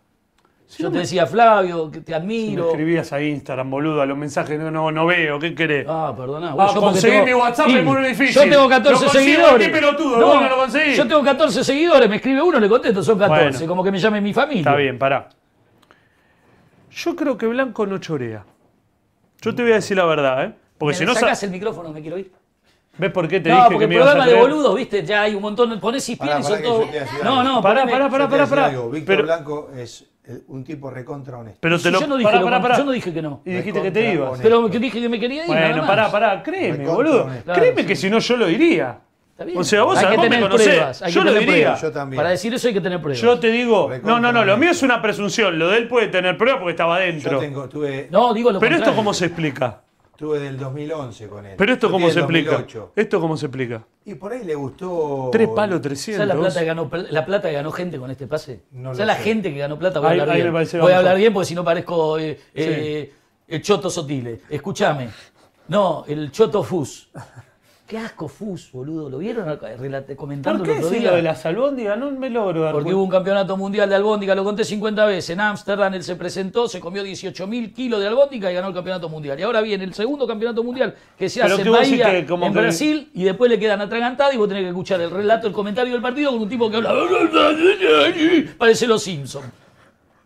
Si Yo no te me- decía, Flavio, que te si me admiro. escribías a Instagram, boludo, a los mensajes no, no, no veo, ¿qué querés? Ah, perdoná. Ah, vos, yo porque conseguí tengo- mi WhatsApp, Sí, es muy difícil. Yo tengo Lo 14 consigo seguidores. aquí, pelotudo, vos no lo conseguís. Yo tengo 14 seguidores, me escribe uno, le contesto, son 14. Bueno. Como que me llame mi familia. Está bien, pará. Yo creo que Blanco no chorea. Yo te voy a decir la verdad, ¿eh? Porque me si no... sa- sacás el micrófono, me quiero ir. ¿Ves por qué te No, dije porque que me el ibas a programa de creer? boludo, viste, ya hay un montón. Ponés Pará, Ispin, pará son que yo todos. te iba a decir No, algo. no, Pará, poneme- pará, pará, Yo te voy a pará, decir pará. algo, Víctor Pero, Blanco es el- un tipo recontra honesto. pero te Si lo... yo no dije pará, lo pará, con- pará. yo no dije que no. Y dijiste que te Recontra ibas. honesto. Pero que dije que me quería ir. nada Bueno, más. pará, pará, créeme, Recontra boludo. honesto. créeme Claro, que si no yo lo diría. Está bien. O sea, vos hay a- que vos me tener conocés, pruebas. hay yo que lo tener diría. pruebas. Yo también. Para decir eso hay que tener pruebas. Yo te digo, no, no, no, lo Recontra mío es una presunción, lo de él puede tener prueba porque estaba Yo adentro. tengo, tuve, No, digo lo Pero esto contrario. cómo se explica? tuve del 2011 con él. Pero esto Yo cómo tuve se del explica? 2008. Esto cómo se explica? Y por ahí le gustó. Tres palos ¿Sabes la plata, 300. que ganó, la plata que ganó gente con este pase? No lo ¿Sabes la sé. gente que ganó plata? Voy a Ahí- hablar ahí me bien. parece Voy a banco. hablar bien porque si no parezco eh, eh, el Choto Sotile. Escúchame. No, el Choto Fus. Qué asco Fus, boludo. ¿Lo vieron acá? Relate- comentando ¿Por el qué otro si día? lo de las albóndigas? No me logro dar Porque hubo cuenta. un campeonato mundial de albóndiga, lo conté 50 veces. En Ámsterdam él se presentó, se comió 18.000 kilos de albóndiga y ganó el campeonato mundial. Y ahora viene el segundo campeonato mundial que se Pero hace que en vos decís Bahía, que como en que- Brasil, y después le quedan atragantados y vos tenés que escuchar el relato, el comentario del partido con un tipo que habla. Parece los Simpsons.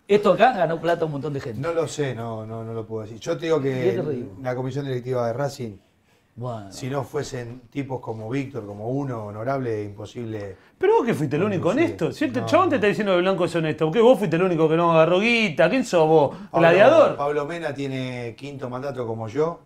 Esto acá ganó plata a un montón de gente. No lo sé, no, no, no lo puedo decir. Yo te digo Y es que terrible. la comisión directiva de Racing, Bueno, si no fuesen tipos como Víctor, como uno honorable, e imposible. Pero vos que fuiste el único sí. honesto. Si este No. chabón te está diciendo que Blanco es honesto, ¿qué? Vos fuiste el único que no agarró guita. ¿Quién sos vos? Pablo- ¿Gladiador? Pablo Mena tiene quinto mandato como yo,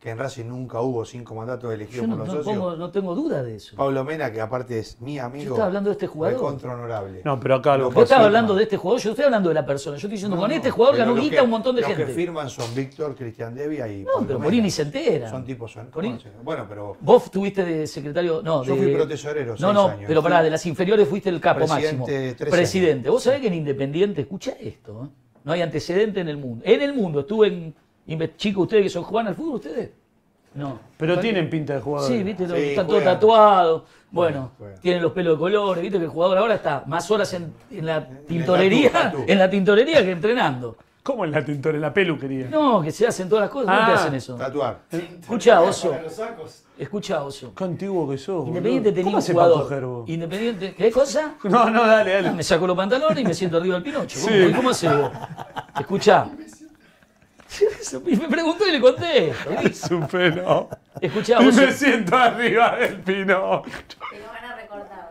que en Racing nunca hubo cinco mandatos elegidos yo no, por los no socios. pongo- no tengo duda de eso. Pablo Mena, que aparte es mi amigo. Yo estaba hablando de este jugador. Recontra honorable. No, pero acá lo Lo que Vos pasa- estabas firma. hablando de este jugador, yo estoy hablando de la persona. Yo estoy diciendo, No, con no, este jugador pero ganó los guita que- a un montón de Los que gente. firman son Víctor, Cristian Devia No, y. Pablo pero Mena. por ahí ni se entera. Son tipos. son- Por ahí- no, Bueno, pero. Vos tuviste de secretario. No, Yo de- fui protesorero, No, seis no, años. pero pará, Fui de las inferiores fuiste el capo presidente máximo. tres años. Presidente. Vos sabés que en Independiente, escucha esto, ¿eh? no hay antecedente en el mundo. En el mundo, estuve en. inve- Chicos, ustedes que son juegan al fútbol, ustedes. No. Pero tienen pinta de jugador. Sí, viste, Sí, están todos juegan. tatuados. Bueno, juegan. tienen los pelos de colores, viste que el jugador ahora está más horas en, en la el tintorería, tatú, tatú. en la tintorería que entrenando. ¿Cómo en la tintora? En la peluquería. No, que se hacen todas las cosas, ¿no Ah. te hacen eso? Tatuar. Escucha, oso, Los sacos. escucha, oso. Qué antiguo que sos. Independiente boludo. tenía ¿Cómo un haces para jugador. coger vos? Independiente, ¿qué cosa? Ah, No, no, dale, dale. Me saco los pantalones y me siento arriba del pinocho. ¿Cómo, Sí. ¿cómo hacés vos? Escuchá. Y me preguntó y le conté. Es un fenómeno. Escuchá, Y vos. me siento arriba del pino. Te lo van a recortar.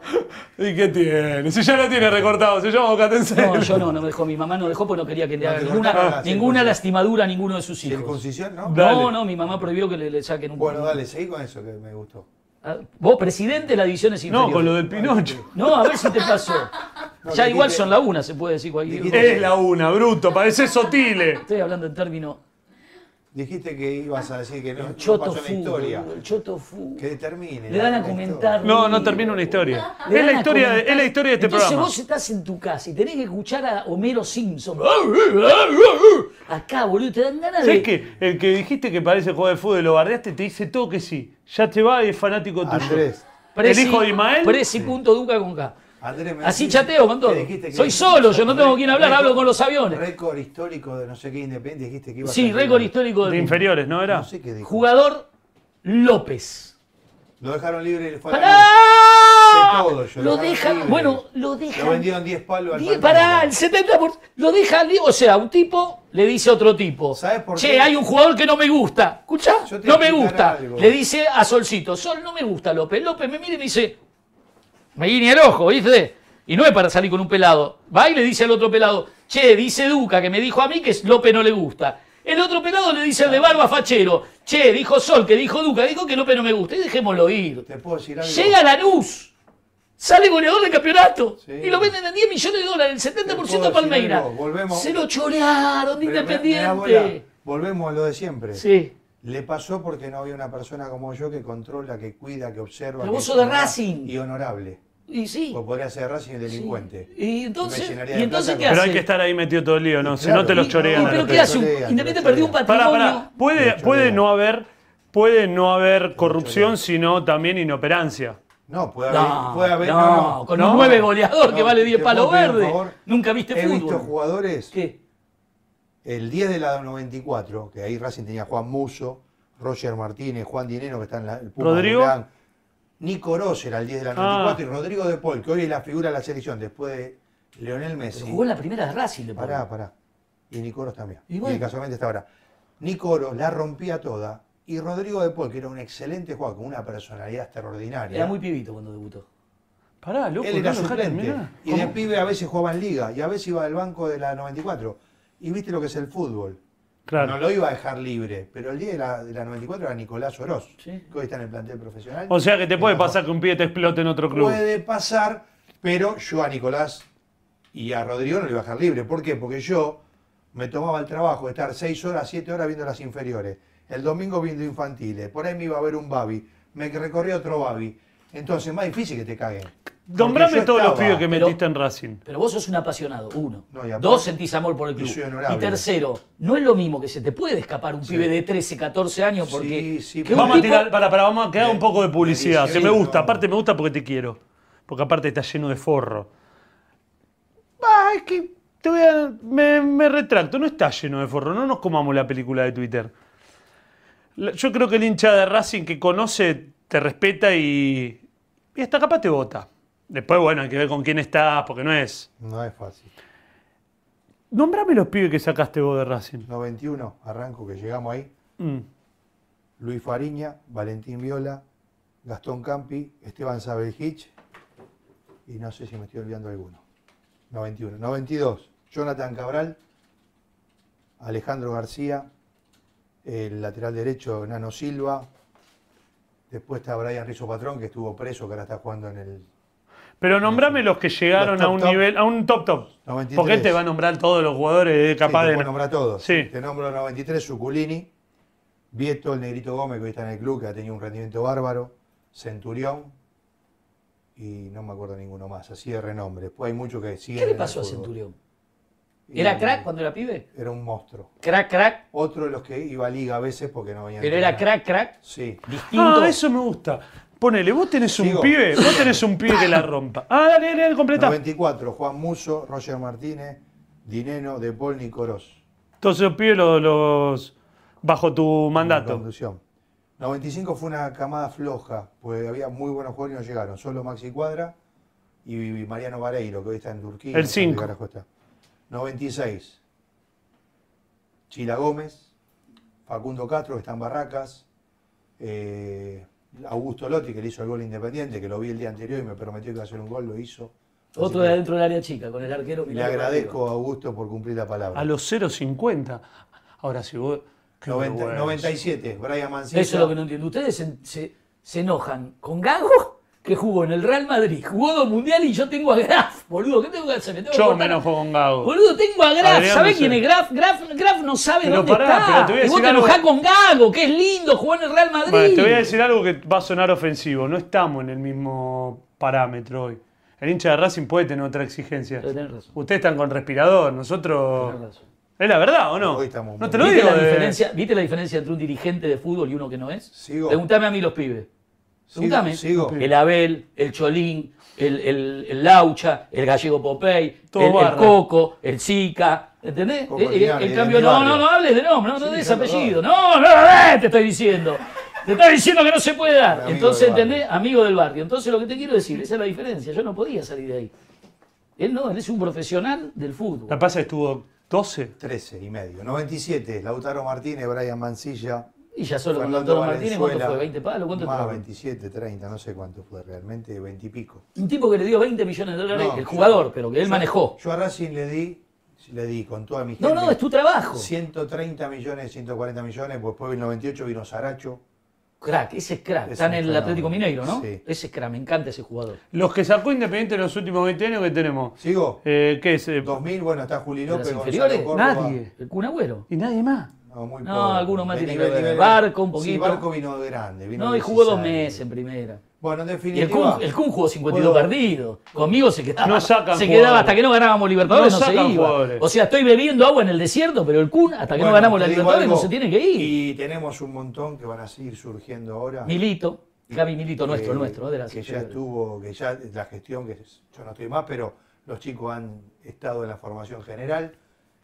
¿Y qué tiene? Si ya lo tiene recortado, se llama Bocatense. No, yo no, no me dejó. Mi mamá no dejó porque no quería que le No haga te ninguna, cortaron la ninguna circuncisión. lastimadura a ninguno de sus hijos. Circuncisión, ¿no? Dale. No, no, mi mamá prohibió que le, le saquen un. Bueno, dale, seguí con eso que me gustó. Ah, Vos, presidente de la división es No, con lo del Pinocho. No, a ver si te pasó. No, ya dijiste- igual son la una, se puede decir cualquier cosa. Es la una, bruto, parece sotile. Estoy hablando en términos. Dijiste que ibas a decir que no, no Choto pasó en la fu. historia. boludo, El choto fu. Que determine. Le dan a la historia. comentar. No, no termina una historia. Le Es dan la a historia, de, comentar. es la historia de este Entonces programa. vos estás en tu casa y tenés que escuchar a Homero Simpson. Acá, boludo, te dan ganas ¿Sabés de... que el que dijiste que parece juego de fútbol y lo bardeaste te dice todo que sí? Ya te va y es fanático tuyo. Andrés. ¿El hijo de Ismael? Presi punto Duca con K. Andrés me Así dijiste chateo con que todo. dijiste que- Soy solo, yo no tengo quien hablar, Récord- hablo con los aviones. Récord histórico de no sé qué independiente, dijiste que ibas Sí, a- récord histórico del De mundo. inferiores, ¿no era? No sé qué dijo. Jugador López. Lo dejaron libre y le fue a la ¡Pará! De todo, yo Lo lo dejan, libre. bueno, lo luz. dejan. Lo vendieron 10 palos al Die- Palmeiras. Pará, el 70%. por- Lo deja, li- o sea, un tipo le dice a otro tipo. ¿Sabes por che, qué? hay un jugador que no me gusta. ¿Escuchá? Yo te No voy a me explicar gusta. algo. Le dice a Solcito, Sol, no me gusta López. López me mira y me dice, me guiña el ojo, ¿viste? Y no es para salir con un pelado. Va y le dice al otro pelado, che, dice Duca, que me dijo a mí que López no le gusta. El otro pelado le dice al de barba fachero, che, dijo Sol, que dijo Duca, dijo que López no me gusta. Y dejémoslo ir. Te puedo decir algo. Llega Lanús. Sale goleador del campeonato. Sí. Y lo venden en 10 millones de dólares, el Te puedo 70% a decir Palmeira. algo, volvemos. Se lo chorearon de Pero me- me da bola. Independiente. Volvemos a lo de siempre. Sí. Le pasó porque no había una persona como yo que controla, que cuida, que observa. Pero que vos sos de honora- Racing. Y honorable. Y sí. Porque podría ser de Racing y sí. delincuente. Y entonces, Me llenaría y de entonces plata ¿qué con- Pero hace? hay que estar ahí metido todo el lío, ¿no? Si no te Claro. los chorean. Y a pero los ¿qué pibes. hace? Un- Chorean, los Independiente perdió un chorean. Pará, patrimonio. pará. Puede, Mucho puede bien. no haber, puede no haber corrupción, sino también inoperancia. No, puede haber. No, puede haber- no, con No. un 9 goleador que No, vale 10 te palos puedo pedir un verdes. favor. Nunca viste He fútbol. visto jugadores. ¿Qué? El 10 de la 94, que ahí Racing tenía Juan Muso, Roger Martínez, Juan Dinero, que está en la, el Puma de ¿Rodrigo? Milán. Nico Oroz era el 10 de Ah. la 94 y Rodrigo De Paul, que hoy es la figura de la selección después de Leonel Pero Messi. Jugó en la primera de Racing, le pongo. Pará, pará. Y Nico Oroz también. Y Y, bueno. casualmente está ahora. Nico Oroz la rompía toda y Rodrigo De Paul, que era un excelente jugador, con una personalidad extraordinaria. Era muy pibito cuando debutó. Pará, loco, Él no era lo dejaron suplente. terminar. Y de pibe a veces jugaba en liga y a veces iba al banco de la 94. Y viste lo que es el fútbol. No Claro. lo iba a dejar libre, pero el día de la, de la 94 era Nicolás Oroz, Sí. que hoy está en el plantel profesional. O sea que te puede Está- pasar que un pibe te explote en otro club. Puede pasar, pero yo a Nicolás y a Rodrigo no le iba a dejar libre. ¿Por qué? Porque yo me tomaba el trabajo de estar 6 horas, 7 horas viendo las inferiores. El domingo viendo infantiles. Por ahí me iba a ver un Babi. Me recorría otro Babi. Entonces, más difícil que te caguen. Porque Nombrame yo todos los estaba- pibes que pero- metiste en Racing. Pero vos sos un apasionado, uno. No, y aparte- Dos, sentís amor por el club. Y soy honorable. tercero, no es lo mismo que se te puede escapar un pibe de 13, 14 años porque... Sí, sí, que pero- un Vamos a tipo- tirar, para, para, vamos a quedar un poco de publicidad. de Se me 18, gusta, no. aparte me gusta porque te quiero. Porque aparte está lleno de forro. Ah, es que te voy a- me, me retracto, no está lleno de forro, no nos comamos la película de Twitter. La- Yo creo que el hincha de Racing que conoce te respeta y, y hasta capaz te vota. Después, bueno, hay que ver con quién estás, porque no es. No es fácil. Nombrame los pibes que sacaste vos de Racing. 91, arranco que llegamos ahí. Mm. Luis Fariña, Valentín Viola, Gastón Campi, Esteban Sabelhich y no sé si me estoy olvidando alguno. 91. 92, Jonathan Cabral, Alejandro García, el lateral derecho Nano Silva, después está Brian Rizzo Patrón que estuvo preso, que ahora está jugando en el... Pero nombrame los que llegaron Los top, a un top. nivel, a un top top. 93. Porque él te va a nombrar todos los jugadores Sí, capaz te de. puedo nombrar todos. Sí. Te nombro 93, Suculini, Vieto, el Negrito Gómez, que hoy está en el club, que ha tenido un rendimiento bárbaro, Centurión, y no me acuerdo ninguno más, así de renombre. Después hay muchos que siguen. ¿Qué en le el pasó a fútbol. Centurión? Y- ¿Era crack cuando era pibe? Era un monstruo. Crack, crack, Otro de los que iba a liga a veces porque no venía. a pero era entrenar. crack, crack, Sí. distinto. Ah, eso me gusta. Ponele, vos tenés un Sigo. pibe, vos tenés un pibe que la rompa. Ah, dale, dale, dale, completa. 94, Juan Muso, Roger Martínez, Dineno, De Paul, Nicoros. Entonces los pibes los, los- bajo tu en mandato. conducción. 95 fue una camada floja, pues había muy buenos jugadores y no llegaron. Solo Maxi Cuadra y Mariano Vareiro, que hoy está en Turquía. El no sé dónde cinco. carajo está. 96. Chila Gómez, Facundo Castro, que está en Barracas, eh, Augusto Lotti, que le hizo el gol a independiente, que lo vi el día anterior y me prometió que iba a hacer un gol, lo hizo. Así Otro que de adentro del área chica, con el arquero. Le mirando para agradezco a Augusto por cumplir la palabra. A los 0.50. Ahora sí, vos. qué 90 vergüenza. 97, Brian Mancini. arriba. Eso es lo que no entiendo. Ustedes se, se- se enojan con Gago, que jugó en el Real Madrid, jugó dos mundiales y yo tengo a Graf, boludo. ¿Qué tengo que hacer? ¿Me tengo que Yo me cortar? enojo con Gago. Boludo, tengo a Graf. Adrián, ¿Sabés no quién sé. es Graf? Graf, Graf no sabe Pero dónde pará, está. pero te voy a y vos decir te algo- enojás con Gago, que es lindo, jugó en el Real Madrid. Bueno, te voy a decir algo que va a sonar ofensivo. No estamos en el mismo parámetro hoy. El hincha de Racing puede tener otra exigencia. Pero tenés razón. Ustedes están con respirador, Tenés nosotros. razón. ¿Es la verdad o no? Hoy estamos No muy- te lo ¿Viste, digo. la de- diferencia, ¿Viste la diferencia entre un dirigente de fútbol y uno que no es? Sigo. Preguntame a mí los pibes. Sigo, Preguntame. sigo. El Abel, el Cholín, el, el- el Laucha, el Gallego Popey, el, Todo el barra. Coco, el Zika. ¿Entendés? Coco Eh, eh, Linares, en cambio, de mi no, barrio. no, no hables de nombre, no, no Sí, des yo lo apellido. No, no, no, eh, te estoy diciendo. Te estoy diciendo que no se puede Mi dar. amigo Entonces, del barrio. ¿entendés? Amigo del barrio. Entonces, lo que te quiero decir, esa es la diferencia. Yo no podía salir de ahí. Él no, él es un profesional del fútbol. La pasa estuvo 12. 13 y medio. 97, Lautaro Martínez, Brian Mancilla. Y ya solo con Fernando Lautaro Martínez, ¿cuánto Valenzuela. fue? ¿20 palos? ¿Cuánto Más fue? 27, 30, no sé cuánto fue realmente, 20 y pico. Un tipo que le dio 20 millones de dólares, No, el yo- jugador, pero que él Yo- manejó. Yo a Racing le di, le di con toda mi gente. No, no, es tu trabajo. 130 millones, 140 millones, pues después del 98 vino Saracho. Crack, ese es crack. Es Está en un el fenómeno. Atlético Mineiro, ¿no? Sí. Ese es crack, me encanta ese jugador. Los que sacó Independiente en los últimos 20 años que tenemos. ¿Sigo? Eh, ¿Qué es? Eh, 2000, bueno, está Juli las López, inferiores, Gonzalo Córdoba. nadie. El Kun Agüero. y nadie más. No, muy No, poco. alguno más De tiene que nivel, ver. nivel- Barco un Sí, poquito. Barco vino grande. Vino No, y jugó dos 16. meses en primera. Bueno, en Y el Kun, definitiva. el Kun jugó 52 Puedo- partidos. Conmigo se quedaba. No sacan se quedaba jugadores. hasta que no ganábamos Libertadores, no, No se sacan iba. jugadores. O sea, estoy bebiendo agua en el desierto, pero el Kun, hasta que no Bueno, ganamos la te digo Libertadores, no algo, se tiene que ir. Y tenemos un montón que van a seguir surgiendo ahora. Milito, Gaby Milito, nuestro, eh, nuestro, de la que ya estuvo, que ya la gestión, que yo no estoy más, pero los chicos han estado en la formación general,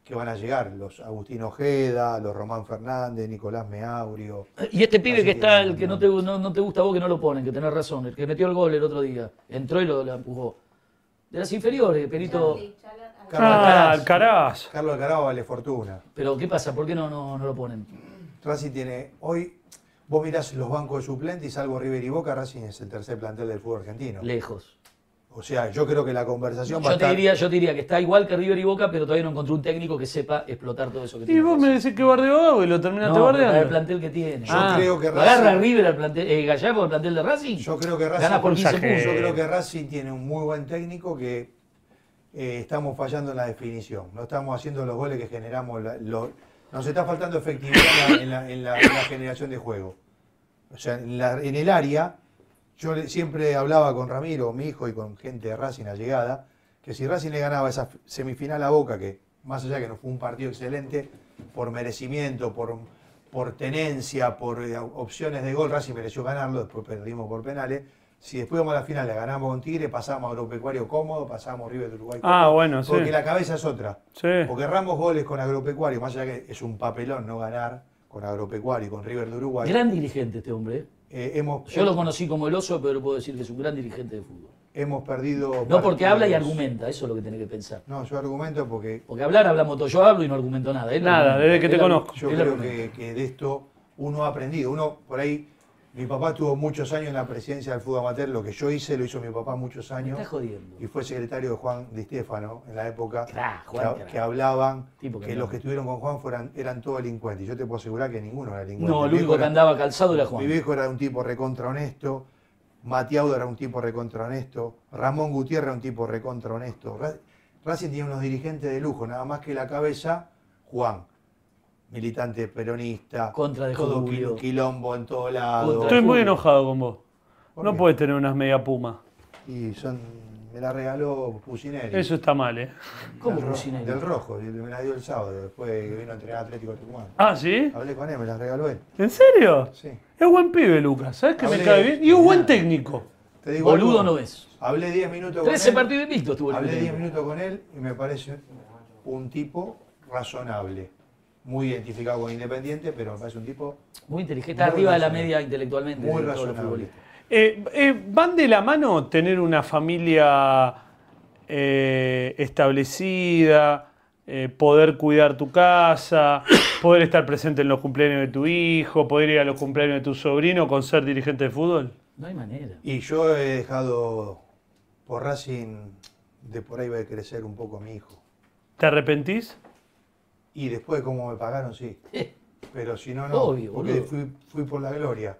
que van a llegar, los Agustín Ojeda, los Román Fernández, Nicolás Meaurio, Y este pibe Así que que está, no, el que no no. te, no, no te gusta a vos, que no lo ponen, que tenés razón, el que metió el gol el otro día, entró y lo la empujó. De las inferiores, Perito. Charlie, Chala- Alcaraz. Ah, Alcaraz. Alcaraz. Carlos Alcaraz vale fortuna. Pero ¿qué pasa? ¿Por qué no, no, no lo ponen? Racing tiene, hoy, vos mirás los bancos de suplentes y salvo River y Boca, Racing es el tercer plantel del fútbol argentino. Lejos. O sea, yo creo que la conversación va a Yo te, estar- diría, yo te diría que está igual que River y Boca, pero todavía no encontré un técnico que sepa explotar todo eso que Y tiene. vos me Racing. decís que bardeo hago y lo terminaste No, pero el bardeando. plantel que tiene. Yo Ah. creo que ¿Lo agarra Racing- River al plantel, eh, Gallardo al plantel de Racing? Yo creo que Gana Racing, por 15 puntos. Mensaje. yo creo que Racing tiene un muy buen técnico que eh, estamos fallando en la definición. No estamos haciendo los goles que generamos. la- lo- nos está faltando efectividad en la, en la- en la- en la generación de juego. O sea, en, la- en el área, yo le- siempre hablaba con Ramiro, mi hijo, y con gente de Racing a llegada, que si Racing le ganaba esa f- semifinal a Boca, que más allá que no fue un partido excelente, por merecimiento, por, por tenencia, por eh, opciones de gol, Racing mereció ganarlo, después perdimos por penales. Si después vamos a la final, la ganamos con Tigre, pasamos a Agropecuario cómodo, pasamos River de Uruguay Ah, bueno, sí. porque la cabeza es otra. Sí. Porque Ramos goles con Agropecuario, más allá que es un papelón no ganar con Agropecuario y con River de Uruguay. Gran dirigente este hombre. ¿eh? eh, hemos, Yo lo conocí como el oso, pero puedo decir que es un gran dirigente de fútbol. hemos perdido. No porque partidos. habla y argumenta, eso es lo que tenés que pensar. No, yo argumento porque Porque hablar hablamos todo. Yo hablo y no argumento nada. ¿eh? él Nada, argumenta. desde que Él te habla- conozco. yo él creo argumenta. que, que de esto uno ha aprendido. Uno, por ahí, mi papá tuvo muchos años en la presidencia del fútbol amateur. Lo que yo hice lo hizo mi papá muchos Me años. estás jodiendo. y fue secretario de Juan Di Stefano en la época Cra, que, Juan, que cra. hablaban Tipo que que, los que estuvieron con Juan fueran, eran todos delincuentes. Y yo te puedo asegurar que ninguno era delincuente. No, Mi el viejo único que era- andaba calzado era Mi Juan. viejo era un tipo recontra honesto, Matiaudo era un tipo recontra honesto, Ramón Gutiérrez era un tipo recontra honesto. Ra- Racing tenía unos dirigentes de lujo, nada más que la cabeza, Juan, militante peronista, Contra de todo Julio. quil- quilombo en todos lados. Contra Estoy de muy Julio. enojado con vos. ¿Por No qué? puedes tener unas media puma. Y son, me la regaló Pucineri. Eso está mal, ¿eh? ¿Cómo del, ro- Pucineri? del rojo, y me la dio el sábado, después que vino a entrenar a Atlético Tucumán. Ah, ¿sí? Hablé con él, me la regaló él. ¿En serio? Sí. Es buen pibe, Lucas. ¿Sabes que me Hablé- cae bien? Y es buen técnico. Te digo Boludo algo, no es. Hablé 10 minutos con 13 él. partidos invictos tuvo el Hablé 10 Pucineri. minutos con él y me parece un tipo razonable. Muy identificado con Independiente, pero me parece un tipo Muy inteligente. Está Muy arriba de la razonable. media intelectualmente. muy de todos los razonable. futbolistas. Eh, eh, ¿Van de la mano tener una familia eh, establecida, eh, poder cuidar tu casa, poder estar presente en los cumpleaños de tu hijo, poder ir a los cumpleaños de tu sobrino con ser dirigente de fútbol? No hay manera. Y yo he dejado por Racing, de por ahí va a crecer un poco mi hijo. ¿Te arrepentís? Y después de cómo me pagaron, sí. Eh, Pero si no, no. Obvio, porque boludo. fui, fui por la gloria.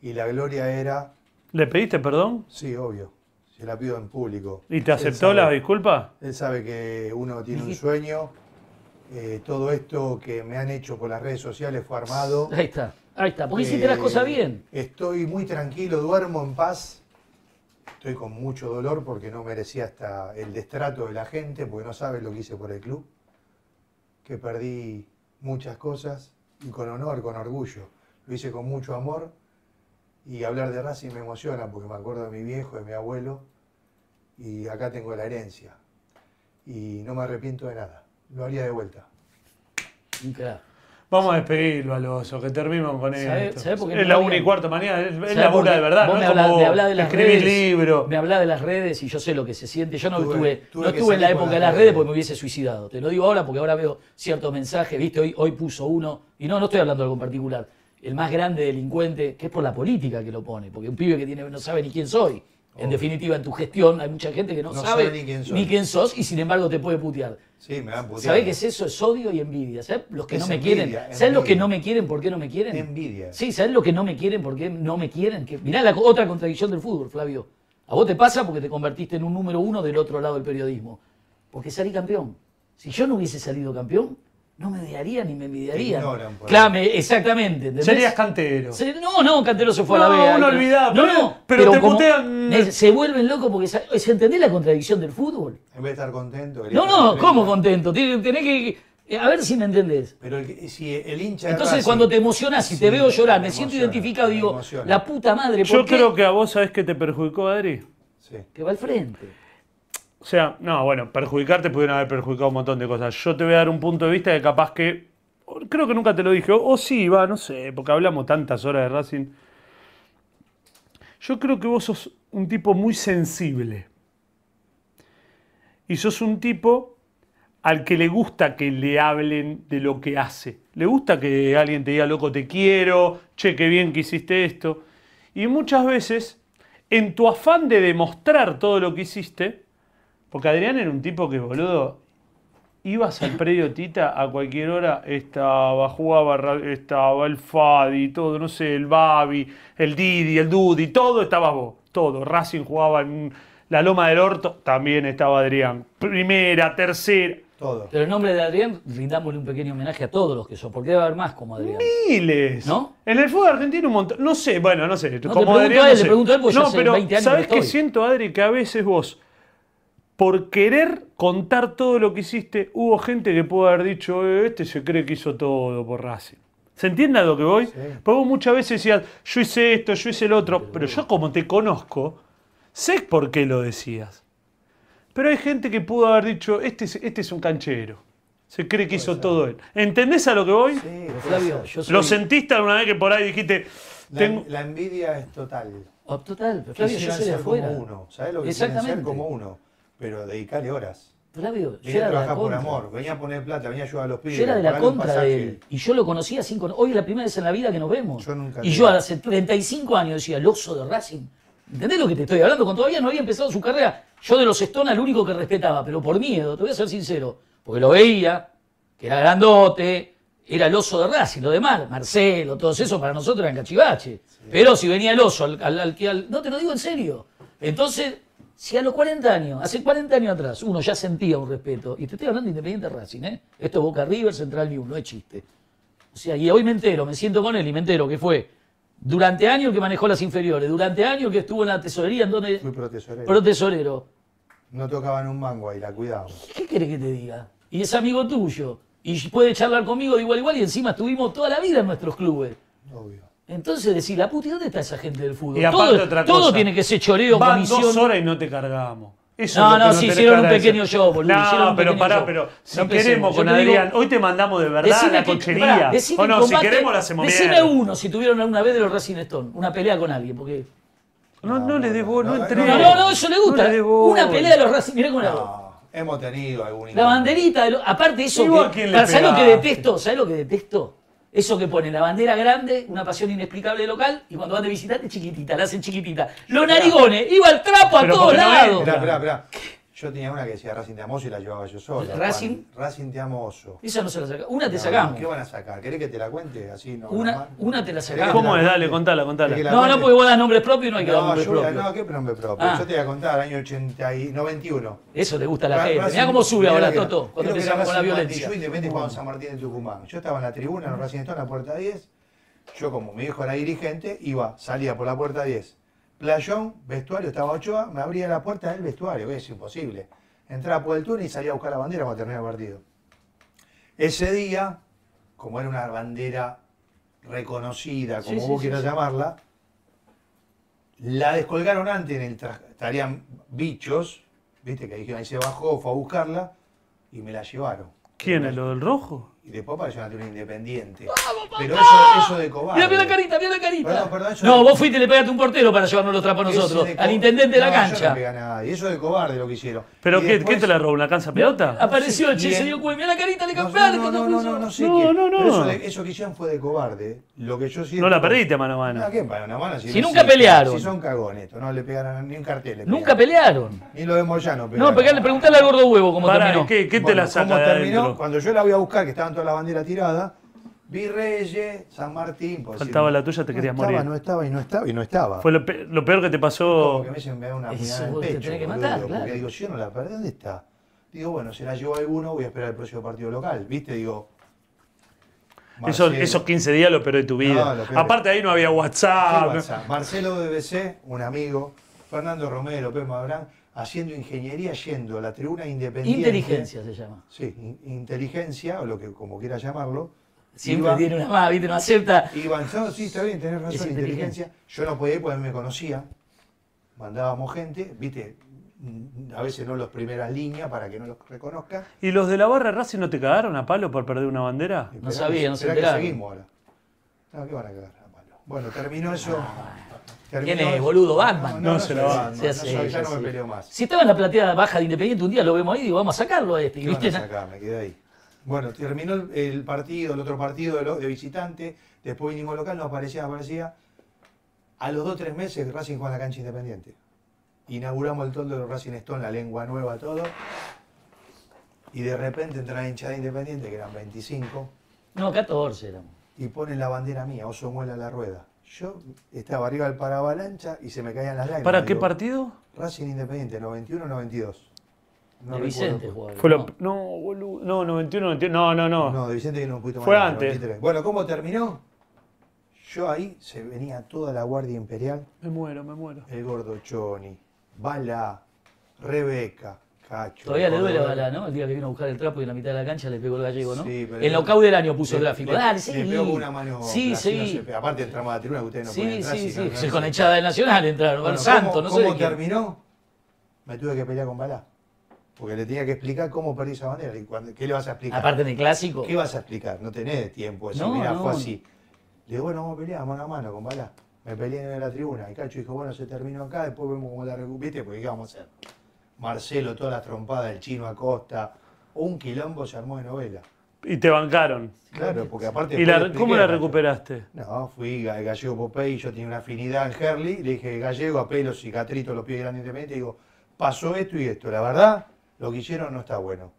Y la gloria era, ¿Le pediste perdón? sí, obvio. Se la pido en público. ¿Y te Él aceptó sabe- las disculpas? Él sabe que uno tiene un sueño. eh, todo esto que me han hecho por las redes sociales fue armado. Ahí está. Ahí está. Porque hiciste Eh, las cosas bien. Estoy muy tranquilo, duermo en paz. Estoy con mucho dolor porque no merecía hasta el destrato de la gente, porque no sabes lo que hice por el club. Que perdí muchas cosas y con honor, con orgullo. Lo hice con mucho amor y hablar de Racing me emociona porque me acuerdo de mi viejo, de mi abuelo y acá tengo la herencia. Y no me arrepiento de nada. Lo haría de vuelta. Un crack. Vamos a despedirlo al oso, que terminamos con ¿Sabe- esto. sabe por qué es no la había- una y cuarto mañana, es, es ¿Sabés por labura qué? de verdad, Vos no me es hablás- como me hablás de las escribir redes, libro. Me hablaba de las redes y yo sé lo que se siente. Yo no Tuve- estuve, tuve no que estuve en la salir por época las de las redes redes. porque me hubiese suicidado. Te lo digo ahora porque ahora veo ciertos mensajes, viste, hoy, hoy puso uno, y no, no estoy hablando de algo en particular, el más grande delincuente, que es por la política que lo pone, porque un pibe que tiene, no sabe ni quién soy. En definitiva, en tu gestión hay mucha gente que no, No sabe, sabe ni quién soy. sos y sin embargo te puede putear. Sí, me han puteado. ¿Sabés qué es eso? Es odio y envidia. ¿Sabés los que Es no me envidia, quieren? es ¿Sabés los que envidia. no me quieren? ¿Por qué no me quieren? Envidia. Sí, ¿sabés lo que no me quieren? ¿Por qué no me quieren? Que, mirá la co- otra contradicción del fútbol, Flavio. A vos te pasa porque te convertiste en un número uno del otro lado del periodismo. Porque salí campeón. Si yo no hubiese salido campeón, no me odiarían ni me envidiarían. Te ignoran por Claro, me- exactamente. ¿entendés? Serías cantero. Se- No, no, Cantero se fue a la No, vea. no, Y- olvidá, pero- pero te como- putean- ne- Se vuelven locos porque... sa- ¿Se entendés la contradicción del fútbol? En vez de estar contento. quería No, estar no, contento. ¿cómo contento? Tiene- Tenés que... Eh, A ver si me entendés. Pero el, que- si el hincha. de Entonces, Racing- cuando te emocionas y te Sí, veo llorar, me, me siento emociona, identificado y me digo, emociona. la puta madre, ¿por Yo qué? creo que a vos sabés que te perjudicó, Adri. Sí. Que va al frente. O sea, no, bueno, perjudicarte pudieron haber perjudicado un montón de cosas. Yo te voy a dar un punto de vista que capaz que. o- Creo que nunca te lo dije. O, o sí, va, no sé, porque hablamos tantas horas de Racing. Yo creo que vos sos un tipo muy sensible. Y sos un tipo al que le gusta que le hablen de lo que hace. Le gusta que alguien te diga, loco, te quiero, che, qué bien que hiciste esto. Y muchas veces, en tu afán de demostrar todo lo que hiciste, porque Adrián era un tipo que, boludo, ibas al predio Tita a cualquier hora, estaba, jugaba, ra- estaba el Fadi, todo, no sé, el Babi, el Didi, el Dudi, todo estabas vos, todo. Racing jugaba en la Loma del Orto, también estaba Adrián. Primera, tercera, Todo. Pero el nombre de Adrián, rindámosle un pequeño homenaje a todos los que son, porque debe haber más como Adrián. miles. ¿No? En el fútbol argentino un montón. No sé, bueno, no sé. te como pregunto a Adrián, él, no le sé. pregunto a él porque yo No, hace pero 20 años ¿sabés que qué estoy? siento, Adri? Que a veces vos, por querer contar todo lo que hiciste, hubo gente que pudo haber dicho, "Eh, este se cree que hizo todo por Racing. ¿Se entiende a lo que voy? Porque vos muchas veces decías, yo hice esto, yo hice el otro, pero yo como te conozco, sé por qué lo decías. Pero hay gente que pudo haber dicho, este es, este es un canchero. Se cree que hizo todo él. ¿Entendés a lo que voy? Sí, Pero, puede Flavio, ser. yo soy... ¿Lo sentiste alguna vez que por ahí dijiste, La, tengo... la envidia es total. Oh, Total, pero Flavio, yo Quisieran soy de ser afuera. como uno. ¿Sabes lo que quieren ser Exactamente. como uno? Pero dedicarle horas. Flavio, yo Venía era de a la trabajar por contra. amor, venía a poner plata, venía a ayudar a los pibes. Yo era de la pagar un contra pasaje. de él. Y yo lo conocía sin cono- Hoy es la primera vez en la vida que nos vemos. Yo nunca y te yo vi. hace 35 años decía, el oso de Racing. ¿Entendés lo que te estoy hablando? Cuando todavía no había empezado su carrera, yo de los Stone el único que respetaba, pero por miedo, te voy a ser sincero. Porque lo veía, que era grandote, era el oso de Racing, lo demás, Marcelo, todos esos para nosotros eran cachivache. Pero si venía el oso, al, al- al que- al- no te lo digo en serio. Entonces, si a los 40 años, hace 40 años atrás, uno ya sentía un respeto, y te estoy hablando de Independiente Racing, ¿eh? Esto es Boca River, Central New, no es chiste. O sea, y hoy me entero, me siento con él y me entero que fue durante años que manejó las inferiores, durante años que estuvo en la tesorería, en donde Fui protesorero. pro tesorero. No tocaban un mango ahí, la cuidábamos. ¿Qué querés que te diga? Y es amigo tuyo. Y puede charlar conmigo de igual a igual y encima estuvimos toda la vida en nuestros clubes. Obvio. Entonces decís, la puta, ¿y dónde está esa gente del fútbol? Y aparte todo, otra todo cosa. tiene que ser choreo, Van comisión. dos horas y no te cargamos. Eso No, es lo que no, sí, tenés hicieron que un agradecer. pequeño show, boludo, hicieron No, un pero pequeño pará, show. pero No si empecemos, queremos yo con te digo- Adrián, hoy te mandamos de verdad Decime la que- cochería. pará, decime o no, el si combate- queremos la hacemos Decime bien. uno si tuvieron alguna vez de los Racing Stone, una pelea con alguien, porque... No, no le des bola, no, No, no, entré. No, no, no, eso le No gusta. le des bola. una pelea de los Racing, mirá cómo la hago. No, hemos tenido algún La intento. banderita, de lo- aparte eso ¿Y vos que, a quién le para- ¿sabés lo que pegaste? detesto? ¿Sabés lo que detesto? Eso que pone la bandera grande, una pasión inexplicable de local, y cuando van de visitante chiquitita, la hacen chiquitita. Los narigones, iba al trapo a Pero todos porque no lados. entra. Esperá, esperá, esperá. Yo tenía una que decía Racing te amo oso y la llevaba yo sola. Racing. Juan, Racing te amo oso. Esa no se la sacamos. Una te No, sacamos. ¿Qué van a sacar? ¿Querés que te la cuente? Así no. Una- normal. una te la sacamos. ¿Querés que te Ah, ¿Cómo es? cuente? Dale, contala, contala. ¿Querés que la No, no, cuente? porque vos das nombres propios y no hay que dar No, nombres yo, propios. no, qué nombre propio. Ah. Yo te voy a contar, año 80 y, 91. Eso le gusta a la Ra- gente. Racing- Mirá cómo sube mirá ahora, que era- Toto, cuando creo que empezamos era con la Racing violencia. Guantillú, Independiente jugaba en San Martín de Tucumán. Yo estaba en la tribuna, en los Racing Stone, en la puerta 10. Yo, como mi hijo era dirigente, iba, salía por la puerta 10. Playón, vestuario, estaba Ochoa, me abría la puerta del vestuario, que es imposible. Entraba por el túnel y salía a buscar la bandera cuando terminaba el partido. Ese día, como era una bandera reconocida, como Sí, sí, vos sí, quieras sí. llamarla, la descolgaron antes en el tra- estarían bichos, viste que dijeron ahí se bajó, fue a buscarla y me la llevaron. ¿Quién es lo del rojo? Y después apareció una tribuna independiente. Pero eso, eso de cobarde. Mirá, mirá la carita, mirá la carita. Perdón, perdón, eso no, de- vos fuiste y le pegaste un portero para llevarnos los trapos a Eso nosotros, de co- al intendente de la No, yo no cancha. pegué a nadie. Eso de cobarde lo que hicieron. ¿Pero Y qué, después- qué te la robó? ¿Una cansa pelota? Apareció, Sí, che, y se en- dio cuenta. Mirá la carita, le No, campearon. no, no, no, no, no sé No, quién. no, no. Pero Eso, de- eso que hicieron fue de cobarde. Lo que yo siento- No la perdiste, mano a mano. No, ¿qué para una mano? Si no nunca existe. pelearon. Si son cagones, esto, no le pegaron ni un cartel. le Nunca pegaron. pelearon. Ni lo de Moyano No, pegaron. pegarle, preguntale al gordo huevo cómo Pará, terminó. ¿qué, qué te Bueno, la saca ¿cómo de terminó? adentro? Cuando yo la voy a buscar, que estaban todas las banderas tiradas, vi Reyes, San Martín. por decir- Faltaba la tuya, te no querías estaba, morir. No estaba y no estaba y no estaba. Fue lo, pe- lo peor que te Como pasó. que me dicen, me da una Eso puñalada en el vos te pecho, tenés que boludo, matar, porque claro. digo, yo no la perdí, ¿dónde está? Digo, bueno, se la llevó alguno, voy a esperar el próximo partido local, ¿viste? Digo. Eso- Marcelo. esos 15 días lo peor de tu vida. No, lo peor. Aparte ahí no había ¿Qué WhatsApp. pasa? Marcelo BBC, un amigo, Fernando Romero, López Mabrán, haciendo ingeniería, yendo a la tribuna independiente. Inteligencia se llama. Sí, in- inteligencia, o lo que como quieras llamarlo. Siempre Iba- tiene una más, ¿viste? No acepta. Y avanzado, sí, está bien, tenés razón, Es inteligencia. Yo no podía ir porque me conocía. Mandábamos gente, viste, mm, a veces no las primeras líneas para que no los reconozca. ¿Y los de la barra de Racing no te cagaron a palo por perder una bandera? Esperá sabía, que- no se esperá que enteraron. seguimos ahora. No, ¿qué van a cagar a palo? Bueno, terminó eso. Ah, ¿Quién terminó es, eso. boludo? Batman. No, se lo Batman, va. no, Ya sé, soy- ya ya no me sé. peleo más. Si estaba en la plateada baja de Independiente, un día lo vemos ahí y digo, vamos a sacarlo a este. ¿Qué van a ¿viste? sacar? Me quedé ahí. Bueno, terminó el, el partido, el otro partido de, lo- de visitante, después vinimos local, no aparecía, no aparecía. A los dos o tres meses Racing juega en la cancha independiente. Inauguramos el toldo de Racing Stone, la lengua nueva, todo. Y de repente entra la hinchada independiente, que eran 25, No, 14 éramos. y ponen la bandera mía, oso muela a la rueda. Yo estaba arriba del paravalancha y se me caían las lágrimas. ¿Para qué Digo, partido? Racing Independiente, 91-92. de Vicente jugaba. recuerdo. Fue la- ¿no? No, boludo. No, 91, 91. No, no, no. No, de Vicente que no pudiste Fue mandar, antes. 93. Bueno, ¿cómo terminó? Yo ahí se venía toda la Guardia Imperial, Me muero, me muero. el gordo Choni, Bala, Rebeca, Cacho. Todavía le duele a Cordobés. Balá, ¿no? El día que vino a buscar el trapo y en la mitad de la cancha le pegó el gallego, ¿no? Sí, pero- el knockout del año puso el Le- gráfico. le- Dale, le sí. pegó con una mano. Sí, así, no sí. se pe- aparte entramos a la tribuna que ustedes no sí, pueden entrar. sí, si no- sí. Se- no se- Con la hinchada de Nacional entraron. Bueno, Con Santos, ¿cómo, no sé ¿Cómo de quién. terminó? Me tuve que pelear con Balá. Porque le tenía que explicar cómo perdí esa bandera. y cuando- ¿Qué le vas a explicar? Aparte en el clásico. ¿Qué vas a explicar? No tenés tiempo. Eso, No, mirá, no. fue así. Le digo, bueno, vamos a pelear mano a mano con Balá. Me peleé en la tribuna. Y Cacho dijo, bueno, se terminó acá, después vemos cómo la recupiste, porque ¿qué vamos a hacer? Marcelo, todas las trompadas, el chino Acosta. Un quilombo se armó de novela. Y te bancaron. Claro, porque aparte. ¿Y después le la, expliqué cómo la a Nacho. recuperaste? No, fui a Gallego Popey, yo tenía una afinidad en Herley, le dije, Gallego, a pelo, cicatrito, los pies grandes independientes, digo, pasó esto y esto, la verdad, lo que hicieron no está bueno.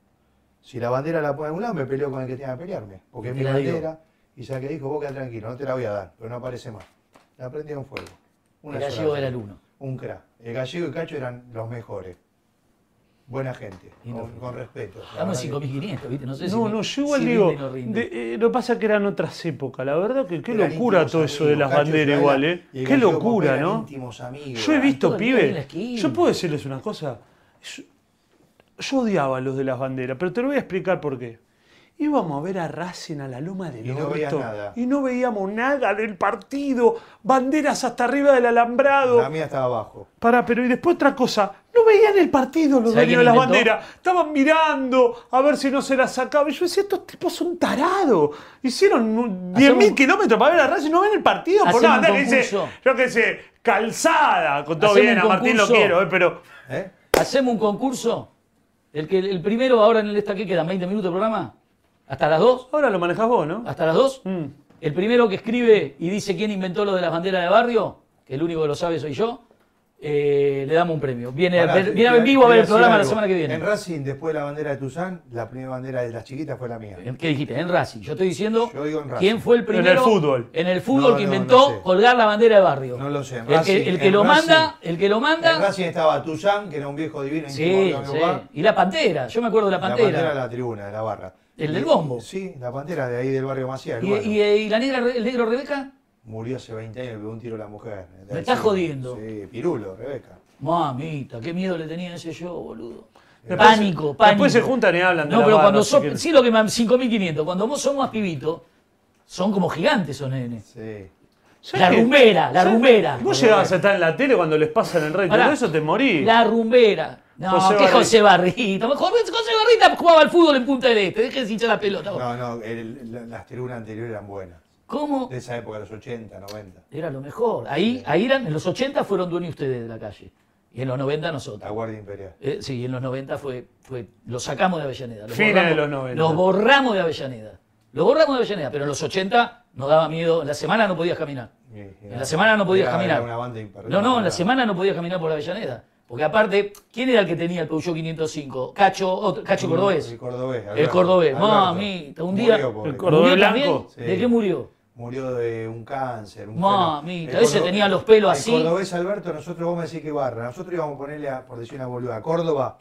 Si la bandera la pone a un lado, me peleo con el que tenga que pelearme, porque es Te mi la digo. bandera, y saqué dijo, vos quedá tranquilo, no te la voy a dar, pero no aparece más. La prendí en fuego. Una El sola gallego vez. era el uno. Un crack. El Gallego y Cacho eran los mejores. Buena gente, Lindo con, fue. con respeto. La Estamos en verdad que- 5.500, ¿viste? No sé si. No, no, yo igual si digo. rinde o no rinde. de- eh, lo que pasa es que eran otras épocas. La verdad que qué Eran locura íntimos todo eso de amigos, las Cacho y banderas Flavia, igual, ¿eh? y el Qué Gallego Popey locura, eran ¿no? íntimos amigos, Yo he eran visto todo el día ah, en la pibes. esquina. Yo puedo decirles una cosa. Yo, yo odiaba a los de las banderas, pero te lo voy a explicar por qué. Íbamos a ver a Racing a la Loma del Y no veías Orto, nada. y no veíamos nada del partido, banderas hasta arriba del alambrado. La mía estaba abajo. Pará, pero y después otra cosa, no veían el partido los ¿Sabe dueños de quién las inventó? banderas, estaban mirando a ver si no se las sacaba. Y yo decía, estos tipos son tarados. Hicieron un- 10.000 Hacemos- kilómetros para ver a Racing y no ven el partido por Hacemos una un bandera que dice, concurso. yo qué sé, calzada, con todo Hacemos bien, a un Martín lo concurso. quiero, eh, pero ¿Eh? Hacemos un concurso. El, que, el primero ahora en el esta que quedan 20 minutos de programa. ¿Hasta las 2? ahora lo manejás vos, ¿no? ¿Hasta las 2? Mm. El primero que escribe y dice quién inventó lo de las banderas de barrio, que el único que lo sabe soy yo, eh, le damos un premio. Viene, a Pará, ver- te- viene a te- ver en vivo a ver te voy el decir programa la algo. semana que viene. En Racing, después de la bandera de Tuzán, la primera bandera de las chiquitas fue la mía. ¿Qué dijiste? En Racing. Yo estoy diciendo Yo digo en Racing. quién fue el primero el fútbol. en el fútbol No, que no, no inventó sé. colgar la bandera de barrio. No lo sé, en El Racing, que, el que en lo Racing. manda, el que lo En manda. Racing estaba Tuzán, que era un viejo divino. Sí, íntimo amigo sí. de mi papá. Y la pantera. Yo me acuerdo de la La pantera. pantera de la tribuna, de la barra. El del Y- bombo. Sí, la pantera de ahí del barrio Macías. y, el guano. y- eh, y la negra, el negro Rebeca. Murió hace 20 años, le pegó un tiro a la mujer. Me estás jodiendo. Sí, Pirulo, Rebeca. Mamita, qué miedo le tenía ese yo, boludo. Después- pánico, pánico. Después se juntan y hablan de No, la pero barra, cuando así son, que- sí lo que me 5500, cuando vos sos más pibito, son como gigantes son nenes. Sí. ¿Sabés La qué? rumbera, la ¿Sabés? rumbera. Vos llegabas a estar en la tele cuando les pasan el rey, Pará. todo eso te morís. La rumbera. No, José que Barri- José Barrita. Mejor José Barrita jugaba al fútbol en punta de este. Dejen de hinchar la pelota. vos. No, no, el- la- las tribunas anteriores eran buenas. ¿Cómo? Eh. De esa época, los 80, 90. Era lo mejor. Ahí, ahí eran, en los 80 fueron dueños ustedes de la calle. Y en los 90 La nosotros. Guardia Imperial. Eh, sí, en los 90 fue, fue. Lo sacamos de Avellaneda. lo Fines borramos- de los 90. Lo borramos de Avellaneda. Lo borramos de Avellaneda, pero en los 80 nos daba miedo. En la semana no podías caminar. Y- y En era- la semana no podías era- caminar. era una banda imperdible. No, no, en la Era- semana no podías caminar por Avellaneda. Porque aparte, ¿quién era el que tenía el Peugeot 505? Cacho, otro- Cacho Cordobés. El cordobés. El cordobés. Alberto. Mamita, un día- Murió, pobre. El cordobés. ¿Murió blanco? también? Sí. ¿De qué murió? Murió de un cáncer. Un Mamita, fenómeno. El ese cordo- tenía los pelos así. El cordobés Alberto, nosotros vamos a decir que barra. Nosotros íbamos a ponerle, a, por decir una boluda, a Córdoba.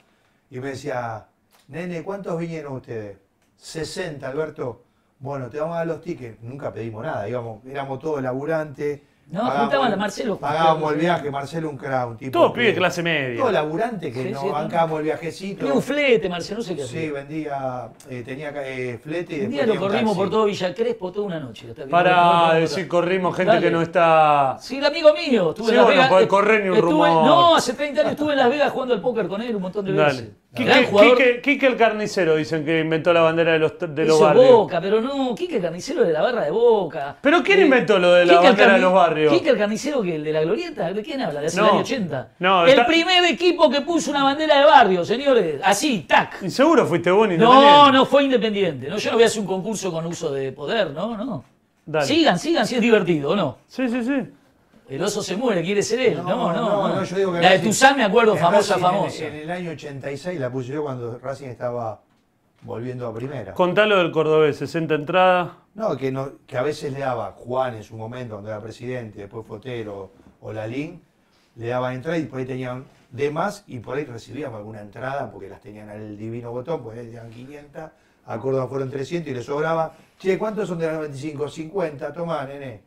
Y me decía, nene, ¿cuántos vinieron ustedes? 60, Alberto. Bueno, te vamos a dar los tickets. Nunca pedimos nada. Íbamos, éramos todos laburantes. No, Pagamos- juntaban a Marcelo. Pagábamos el viaje, Marcelo un crack, un tipo. Todo pibe de que- clase Todo media. laburante que Sí, nos sí, bancábamos el viajecito. Tenía un flete, Marcelo, no sé qué Sí, hacía. vendía, eh, tenía eh, flete y un después día lo tenía un corrimos taxi. por todo Villa Crespo toda una noche. hasta que no- no- no- Para no- decir, corrimos gente Dale. que no está. Sí, el amigo mío. Estuve Sí, en Las vos no Vegas. podés eh, correr ni un estuve- rumor. No, hace 30 años estuve en Las Vegas jugando al póker con él un montón de veces. Dale. Gran Quique, jugador. Quique- Quique el carnicero dicen que inventó la bandera de los, de los hizo barrios. Boca, pero no, Quique el Carnicero de la barra de Boca. ¿Pero quién Eh, inventó lo de la Quique el bandera de Carni- los barrios? Quique el Carnicero, que el de la glorieta, ¿de quién habla? De hace No. el año 80. No, el está- primer equipo que puso una bandera de barrio, señores. Así, tac. Y seguro fuiste vos, ni No, no fue independiente. No, yo no voy a hacer un concurso con uso de poder, no, no. Dale. Sigan, sigan, si es divertido, ¿o no? Sí, sí, sí. El oso se muere, quiere ser él. No, no, no. yo digo que la de Racing- Tuzán me acuerdo, en famosa, Racing en- famosa. En, el año 86 la puse yo cuando Racing estaba volviendo a primera. Contalo del cordobés, 60 entradas. No, que, no- que a veces le daba Juan en su momento, cuando era presidente, después Fotero o Lalín, le daba entrada y por ahí tenían de más y por ahí recibíamos alguna entrada porque las tenían al divino botón, pues ahí tenían 500, a Córdoba fueron 300 y le sobraba. Che, ¿cuántos son de las 95? 50, tomá, nene.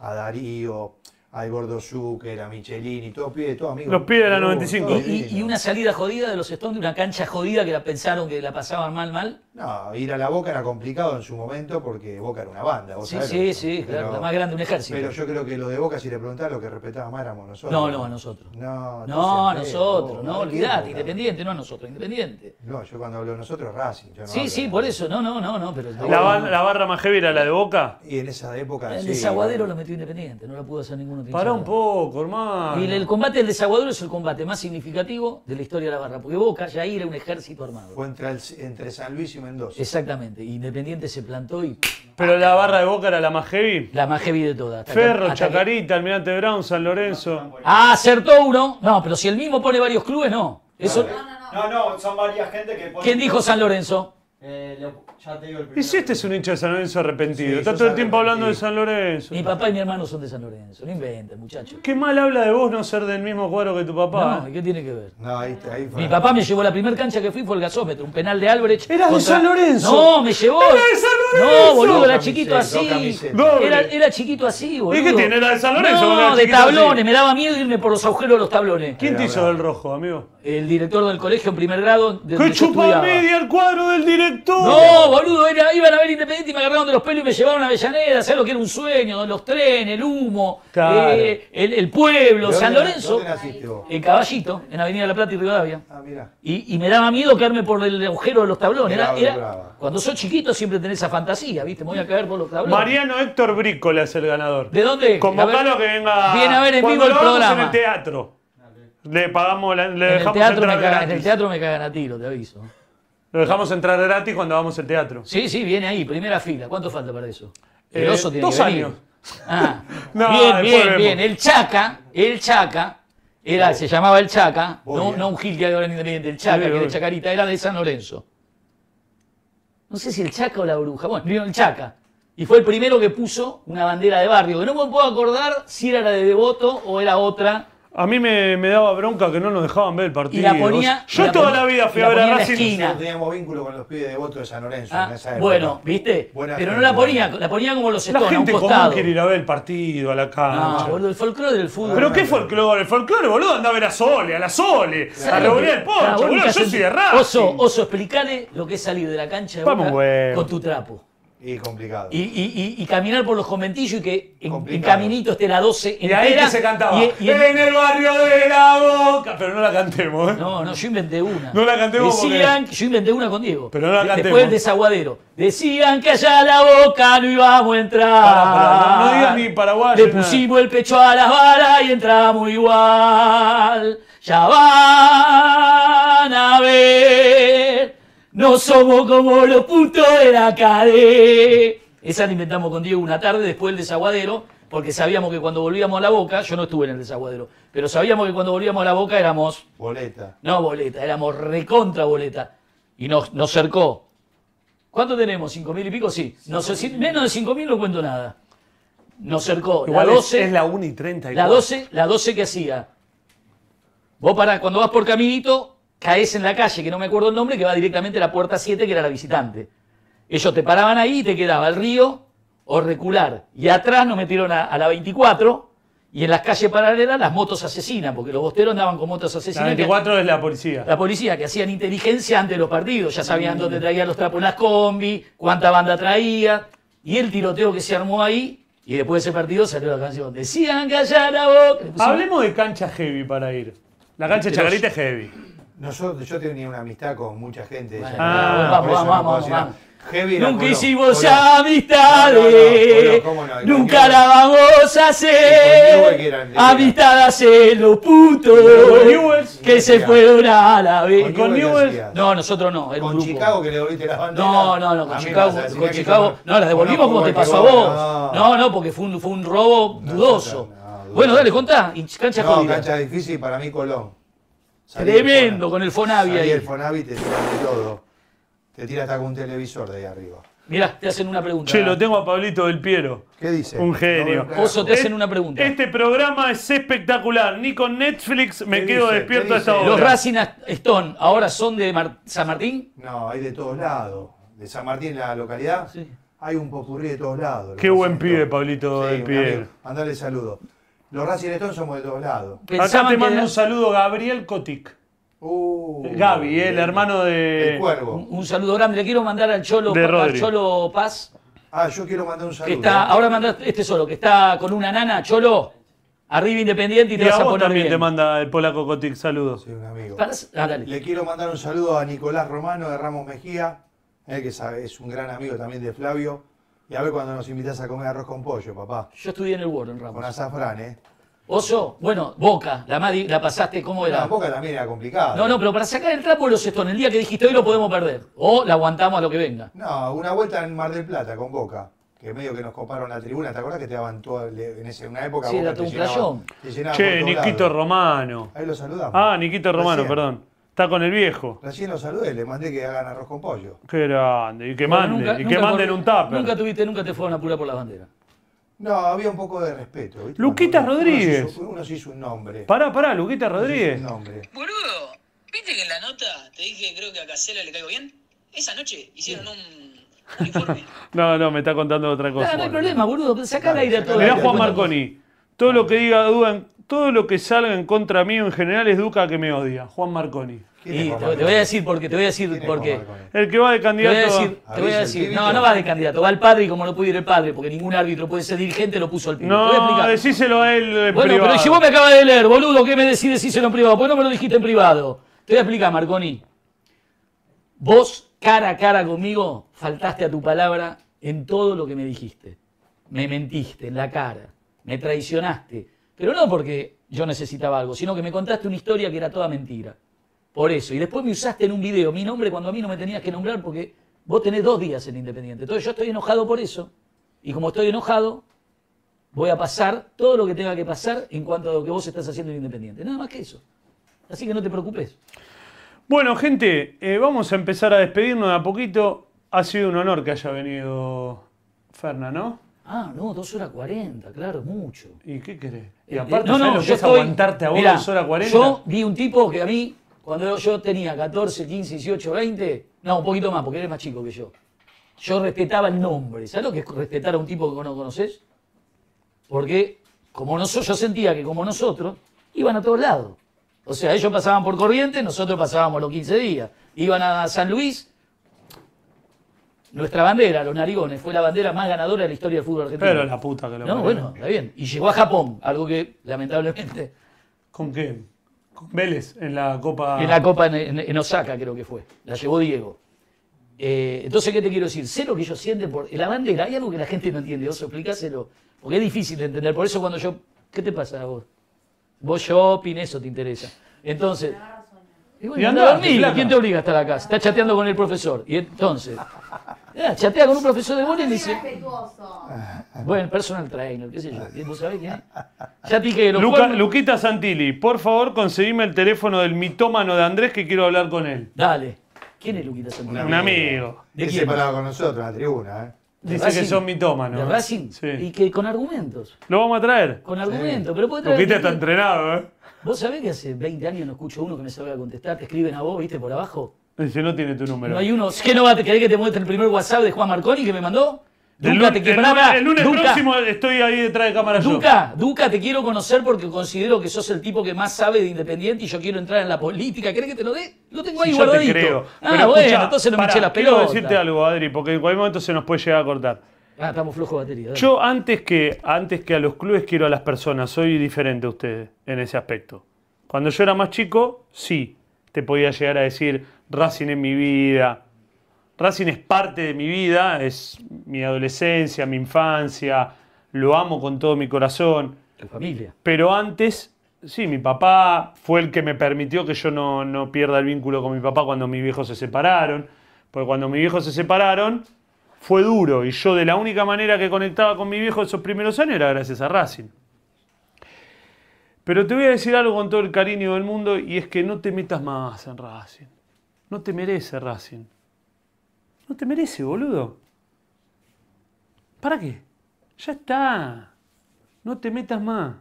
A Darío, al Gordo Zucker, a Michelini, todos pibes, todos amigos. Los pibes de la Todos, 95. todos Y- y, y divinos. una salida jodida de los Stones, una cancha jodida que la pensaron que la pasaban mal, mal. No, ir a la Boca era complicado en su momento porque Boca era una banda, vos Sí, sabés lo sí, que son. sí, claro, Pero- la más grande, un ejército. Pero yo creo que los de Boca, si le preguntás, lo que respetaba más éramos nosotros. No, no, a nosotros. No, No, a seas feo, nosotros, vos, no, ¿qué olvidate, Boca? independiente, no a nosotros, independiente. No, yo cuando hablo de nosotros, Racing. yo no Sí, hablo sí, de- por eso, no, no, no, no, pero. La, ba- la barra más heavy era la de Boca. Y en esa época. El sí, desaguadero lo metió independiente, no lo pudo hacer ninguno. Pará un poco, hermano. Y el, el combate del desaguadero es el combate más significativo de la historia de la barra, porque Boca ya era un ejército armado. Fue entre, el- entre San Luis y Mendoza. Exactamente, Independiente se plantó y Pero la barra de Boca era la más heavy. la más heavy de todas. hasta que- Ferro, hasta que- Chacarita, Almirante Brown, San Lorenzo. Ah, acertó uno. No, pero si el mismo pone varios clubes, no. Eso, No, no, no. No, no, son varias gente que ponen. ¿Quién dijo San Lorenzo? Eh, lo- ya te digo el Y primero. si este es un hincha de San Lorenzo arrepentido, Sí, está yo todo el sabe tiempo hablando de arrepentido. San Lorenzo. Mi papá y mi hermano son de San Lorenzo. No inventen, muchachos. Qué mal habla de vos no ser del mismo cuadro que tu papá. No, eh. ¿y ¿qué tiene que ver? No, ahí, está- ahí fue. Mi papá me llevó a la primera cancha que fui fue el gasómetro, un penal de Albrecht. Era de San Lorenzo. No, me llevó. Era de San Lorenzo. No, boludo, Dos era chiquito camisetas, dos así. camisetas. Doble. Era, era chiquito así, boludo. ¿Y qué tiene? Era de San Lorenzo, boludo, No, era de chiquito así. tablones. Me daba miedo irme por los agujeros de los tablones. ¿Quién te Era hizo bravo. del rojo, amigo? El director del colegio en primer grado. de donde ¡Que yo chupa estudiaba. media el cuadro del director! No, boludo, era- iban a ver Independiente y me agarraron de los pelos y me llevaron a Avellaneda, ¿sabes lo que era un sueño? Los trenes, el humo, Claro. eh, el, el pueblo, ¿Dónde- San Lorenzo, Eh, ¿Dónde naciste vos? el caballito, en Avenida de la Plata y Rivadavia. Ah, mirá. Y, y me daba miedo caerme por el agujero de los tablones. Era- Bravo, era- bravo. cuando sos chiquito siempre tenés esa fantasía, ¿viste? Me voy a caer por los tablones. Mariano Héctor Brícola es el ganador. ¿De dónde? Convocalo A que ver, venga. Viene a ver en Cuando vivo el lo hagamos programa. en el teatro. Le pagamos, la- le en, el dejamos teatro me entrar cagan- en gratis. el teatro me cagan a tiro, te aviso. Lo dejamos entrar gratis cuando vamos al teatro. Sí, sí, viene ahí, primera fila. ¿Cuánto falta para eso? Eh, El oso tiene dos que venir. años. Ah, No, bien, después bien, vemos. bien. El Chaca, el Chaca, era, se llamaba el Chaca, Muy no, bien. no un Gil que hay ahora en Independiente, el Chaca, Sí, que era obvio. el Chacarita, era de San Lorenzo. No sé si el Chaca o la Bruja, bueno, vino el Chaca. Y fue el primero que puso una bandera de barrio, que no me puedo acordar si era la de Devoto o era otra. A mí me, me daba bronca que no nos dejaban ver el partido. Y la ponía- Yo y la toda ponía- la vida fui y la a ver a ponía en la Racing. esquina. Nosotros teníamos vínculo con los pibes de voto de San Lorenzo Ah, en esa época. bueno, ¿viste? Buena Pero no gente, la ponía, ¿no? la ponía como los La Stones, a un gente común costado. quiere ir a ver el partido, a la No, cancha. boludo, el folclore del fútbol. ¿Pero qué folclore? El folclore, boludo, anda a ver a Sole, a la Sole, a reunir el Ah, poncho, vos boludo. nunca Yo soy sentí- de Racing. Oso, oso, explicale lo que es salir de la cancha de Vamos, Boca huevo. con tu trapo. Y complicado. Y, y- y- y caminar por los conventillos y que en, en Complicado. caminito esté la 12 Y ahí entera que se cantaba. y- y en- en el barrio de la boca. Pero no la cantemos, ¿eh? no, no, yo inventé una. No la cantemos porque- Decían que yo inventé una con Diego. Pero no la De- cantemos. Después el desaguadero. Decían que allá a la boca no íbamos a entrar. Pará, pará, no- no digas ni paraguayo, Le nada. pusimos el pecho a las balas y entramos igual. Ya van a ver. No somos como los putos de la cadena. Esa la inventamos con Diego una tarde después del desaguadero, porque sabíamos que cuando volvíamos a la boca, yo no estuve en el desaguadero, pero sabíamos que cuando volvíamos a la boca éramos Boleta. no boleta, éramos recontra boleta. Y nos, nos cercó. ¿Cuánto tenemos? ¿Cinco mil y pico? Sí. Nos- si- menos de cinco mil no cuento nada. Nos cercó. Igual la es- 12, es la 1 y 30. la 12, la 12 que hacía. Vos para cuando vas por caminito, caes en la calle, que no me acuerdo el nombre, que va directamente a la puerta 7, que era la visitante. Ellos te paraban ahí y te quedaba el río o recular. Y atrás nos metieron a, a la 24, Y en las calles paralelas las motos asesinas, porque los bosteros andaban con motos La asesinas. que- 24 es la policía. la policía que hacían inteligencia ante los partidos, ya sabían dónde traían los trapos las combi, cuánta banda traía, y el tiroteo que se armó ahí, y después de ese partido salió la canción, decían callar la boca. Le pusieron- Hablemos de cancha heavy para ir. La cancha de Pero- Chacarita es heavy. Nosotros, yo tenía una amistad con mucha gente. de Bueno, Ah, Yacaré, por vamos, eso no vamos, puedo decir vamos, nada. Heavy era Nunca Colón, hicimos Colón. amistades, No, no, no, no, cómo no, y nunca con la vamos a Y con Newell que hacer. eran- Amistad hacen los putos Con Newell's. que se fueron a la Y vez. con Newell's- hacías. No, nosotros no, era un Con grupo. Chicago que le devolviste la bandera. No, no, no, A con mí me Chicago, vas a decir con que yo Chicago, no, las devolvimos conozco como te igual que pasó a vos. No, No, no, porque fue un, fue un robo No, dudoso. no, no, dudoso. Bueno, dale, contá, y cancha no, jodida. cancha difícil para mí Colón. Salí del Tremendo Fonavi. con el Fonavi Salí ahí. el Fonavi te tira de todo. Te tira hasta con un televisor de ahí arriba. Mirá, te hacen una pregunta. Che, lo Eh, tengo a Pablito del Piero. ¿Qué dice? Un genio. No veo Oso, te Es- hacen una pregunta. Este programa es espectacular. Ni con Netflix me ¿Qué quedo dice? despierto ¿Qué a esta dice? hora. Los Racing Stone ahora son de Mar- San Martín. No, hay de todos lados. De San Martín, la localidad, Sí. hay un popurrí de todos lados. Qué Los buen Racing pibe, Stone. Pablito del un Piero. amigo. Mandale saludo. Los Racing Stone somos de todos lados. Acá Pensaban te que mando era- un saludo Gabriel Cotic. Uh, Gaby, eh, el hermano de. El cuervo. un, un saludo grande. Le quiero mandar al Cholo, De al Rodri. Cholo Paz, Ah, yo quiero mandar un que saludo. está, ahora mandaste este solo, que está con una nana, Cholo, arriba Independiente y te Y vas a a vos poner también bien. te manda el polaco Cotic. Saludos. Sí, un amigo. Parás- ah, dale. Le quiero mandar un saludo a Nicolás Romano de Ramos Mejía, eh, que sabe- es un gran amigo también de Flavio. Y a ver cuando nos invitas a comer arroz con pollo, papá. Yo estudié en el Warren, Con Ramos. azafrán, ¿eh? Oso, bueno, Boca, la, más di- la pasaste, ¿cómo La era? boca también era complicada. No, no, pero para sacar el trapo de los Stones, el día que dijiste hoy lo podemos perder. O la aguantamos a lo que venga. No, una vuelta en Mar del Plata con Boca, que medio que nos coparon la tribuna. ¿Te acuerdas que te daban todo el- en ese- en una época? Sí, Boca era te todo un llenaba- playón. te llenaba por Che, todos Niquito lados. Romano. Ahí lo saludamos. Ah, Niquito Romano, Recién. perdón. Está con el viejo. Recién lo saludé, le mandé que hagan arroz con pollo. Qué grande. Y que Bueno, manden. nunca- y que nunca manden cor- un tupper. Nunca tuviste, nunca te fueron a apurar por la bandera. No, había un poco de respeto. ¿viste? Luquitas Uno se hizo- Rodríguez. Uno se hizo un nombre. Pará, pará, Luquita Uno se hizo Rodríguez. Un nombre. Boludo, ¿viste que en la nota te dije que creo que a Casella le caigo bien? Esa noche hicieron un un informe. No, no, me está contando otra No, cosa. no hay problema, boludo. Sacá el Dale, aire a sacá todo. el Mirá Dale, Juan cuéntanos. Marconi. Todo lo que diga duda, en- todo lo que salga en contra mío en general es Duca que me odia. Juan Marconi. ¿Quién es Y Juan te, te Marconi? voy a decir porque, te voy a decir ¿Quién es Juan porque. Marconi? El que va de Te voy a candidato. a- decir, te voy a Avisa el decir, pibito. no, no va de candidato, va el padre y como no puede ir el padre, porque ningún árbitro puede ser dirigente, lo puso al pibe. Te voy a No, explicar. decíselo a él en Bueno, privado. pero si vos me acabas de leer, boludo, ¿qué me decís decíselo en privado? ¿Por qué no me lo dijiste en privado? Te voy a explicar, Marconi. Vos, cara a cara conmigo, faltaste a tu palabra en todo lo que me dijiste. Me mentiste en la cara, me traicionaste. Pero no porque yo necesitaba algo, sino que me contaste una historia que era toda mentira. Por eso. Y después me usaste en un video mi nombre cuando a mí no me tenías que nombrar porque vos tenés dos días en Independiente. Entonces yo estoy enojado por eso. Y como estoy enojado, voy a pasar todo lo que tenga que pasar en cuanto a lo que vos estás haciendo en Independiente. Nada más que eso. Así que no te preocupes. Bueno, gente, eh, vamos a empezar a despedirnos de a poquito. Ha sido un honor que haya venido Ferna, ¿no? Ah, no, 2 horas 40, claro, mucho. ¿Y qué querés? Y Eh, aparte, eh, ¿sabés lo que es aguantarte a vos mirá, 2 horas 40? Yo vi un tipo que a mí, cuando yo tenía 14, 15, 18, 20, no, un poquito más, porque eres más chico que yo. Yo respetaba el nombre. ¿Sabes lo que es respetar a un tipo que no conoces? Porque como nosotros, yo sentía que como nosotros, iban a todos lados. O sea, ellos pasaban por Corrientes, nosotros pasábamos los 15 días. Iban a San Luis. Nuestra bandera, los narigones, fue la bandera más ganadora de la historia del fútbol argentino. Pero la puta que lo No, parió. bueno, está bien. Y llegó a Japón, algo que lamentablemente ¿Con qué? Con Vélez en la Copa. en la Copa en, en- en Osaka creo que fue. La llevó Diego. Eh, entonces, ¿qué te quiero decir? Sé lo que ellos sienten por la bandera. Hay algo que la gente no entiende. Vos explícaselo. Porque es difícil de entender. Por eso cuando yo... ¿Qué te pasa a vos? Vos shopping, eso te interesa. Entonces... Y bueno, Y anda a andate, dormir. flaca. ¿Quién te obliga a estar acá? Está chateando con el profesor. Y entonces... ah, chatea con un profesor de No bola y seas le dice... respetuoso. Bueno, personal trainer, qué sé yo. ¿Vos sabés quién es? Ya te dije que los Luca- cuernos- Luquita Santilli, por favor, conseguime el teléfono del mitómano de Andrés que quiero hablar con él. Dale. ¿Quién es Luquita Santilli? Un amigo. ¿De Ese quién? paraba con nosotros en la tribuna, ¿eh? ¿De Dice Racing? que son mitómanos. ¿De Racing? Sí. Y que con argumentos. ¿Lo vamos a traer? Con argumentos. Pero puede traer- Luquita está entrenado, ¿eh? Vos sabés que hace 20 años no escucho uno que me salga a contestar, te escriben a vos, viste, por abajo. Dice, no tiene tu número. No hay uno. ¿Qué no va a querer que te muestre el primer WhatsApp de Juan Marconi que me mandó? El Duca, lun- te el quiero. lunes- pará, pará, el lunes Duca, próximo estoy ahí detrás de cámara yo. Duca, Duca, te quiero conocer porque considero que sos el tipo que más sabe de Independiente y yo quiero entrar en la política. ¿Querés que te lo dé? Lo tengo ahí Sí, yo guardadito. te creo. Ah, Pero bueno, escuchá, entonces no me pará, eché las Quiero pelotas. decirte algo, Adri, porque en cualquier momento se nos puede llegar a cortar. Ah, estamos flojos de batería. dale. Yo antes que, antes que a los clubes quiero a las personas, soy diferente a ustedes en ese aspecto. Cuando yo era más chico, sí, te podía llegar a decir Racing es mi vida, Racing es parte de mi vida, es mi adolescencia, mi infancia, lo amo con todo mi corazón. Tu familia. Pero antes, sí, mi papá fue el que me permitió que yo no, no pierda el vínculo con mi papá cuando mis viejos se separaron. Porque cuando mis viejos se separaron, fue duro. Y yo de la única manera que conectaba con mi viejo esos primeros años era gracias a Racing. Pero te voy a decir algo con todo el cariño del mundo y es que no te metas más en Racing. No te merece Racing. No te merece, boludo. ¿Para qué? Ya está. No te metas más.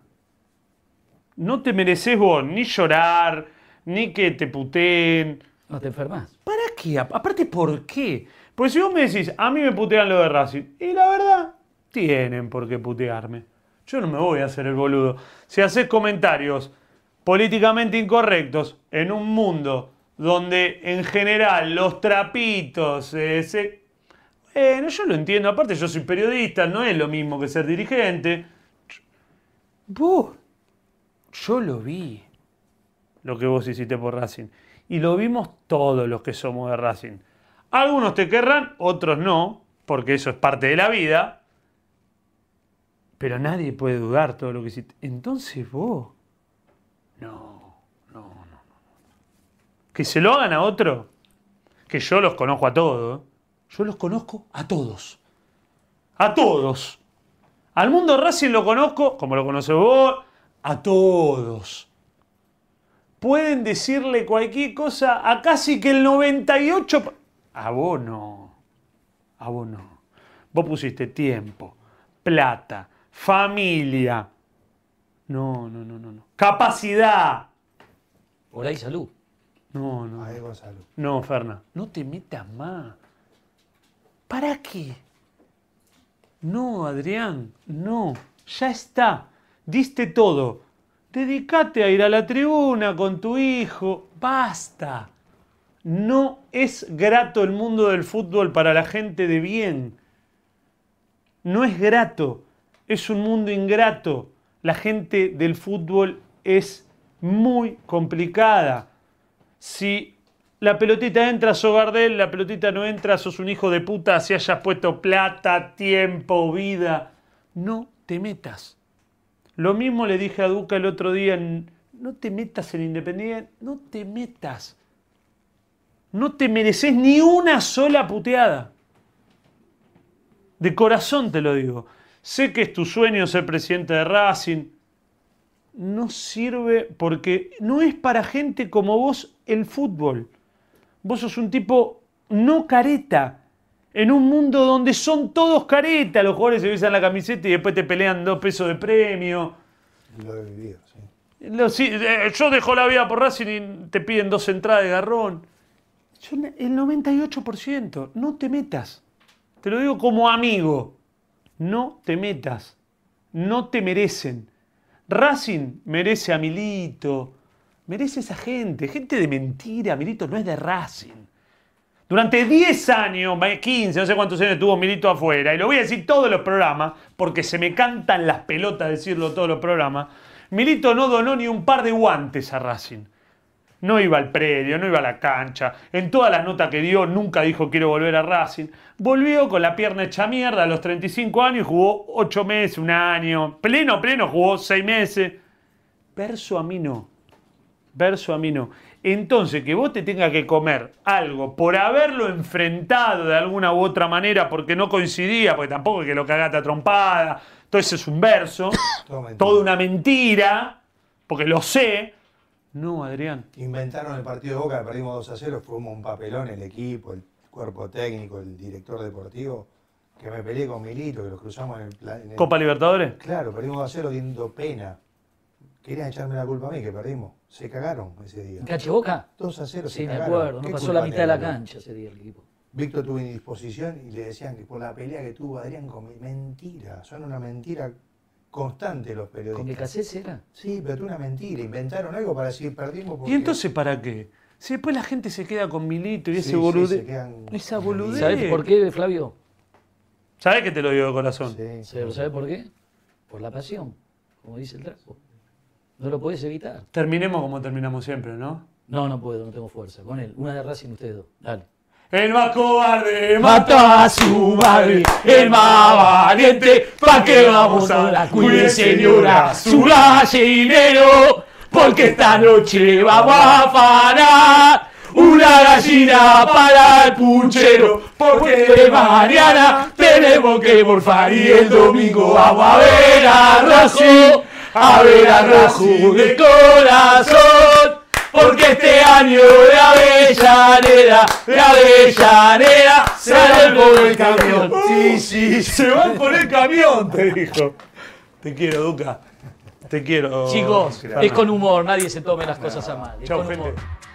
No te mereces vos ni llorar, ni que te puteen. No te enfermas. ¿Para qué? A- Aparte, ¿por qué? Porque si vos me decís, a mí me putean lo de Racing, y la verdad, tienen por qué putearme. Yo no me voy a hacer el boludo. Si haces comentarios políticamente incorrectos en un mundo donde en general los trapitos eh, se... Bueno, yo lo entiendo. Aparte, yo soy periodista, no es lo mismo que ser dirigente. Vos, yo lo vi lo que vos hiciste por Racing. Y lo vimos todos los que somos de Racing. Algunos te querrán, otros no, porque eso es parte de la vida. Pero nadie puede dudar todo lo que hiciste. Entonces vos. No, no, no. no. Que se lo hagan a otro. Que yo los conozco a todos. ¿eh? Yo los conozco a todos. A todos. Al mundo Racing lo conozco, como lo conoces vos, a todos pueden decirle cualquier cosa a casi que el 98... pa- A vos no. A vos no. Vos pusiste tiempo, plata, familia. No, no, no, no. no. Capacidad. Por ahí salud. No, no. Ahí, Gonzalo. No, Ferna. No te metas más. ¿Para qué? No, Adrián. No. Ya está. Diste todo. Dedicate a ir a la tribuna con tu hijo. Basta. No es grato el mundo del fútbol para la gente de bien. No es grato. Es un mundo ingrato. La gente del fútbol es muy complicada si la pelotita entra, sos Gardel, la pelotita no entra, sos un hijo de puta, si hayas puesto plata, tiempo, vida. No te metas. Lo mismo le dije a Duca el otro día, en- no te metas en Independiente, no te metas. No te mereces ni una sola puteada. De corazón te lo digo. Sé que es tu sueño ser presidente de Racing, no sirve porque no es para gente como vos el fútbol. Vos sos un tipo no careta. En un mundo donde son todos careta, los jugadores se besan la camiseta y después te pelean dos pesos de premio. Lo he vivido, sí. Lo- sí, eh, yo dejo la vida por Racing y te piden dos entradas de garrón. Yo ne- el 98%, no te metas. Te lo digo como amigo. No te metas. No te merecen. Racing merece a Milito. Merece a esa gente. Gente de mentira. Milito no es de Racing. Durante 10 años, más 15, no sé cuántos años estuvo Milito afuera, y lo voy a decir todos los programas, porque se me cantan las pelotas decirlo todos los programas, Milito no donó ni un par de guantes a Racing. No iba al predio, no iba a la cancha. En todas las notas que dio, nunca dijo quiero volver a Racing. Volvió con la pierna hecha mierda a los 35 años y jugó 8 meses, un año. Pleno, pleno, jugó 6 meses. Verso a mí no verso a mí no. Entonces, que vos te tengas que comer algo por haberlo enfrentado de alguna u otra manera porque no coincidía, porque tampoco es que lo cagaste a trompada, todo eso es un verso, Todo mentira. toda una mentira, porque lo sé. No, Adrián, Inventaron el partido de Boca, le perdimos 2 a 0, fue un papelón el equipo, el cuerpo técnico, el director deportivo, que me peleé con Milito, que los cruzamos en el... pla- en el- Copa Libertadores. Claro, perdimos 2 a 0 viendo pena. Querían echarme la culpa a mí, que perdimos. Se cagaron ese día. ¿Cache Boca? 2 a 0 se Sí, me cagaron. acuerdo. No ¿Qué pasó culpa la mitad de la tengo yo? cancha ese día el equipo. Víctor tuvo indisposición y le decían que por la pelea que tuvo Adrián con mentira, son una mentira constante los ¿Con periodistas. Becasese era? Sí, pero es una mentira, inventaron algo para decir perdimos porque ¿Y entonces para qué? Si después la gente se queda con Milito y Sí, ese sí, bolude. se quedan- Esa boludez. ¿Sabes por qué, Flavio? ¿Sabes que te lo digo de corazón? Sí, sí. ¿Sabes por qué? Por la pasión, como dice el trapo. No lo podés evitar. Terminemos como terminamos siempre, ¿no? No, no puedo, no tengo fuerza. Con él, una de Racing ustedes dos. Dale. El más cobarde Mata a su madre, el más valiente, pa' que vamos a la cuide señora, su gallinero, porque esta noche vamos a afanar una gallina para el puchero, porque de mañana tenemos que morfar y el domingo vamos a ver a Racing, a ver a Racing de corazón. Porque este año de Avellaneda, de Avellaneda, sale por el camión. Uh, Sí, sí, se van por el camión, te dijo. Te quiero, Duca. Te quiero. Chicos, Gerardo. es con humor, nadie se tome las cosas a mal. es Oh, Chau, con gente. humor.